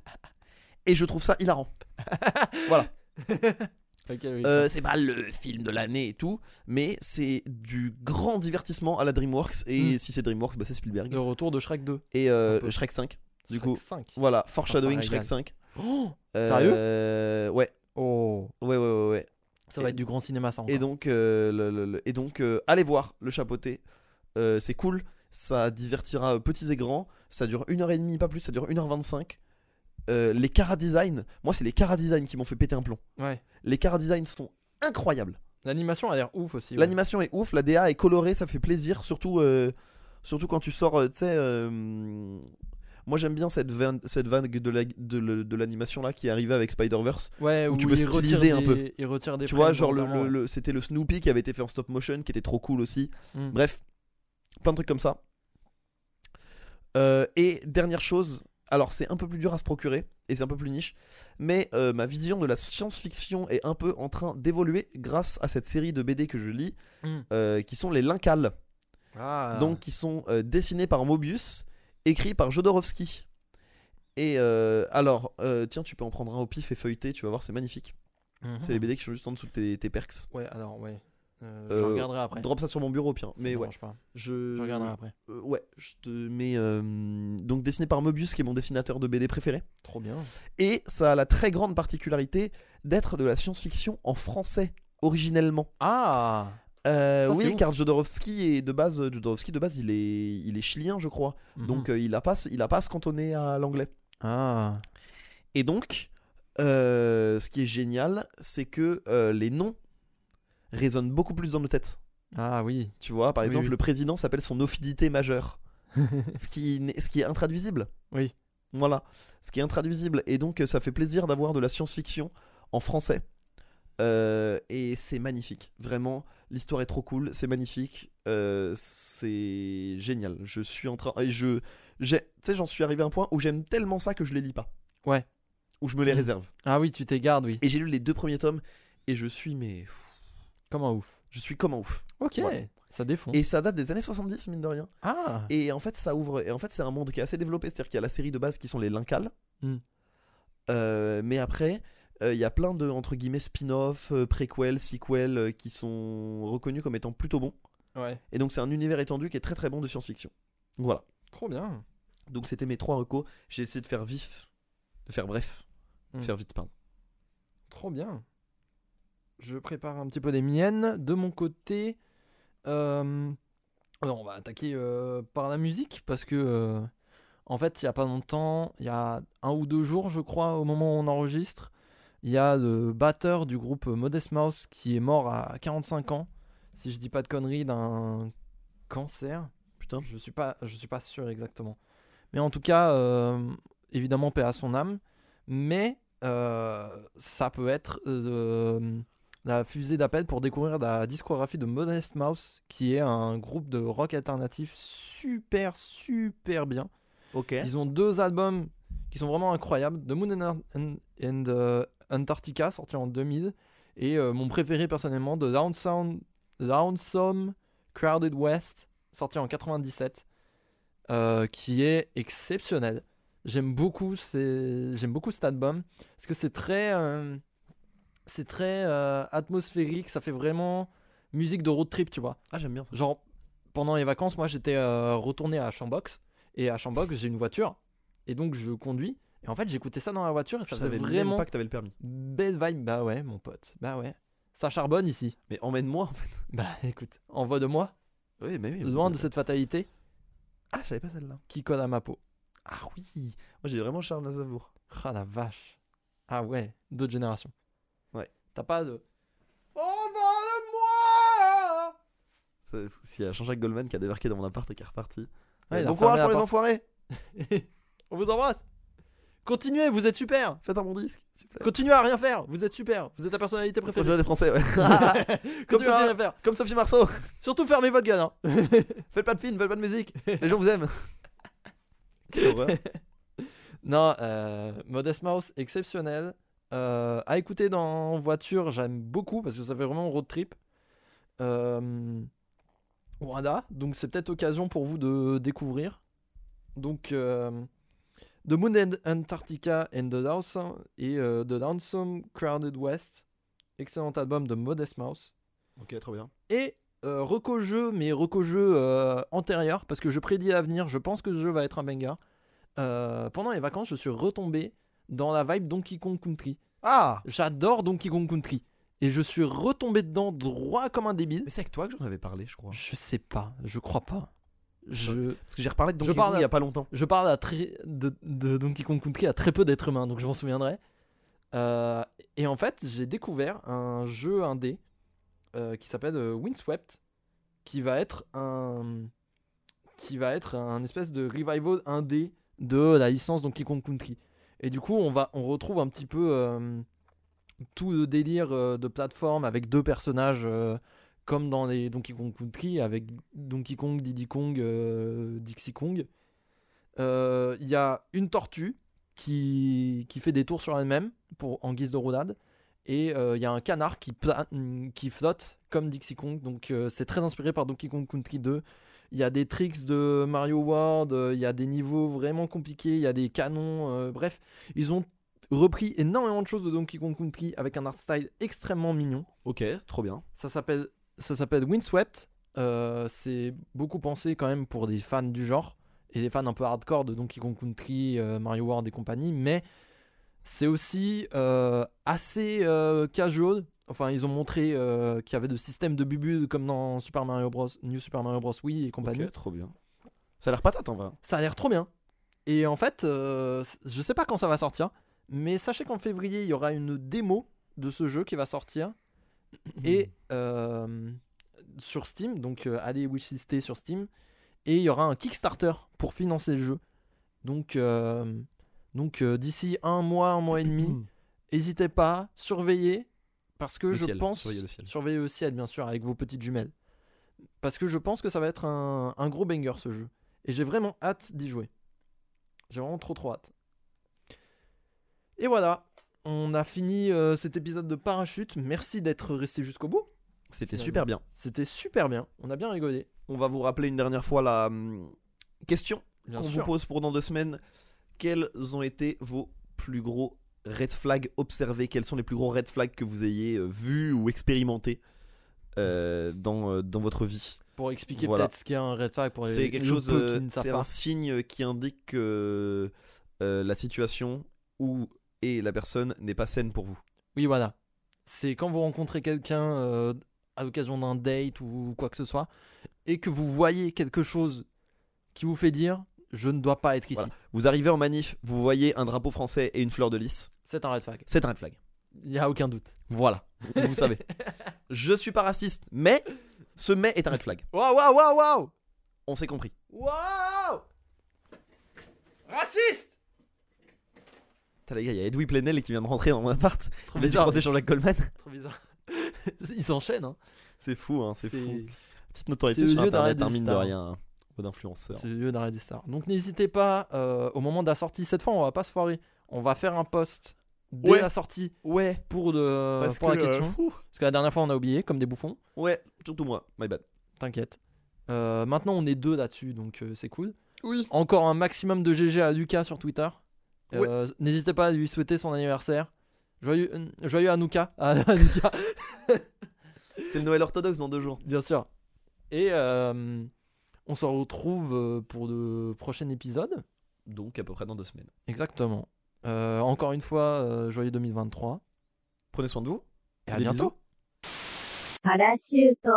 Speaker 1: Et je trouve ça hilarant.
Speaker 3: Ok, oui.
Speaker 1: Euh, c'est pas le film de l'année et tout. Mais c'est du grand divertissement à la Dreamworks. Et
Speaker 3: Mm.
Speaker 1: si c'est Dreamworks, bah, c'est Spielberg.
Speaker 3: Le retour de Shrek 2.
Speaker 1: Et
Speaker 3: Un peu.
Speaker 1: euh, Shrek 5. Du
Speaker 3: Shrek
Speaker 1: coup,
Speaker 3: 5.
Speaker 1: Voilà, foreshadowing
Speaker 3: régale.
Speaker 1: Shrek 5.
Speaker 3: Oh,
Speaker 1: Euh, Ouais.
Speaker 3: oh.
Speaker 1: Ouais, ouais, ouais, ouais.
Speaker 3: Ça va
Speaker 1: Et-
Speaker 3: être du grand cinéma, ça.
Speaker 1: Et
Speaker 3: encore.
Speaker 1: donc, euh, le- le- le- et donc euh, allez voir le chapeauté. Euh, c'est cool. Ça divertira euh, petits et grands. Ça dure 1h30, pas plus. Ça dure 1h25. Euh, les Cara Design, moi, c'est les Cara Design qui m'ont fait péter un plomb.
Speaker 3: Ouais.
Speaker 1: Les Cara Design sont incroyables.
Speaker 3: L'animation a l'air ouf aussi. ouais.
Speaker 1: L'animation est ouf. La DA est colorée. Ça fait plaisir. Surtout, euh, surtout quand tu sors, euh, tu sais. euh, moi, j'aime bien cette vanne, cette vanne de la- de le- de l'animation là qui est arrivée avec Spider-Verse.
Speaker 3: Ouais,
Speaker 1: où
Speaker 3: où
Speaker 1: tu peux
Speaker 3: il retire
Speaker 1: styliser un
Speaker 3: des-
Speaker 1: peu.
Speaker 3: Il retire des
Speaker 1: tu vois
Speaker 3: frames
Speaker 1: genre le,
Speaker 3: volontairement,
Speaker 1: le- le- c'était le Snoopy qui avait été fait en stop motion qui était trop cool aussi
Speaker 3: ouais. Mm.
Speaker 1: bref plein de trucs comme ça Euh, et dernière chose alors c'est un peu plus dur à se procurer et c'est un peu plus niche mais euh, ma vision de la science-fiction est un peu en train d'évoluer grâce à cette série de BD que je lis
Speaker 3: Mm.
Speaker 1: euh, qui sont les Lincals
Speaker 3: Ah.
Speaker 1: donc qui sont euh, dessinés par Mobius écrits par Jodorowsky et euh, alors euh, tiens tu peux en prendre un au pif et feuilleter tu vas voir c'est magnifique
Speaker 3: Mhm.
Speaker 1: c'est les BD qui sont juste en dessous de tes, tes perks
Speaker 3: Ouais, alors ouais. Euh, je
Speaker 1: Euh,
Speaker 3: regarderai après.
Speaker 1: Drop ça sur mon bureau, pire.
Speaker 3: Ça
Speaker 1: Mais
Speaker 3: me
Speaker 1: ouais,
Speaker 3: dérange pas.
Speaker 1: je.
Speaker 3: Je regarderai après.
Speaker 1: Euh, ouais, je te mets. euh, Donc, dessiné par Mobius, qui est mon dessinateur de BD préféré.
Speaker 3: Trop bien.
Speaker 1: Et ça a la très grande particularité d'être de la science-fiction en français, originellement.
Speaker 3: Ah.
Speaker 1: Euh,
Speaker 3: Ça, c'est
Speaker 1: oui,
Speaker 3: ouf.
Speaker 1: car Jodorowsky est de base. euh, Jodorowsky, de base, il est, il est chilien, je crois.
Speaker 3: Mhm.
Speaker 1: Donc, euh, il a pas, se- il a pas à se cantonner à l'anglais.
Speaker 3: Ah.
Speaker 1: Et donc, euh, ce qui est génial, c'est que euh, les noms résonnent beaucoup plus dans nos têtes.
Speaker 3: Ah oui.
Speaker 1: Tu vois, par
Speaker 3: Oui,
Speaker 1: exemple,
Speaker 3: oui.
Speaker 1: le président s'appelle son ophidité majeure. (laughs) ce, qui, n'est- ce qui est intraduisible.
Speaker 3: Oui.
Speaker 1: Voilà. Ce qui est intraduisible. Et donc, euh, ça fait plaisir d'avoir de la science-fiction en français. Euh, et c'est magnifique. Vraiment, l'histoire est trop cool. C'est magnifique. Euh, c'est génial. Je suis en train. Et je. j'ai- Tu sais, j'en suis arrivé à un point où j'aime tellement ça que je les lis pas.
Speaker 3: Ouais.
Speaker 1: Où je me les
Speaker 3: Mm.
Speaker 1: réserve.
Speaker 3: Ah oui, tu t'égardes, oui.
Speaker 1: Et j'ai lu les deux premiers tomes. Et je suis, mais.
Speaker 3: Comme un ouf.
Speaker 1: Je suis comme un ouf.
Speaker 3: Ok.
Speaker 1: Ouais.
Speaker 3: Ça défonce.
Speaker 1: Et ça date des années 70, mine de rien.
Speaker 3: Ah.
Speaker 1: Et en fait, ça ouvre. Et en fait, c'est un monde qui est assez développé. C'est-à-dire qu'il y a la série de base qui sont les Lincals.
Speaker 3: Mm.
Speaker 1: Euh, mais après, euh, il y a plein de entre guillemets spin-off, euh, préquels, sequels euh, qui sont reconnus comme étant plutôt bons.
Speaker 3: Ouais.
Speaker 1: Et donc, c'est un univers étendu qui est très très bon de science-fiction. Donc, Voilà.
Speaker 3: Trop bien.
Speaker 1: Donc, c'était mes trois recos. J'ai essayé de faire vif, de faire bref, de
Speaker 3: Mm.
Speaker 1: faire vite, pardon.
Speaker 3: Trop bien. Je prépare un petit peu des miennes. De mon côté, euh, alors on va attaquer euh, par la musique parce que euh, En fait, il n'y a pas longtemps, il y a un ou deux jours, je crois, au moment où on enregistre, il y a le batteur du groupe Modest Mouse qui est mort à 45 ans, si je dis pas de conneries, d'un cancer.
Speaker 1: Putain.
Speaker 3: Je suis pas, je suis pas sûr exactement. Mais en tout cas, euh, évidemment, paix à son âme. Mais euh, ça peut être euh, la fusée d'appel pour découvrir la discographie de Modest Mouse, qui est un groupe de rock alternatif super, super bien.
Speaker 1: Ok.
Speaker 3: Ils ont deux albums qui sont vraiment incroyables The Moon and, and- and, euh, Antarctica, sorti en 2000, et euh, mon préféré personnellement, The Lonesome, Lonesome Crowded West, sorti en 97, euh, qui est exceptionnel. J'aime beaucoup, ces- j'aime beaucoup cet album parce que c'est très, euh, c'est très euh, atmosphérique. Ça fait vraiment musique de road trip, tu vois.
Speaker 1: Ah, j'aime bien ça.
Speaker 3: Genre, pendant les vacances, moi j'étais euh, retourné à Chambox. Et à Chambox, j'ai une voiture. Et donc je conduis. Et en fait, j'écoutais ça dans la voiture et
Speaker 1: Je
Speaker 3: ça faisait
Speaker 1: savais
Speaker 3: vraiment
Speaker 1: même pas que t'avais le permis.
Speaker 3: belle vibe. Bah ouais, mon pote. Bah ouais. Ça charbonne ici.
Speaker 1: (laughs) Mais emmène-moi en fait.
Speaker 3: Bah écoute, envoie de moi,
Speaker 1: Oui, mais oui.
Speaker 3: loin de cette fatalité
Speaker 1: Ah, j'avais pas celle-là.
Speaker 3: qui colle à ma peau.
Speaker 1: Ah oui. Moi, j'ai vraiment Charles Aznavour.
Speaker 3: Ah la vache. Ah ouais, d'autres générations.
Speaker 1: Ouais.
Speaker 3: T'as pas de. Envoie-le-moi
Speaker 1: C'est- S'il y a Jean-Jacques Goldman qui a débarqué dans mon appart et qui est reparti.
Speaker 3: Ouais,
Speaker 1: Euh,
Speaker 3: il a
Speaker 1: bon
Speaker 3: fermé
Speaker 1: courage
Speaker 3: la
Speaker 1: pour les
Speaker 3: porte.
Speaker 1: enfoirés.
Speaker 3: On vous embrasse Continuez, vous êtes super
Speaker 1: Faites un bon disque, s'il vous plaît.
Speaker 3: Continuez à rien faire, vous êtes super Vous êtes la personnalité préférée
Speaker 1: (laughs) Préféré Ah. des Français, ouais.
Speaker 3: Comme
Speaker 1: Comme
Speaker 3: ça,
Speaker 1: Sophie-
Speaker 3: rien à faire.
Speaker 1: (laughs) Comme Sophie Marceau.
Speaker 3: Surtout fermez votre gueule. Hein.
Speaker 1: Faites pas de films, faites pas de musique. Les gens vous aiment. Quelle (laughs) horreur.
Speaker 3: Non, euh, Modest Mouse, exceptionnel. Euh, à écouter dans voiture, j'aime beaucoup parce que ça fait vraiment road trip. Euh, voilà, donc c'est peut-être occasion pour vous de découvrir. Donc, euh, The Moon and Antarctica and the Lonesome et euh, The Lonesome Crowded West. Excellent album de Modest Mouse.
Speaker 1: Ok, trop bien.
Speaker 3: Et euh, reco jeu, mais reco jeu euh, antérieur, parce que je prédis l'avenir, je pense que ce jeu va être un banger. Euh, pendant les vacances, je suis retombé dans la vibe Donkey Kong Country.
Speaker 1: Ah
Speaker 3: J'adore Donkey Kong Country. Et je suis retombé dedans droit comme un débile.
Speaker 1: Mais c'est avec toi que j'en avais parlé, je crois.
Speaker 3: Je sais pas, je crois pas. Je,
Speaker 1: Parce que j'ai reparlé de
Speaker 3: Je
Speaker 1: Donkey
Speaker 3: parle
Speaker 1: Kong il y a pas longtemps.
Speaker 3: je parle à très, de, de Donkey Kong Country à très peu d'êtres humains, donc je m'en souviendrai. Euh, et en fait, j'ai découvert un jeu indé euh, qui s'appelle euh, Windswept, qui va être un qui va être un espèce de revival indé de la licence Donkey Kong Country. Et du coup, on va on retrouve un petit peu euh, tout le délire euh, de plateforme avec deux personnages euh, comme dans les Donkey Kong Country avec Donkey Kong, Diddy Kong, euh, Dixie Kong. Euh, Il y a une tortue qui, qui fait des tours sur elle-même pour en guise de rodade. Et euh, il y a un canard qui, plane- qui flotte comme Dixie Kong. Donc euh, c'est très inspiré par Donkey Kong Country 2. Il y a des tricks de Mario World, euh, il y a des niveaux vraiment compliqués, il y a des canons. euh, bref, ils ont repris énormément de choses de Donkey Kong Country avec un art style extrêmement mignon.
Speaker 1: Ok, trop bien.
Speaker 3: Ça s'appelle ça s'appelle Windswept. Euh, c'est beaucoup pensé quand même pour des fans du genre et des fans un peu hardcore de Donkey Kong Country, euh, Mario World et compagnie, mais c'est aussi euh, assez euh, casual. Enfin, ils ont montré euh, qu'il y avait de systèmes de bubules comme dans Super Mario Bros, New Super Mario Bros. Wii et compagnie.
Speaker 1: Ok, trop bien. Ça a l'air patate en vrai.
Speaker 3: Ça a l'air trop bien. Et en fait, euh, c- je sais pas quand ça va sortir, mais sachez qu'en février, il y aura une démo de ce jeu qui va sortir. et euh, sur Steam, donc euh, allez wishlister sur Steam. Et il y aura un Kickstarter pour financer le jeu. Donc, euh, donc euh, d'ici un mois, un mois et demi,
Speaker 1: (clears throat)
Speaker 3: N'hésitez pas, surveillez, parce que
Speaker 1: Le
Speaker 3: je
Speaker 1: ciel,
Speaker 3: pense.
Speaker 1: surveillez le ciel.
Speaker 3: surveillez le ciel, bien sûr, avec vos petites jumelles. Parce que je pense que ça va être un, un gros banger ce jeu. Et j'ai vraiment hâte d'y jouer. J'ai vraiment trop trop hâte. Et voilà, on a fini euh, cet épisode de Parachute. Merci d'être resté jusqu'au bout.
Speaker 1: C'était
Speaker 3: Finalement.
Speaker 1: super bien.
Speaker 3: C'était super bien, on a bien rigolé.
Speaker 1: On va vous rappeler une dernière fois la hum, question
Speaker 3: Bien
Speaker 1: qu'on vous
Speaker 3: sûr.
Speaker 1: pose pour dans deux semaines. Quels ont été vos plus gros red flags observés Quels sont les plus gros red flags que vous ayez euh, vus ou expérimentés euh, dans, euh, dans votre vie
Speaker 3: Pour expliquer
Speaker 1: Voilà.
Speaker 3: peut-être ce qu'est un red flag pour les
Speaker 1: C'est quelque
Speaker 3: les
Speaker 1: chose,
Speaker 3: peu
Speaker 1: euh,
Speaker 3: qui ne savent
Speaker 1: c'est
Speaker 3: pas.
Speaker 1: un signe qui indique que euh, la situation où est la personne n'est pas saine pour vous.
Speaker 3: Oui, voilà. C'est quand vous rencontrez quelqu'un euh, à l'occasion d'un date ou quoi que ce soit, et que vous voyez quelque chose qui vous fait dire je ne dois pas être ici.
Speaker 1: Voilà. Vous arrivez en manif, vous voyez un drapeau français et une fleur de lys.
Speaker 3: C'est un red flag.
Speaker 1: C'est un red flag.
Speaker 3: Il n'y a aucun doute.
Speaker 1: Voilà. Vous-
Speaker 3: (laughs)
Speaker 1: Vous savez. Je suis pas raciste, mais ce mais est un red flag.
Speaker 3: Waouh, waouh, waouh, waouh
Speaker 1: On s'est compris.
Speaker 3: Waouh
Speaker 2: Raciste
Speaker 1: Putain, les gars, il y a Edoui Plenel qui vient de rentrer dans mon appart.
Speaker 3: Trop
Speaker 1: Il a dû
Speaker 3: bizarre.
Speaker 1: croiser Jean-Jacques Goldman. (laughs)
Speaker 3: Trop bizarre. (laughs) Ils s'enchaînent, hein.
Speaker 1: C'est fou, hein, c'est fou. Petite notoriété
Speaker 3: c'est le
Speaker 1: sur
Speaker 3: lieu d'un Red
Speaker 1: internet, termine de
Speaker 3: Star.
Speaker 1: rien. hein. Ou d'influenceur.
Speaker 3: C'est le lieu d'arrêt des stars. Donc n'hésitez pas, euh, au moment de la sortie, cette fois on va pas se foirer, on va faire un post dès
Speaker 1: Ouais.
Speaker 3: la sortie
Speaker 1: Ouais,
Speaker 3: pour, de,
Speaker 1: Parce
Speaker 3: pour
Speaker 1: que,
Speaker 3: la question.
Speaker 1: euh,
Speaker 3: Parce que la dernière fois on a oublié, comme des bouffons,
Speaker 1: ouais, surtout moi, my bad.
Speaker 3: t'inquiète. Euh, maintenant on est deux là-dessus, donc euh, c'est cool. Oui. Encore un maximum de GG à Lucas sur Twitter. Euh, N'hésitez pas à lui souhaiter son anniversaire. Joyeux, euh, joyeux Hanouka. (laughs) à Hanouka,
Speaker 1: C'est le Noël orthodoxe dans deux jours.
Speaker 3: bien sûr. Et euh, on se retrouve euh, pour le prochain épisode.
Speaker 1: Donc à peu près dans deux semaines.
Speaker 3: Exactement. Euh, encore une fois, euh, joyeux 2023.
Speaker 1: Prenez soin de vous.
Speaker 3: Et à
Speaker 1: Des
Speaker 3: bientôt.
Speaker 4: パラシュート。